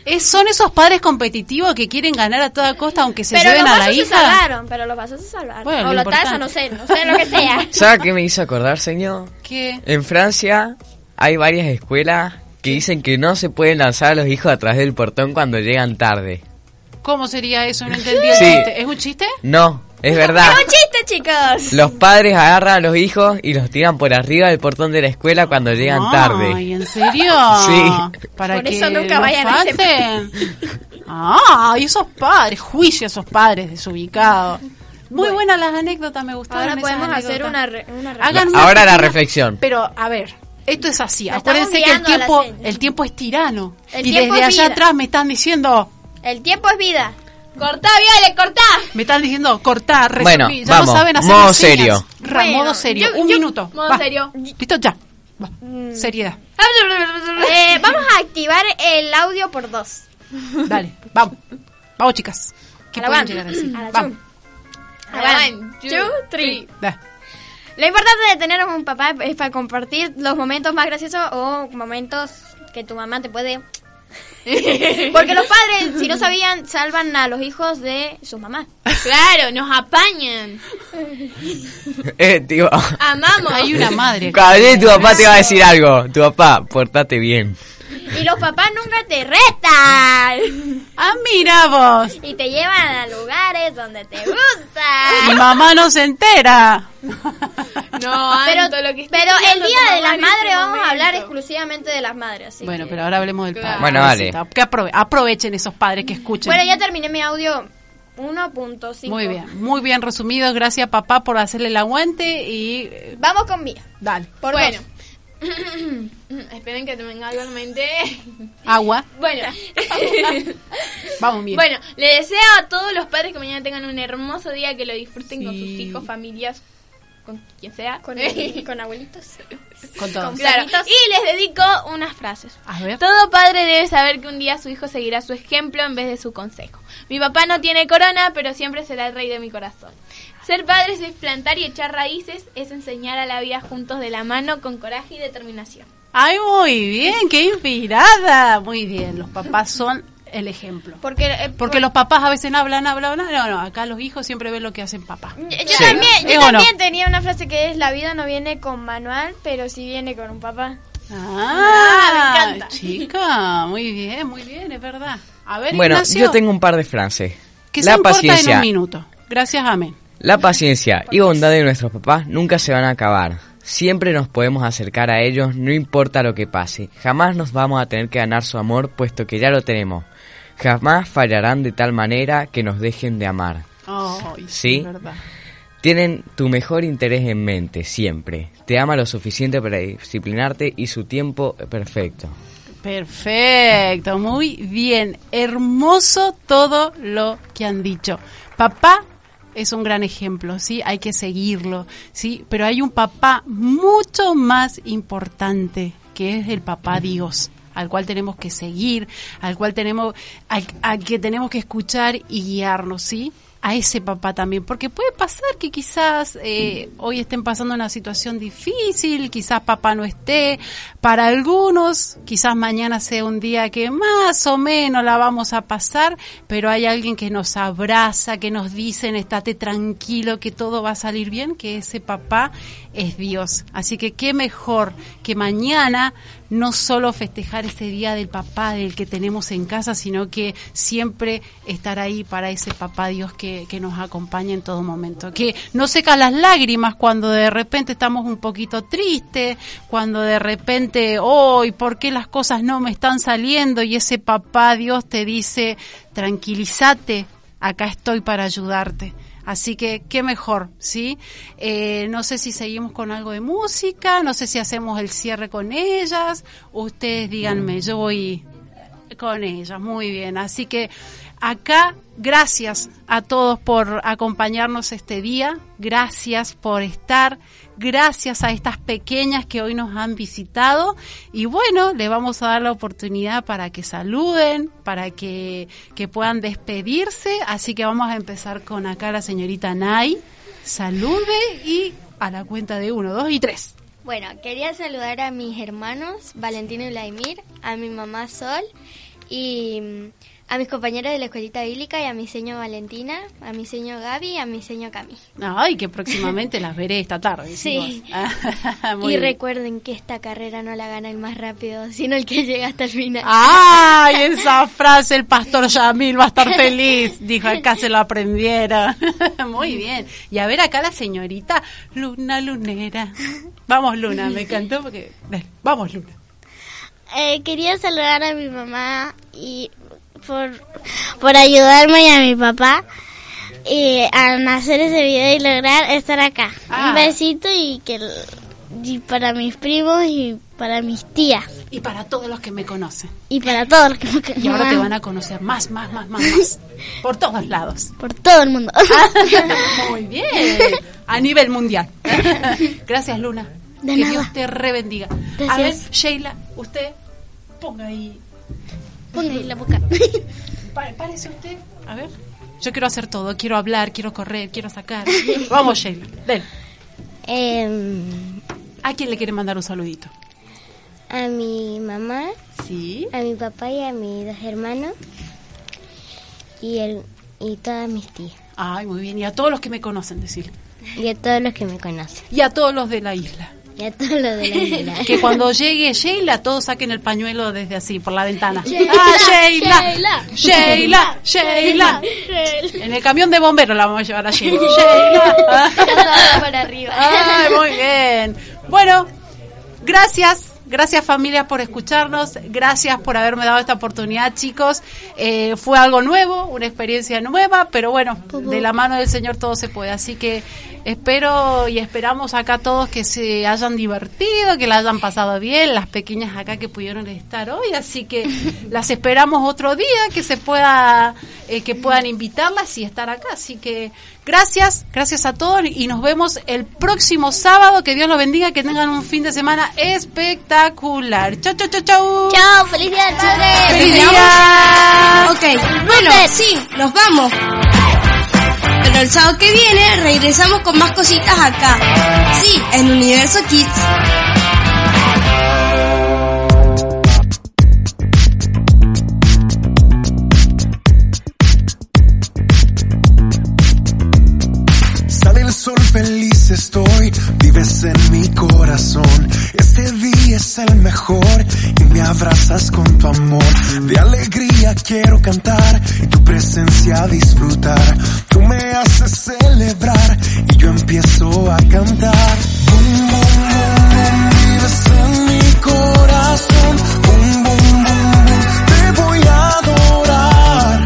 S2: Es- Eh, son esos padres competitivos que quieren ganar a toda costa aunque se
S4: pero
S2: lleven
S4: los
S2: a la
S4: vasos se
S2: hija.
S4: salvaron, pero los vasos se salvaron.
S2: Bueno, lo
S4: o la taza,
S2: importante.
S4: no sé, no sé lo que sea.
S3: ¿Sabe qué me hizo acordar, señor?
S2: ¿Qué?
S3: En Francia hay varias escuelas que dicen que no se pueden lanzar a los hijos atrás del portón cuando llegan tarde.
S2: ¿Cómo sería eso? No entendí el
S3: Sí.
S2: chiste. ¿Es un chiste?
S3: No, es verdad.
S4: ¡Es un chiste, chicos!
S3: Los padres agarran a los hijos y los tiran por arriba del portón de la escuela cuando llegan tarde.
S2: Ay, ¿en serio?
S3: Sí.
S2: Para
S4: Por
S2: que
S4: eso nunca
S2: no
S4: vayan a ese
S2: falten. Ah, y esos padres, juicio a esos padres desubicados. Muy buenas las anécdotas, me gustaron.
S4: Ahora
S2: esas
S4: podemos hacer
S2: anécdotas.
S4: una, re- una re-
S2: Hagan
S3: La-
S2: una
S3: ahora la
S2: pequeña-
S3: reflexión.
S2: Pero, a ver, esto es así.
S4: Nos
S2: Acuérdense
S4: estamos
S2: que el
S4: guiando a
S2: tiempo,
S4: la seña.
S2: el tiempo es tirano.
S4: El
S2: y
S4: tiempo
S2: desde
S4: es
S2: allá
S4: vida.
S2: atrás me están diciendo,
S4: El tiempo es vida.
S5: cortá, Viole, cortá.
S2: me están diciendo cortar, resumir.
S3: Bueno,
S2: ya
S3: vamos,
S2: no saben hacer
S3: modo
S2: las señas.
S3: serio.
S2: Ra-
S4: Bueno,
S2: modo serio.
S5: yo-
S2: Un
S5: yo-
S2: minuto.
S5: modo
S2: Va.
S5: serio.
S2: Listo, ya. Va. Seriedad.
S4: Eh, vamos a activar el audio por dos.
S2: Dale, vamos. Vamos, chicas. ¿Qué
S4: A la
S2: pueden
S4: van.
S2: llegar a decir?
S4: A la
S2: Vamos.
S4: A la one, two, three. Lo importante de tener un papá es para compartir los momentos más graciosos o momentos que tu mamá te puede... Porque los padres, si no sabían, salvan a los hijos de sus mamás.
S5: Claro, nos apañan.
S3: Eh, tío,
S5: Amamos.
S2: Hay una madre. acá.
S3: cuando llegue tu papá te va a decir algo. Tu papá, portate bien.
S4: Y los papás nunca te restan.
S2: Ah, mira vos.
S4: Y te llevan a lugares donde te gusta.
S2: Mi mamá no se entera.
S5: No,
S4: Pero,
S5: Anto, lo que está
S4: pero el
S5: escuchando tu
S4: Día de
S5: mamá
S4: las
S5: en
S4: Madres
S5: este
S4: vamos a hablar
S5: momento.
S4: exclusivamente de las madres. así
S2: Bueno,
S4: que-
S2: pero ahora hablemos del padre.
S3: Bueno, vale.
S2: Que aprove- aprovechen esos padres que escuchen.
S4: Bueno, ya terminé mi audio 1.5.
S2: Muy bien, muy bien resumido. Gracias papá por hacerle el aguante y eh,
S4: Vamos con Mía.
S2: dale.
S4: Por
S5: bueno.
S4: dos.
S5: Esperen que te venga algo a la mente.
S2: Agua.
S5: Bueno.
S2: Vamos, mira.
S5: Bueno, le deseo a todos los padres que mañana tengan un hermoso día, que lo disfruten con sus
S2: Sí.
S5: hijos, familias, con quien sea.
S4: Con, el- con abuelitos.
S2: con todo.
S4: con-
S5: Claro.
S4: Saluditos.
S5: Y les dedico unas frases.
S2: A ver.
S5: Todo padre debe saber que un día su hijo seguirá su ejemplo en vez de su consejo. Mi papá no tiene corona, pero siempre será el rey de mi corazón. Ser padres es plantar y echar raíces, es enseñar a la vida juntos de la mano con coraje y determinación.
S2: Ay, muy bien, qué inspirada. Muy bien, los papás son el ejemplo.
S4: Porque, eh,
S2: Porque los papás a veces hablan, hablan, hablan. No, no, acá los hijos siempre ven lo que hacen papá.
S4: Yo
S3: Sí.
S4: también,
S2: ¿Es
S4: yo
S2: o no?
S4: también tenía una frase que es la vida no viene con manual, pero sí viene con un papá.
S2: Ah,
S4: me encanta.
S2: Chica, muy bien, muy bien, es verdad. A ver,
S3: bueno,
S2: Ignacio,
S3: yo tengo un par de frases.
S2: que
S3: la
S2: se importa en un
S3: paciencia,
S2: minuto. Gracias, amén.
S3: la paciencia y bondad de nuestros papás nunca se van a acabar. Siempre nos podemos acercar a ellos, no importa lo que pase. Jamás nos vamos a tener que ganar su amor, puesto que ya lo tenemos. Jamás fallarán de tal manera que nos dejen de amar.
S2: Ay,
S3: Sí.
S2: es verdad.
S3: Tienen tu mejor interés en mente, siempre. Te ama lo suficiente para disciplinarte y su tiempo perfecto.
S2: Perfecto, muy bien. Hermoso todo lo que han dicho. Papá es un gran ejemplo, ¿sí? Hay que seguirlo, ¿sí? Pero hay un papá mucho más importante, que es el papá Dios, al cual tenemos que seguir, al cual tenemos, al, al que tenemos que escuchar y guiarnos, ¿sí? a ese papá también, porque puede pasar que quizás eh, hoy estén pasando una situación difícil, quizás papá no esté, para algunos quizás mañana sea un día que más o menos la vamos a pasar, pero hay alguien que nos abraza, que nos dicen estate tranquilo, que todo va a salir bien, que ese papá es Dios. Así que qué mejor que mañana no solo festejar ese día del papá, del que tenemos en casa, sino que siempre estar ahí para ese papá Dios que, que nos acompaña en todo momento. Que no seca las lágrimas cuando de repente estamos un poquito tristes, cuando de repente, hoy, ¿por qué las cosas no me están saliendo? Y ese papá Dios te dice, tranquilízate, acá estoy para ayudarte. Así que qué mejor, ¿sí? Eh, no sé si seguimos con algo de música, no sé si hacemos el cierre con ellas. Ustedes díganme, yo voy con ellas, muy bien. Así que acá, gracias a todos por acompañarnos este día, gracias por estar, gracias a estas pequeñas que hoy nos han visitado y bueno, le vamos a dar la oportunidad para que saluden, para que, que puedan despedirse, así que vamos a empezar con acá la señorita Nay, salude y a la cuenta de uno, dos y tres.
S10: Bueno, quería saludar a mis hermanos, Valentino y Vladimir, a mi mamá Sol y mm, a mis compañeros de la escuelita bíblica y a mi seño Valentina, a mi seño Gaby y a mi seño Cami.
S2: Ay, que próximamente las veré esta tarde. Ah. decís
S10: Sí.
S2: vos. Muy
S10: y
S2: bien.
S10: recuerden que esta carrera no la gana el más rápido, sino el que llega hasta el final.
S2: ¡Ay! Esa frase, el pastor Yamil va a estar feliz. Dijo, acá se lo aprendiera. Muy bien. Y a ver acá la señorita Luna Lunera. Vamos, Luna, me encantó porque. dale, vamos, Luna.
S15: Eh, quería saludar a mi mamá y por, por ayudarme y a mi papá eh, a hacer ese video y lograr estar acá.
S2: Ah.
S15: Un besito y que l- y para mis primos y para mis tías
S2: Y para todos los que me conocen.
S15: y para todos los que me
S2: Y ahora te van a conocer más, más, más, más, más. Por todos lados. Ah,
S15: por todo el mundo.
S2: Muy bien. A nivel mundial. Gracias, Luna.
S15: De
S2: que
S15: nada.
S2: Dios te rebendiga. A ver,
S15: Gracias.
S2: Sheila, usted ponga ahí.
S15: Ponga ahí la boca.
S2: Pa- Párese usted. A ver. Yo quiero hacer todo, quiero hablar, quiero correr, quiero sacar. Vamos, Sheila. Ven.
S10: Em.
S2: ¿A quién le quiere mandar un saludito?
S15: A mi mamá,
S2: Sí.
S15: a mi papá y a mis dos hermanos y, el, y todas mis tías
S2: Ay, muy bien. Y a todos los que me conocen, decir.
S15: y a todos los que me conocen
S2: Y a todos los de la isla.
S15: y a todos los de la isla.
S2: Que cuando llegue Sheila, todos saquen el pañuelo desde así, por la ventana.
S15: Sheila,
S2: ¡Ah, Sheila!
S15: Sheila,
S2: ¡Sheila! ¡Sheila! En el camión de bomberos la vamos a llevar a Sheila. ¡Sheila!
S10: para arriba.
S2: Ay, muy bien. Bueno, gracias. Gracias familia por escucharnos, gracias por haberme dado esta oportunidad chicos. Eh, fue algo nuevo, una experiencia nueva, pero bueno, de la mano del Señor todo se puede. Así que espero y esperamos acá todos que se hayan divertido, que la hayan pasado bien, las pequeñas acá que pudieron estar hoy. Así que las esperamos otro día, que se pueda, eh, que puedan invitarlas y estar acá. Así que gracias, gracias a todos y nos vemos el próximo sábado. Que Dios los bendiga, que tengan un fin de semana espectacular. Chau, chau, chau, chau.
S15: Chao, feliz día, chicos.
S2: Feliz día.
S6: Ok, bueno, sí, nos vamos. Pero el sábado que viene regresamos con más cositas acá. Sí, en Universo Kids.
S11: Sale el sol, feliz estoy, vives en mi corazón. Este día es el mejor y me abrazas con tu amor. De alegría quiero cantar y tu presencia disfrutar. Tú me haces celebrar y yo empiezo a cantar. Boom, boom, boom, boom, vives en mi corazón. Boom, boom, boom, boom, te voy a adorar.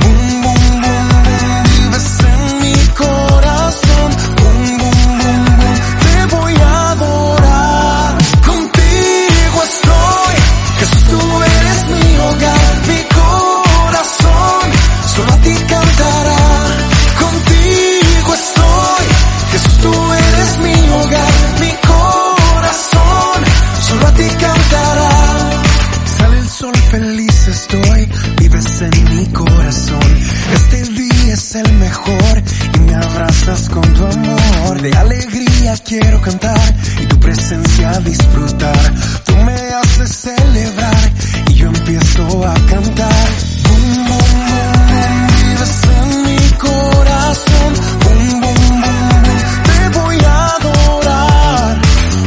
S11: Boom, boom, boom, boom, vives en mi corazón. Boom, boom, boom, boom, te voy a adorar. Contigo estoy, Jesús, tú eres mi hogar, mi corazón, solo a ti cantará. Contigo estoy, Jesús, tú eres mi hogar, mi corazón, solo a ti cantará. Sale el sol, feliz estoy, vives en mi corazón. Este día es el mejor y me abrazas con tu amor. De alegría quiero cantar y tu presencia disfrutar. Tú me haces celebrar y yo empiezo a cantar. Boom, boom, boom, boom, vives en mi corazón. Boom, boom, boom, boom, te voy a adorar.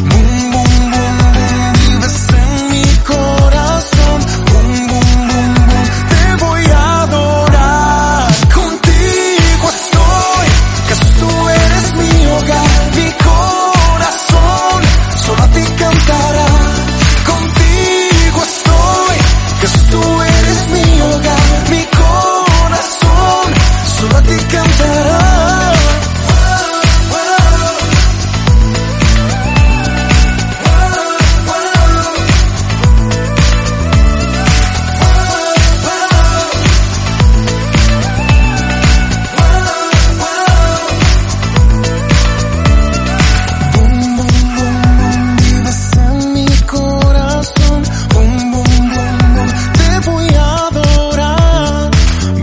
S11: Boom, boom, boom, boom, vives en mi corazón. Boom, boom, boom, boom, te voy a adorar. Contigo estoy, Jesús, tú eres mi hogar, mi corazón, solo a ti cantará. Contigo estoy, Jesús, tú eres mi hogar, mi corazón, solo a ti cantará. Vives en mi corazón, boom, boom, boom, boom, te voy a adorar.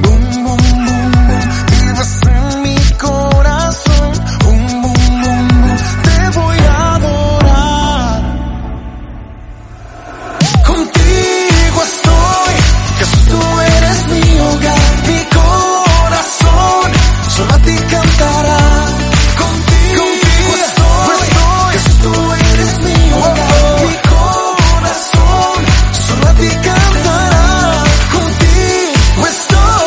S11: Boom, boom, boom, boom, vives en mi corazón, boom, boom, boom, boom, te voy a adorar. Contigo estoy, Jesús, tú eres mi hogar, mi corazón, solo a ti cantará. Contigo estoy, Jesús, tú eres mi hogar, mi corazón, solo a ti cantará. Contigo estoy,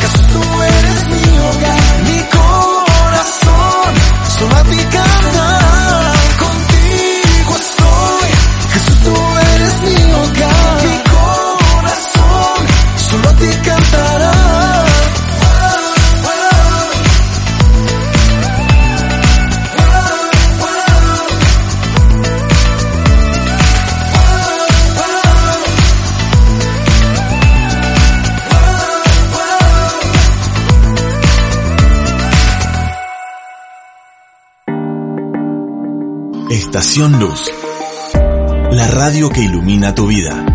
S11: Jesús, tú eres mi hogar, mi corazón, solo a ti cantará. Contigo estoy, Jesús, tú eres mi hogar, mi corazón, solo a ti cantará.
S16: Estación Luz. La radio que ilumina tu vida.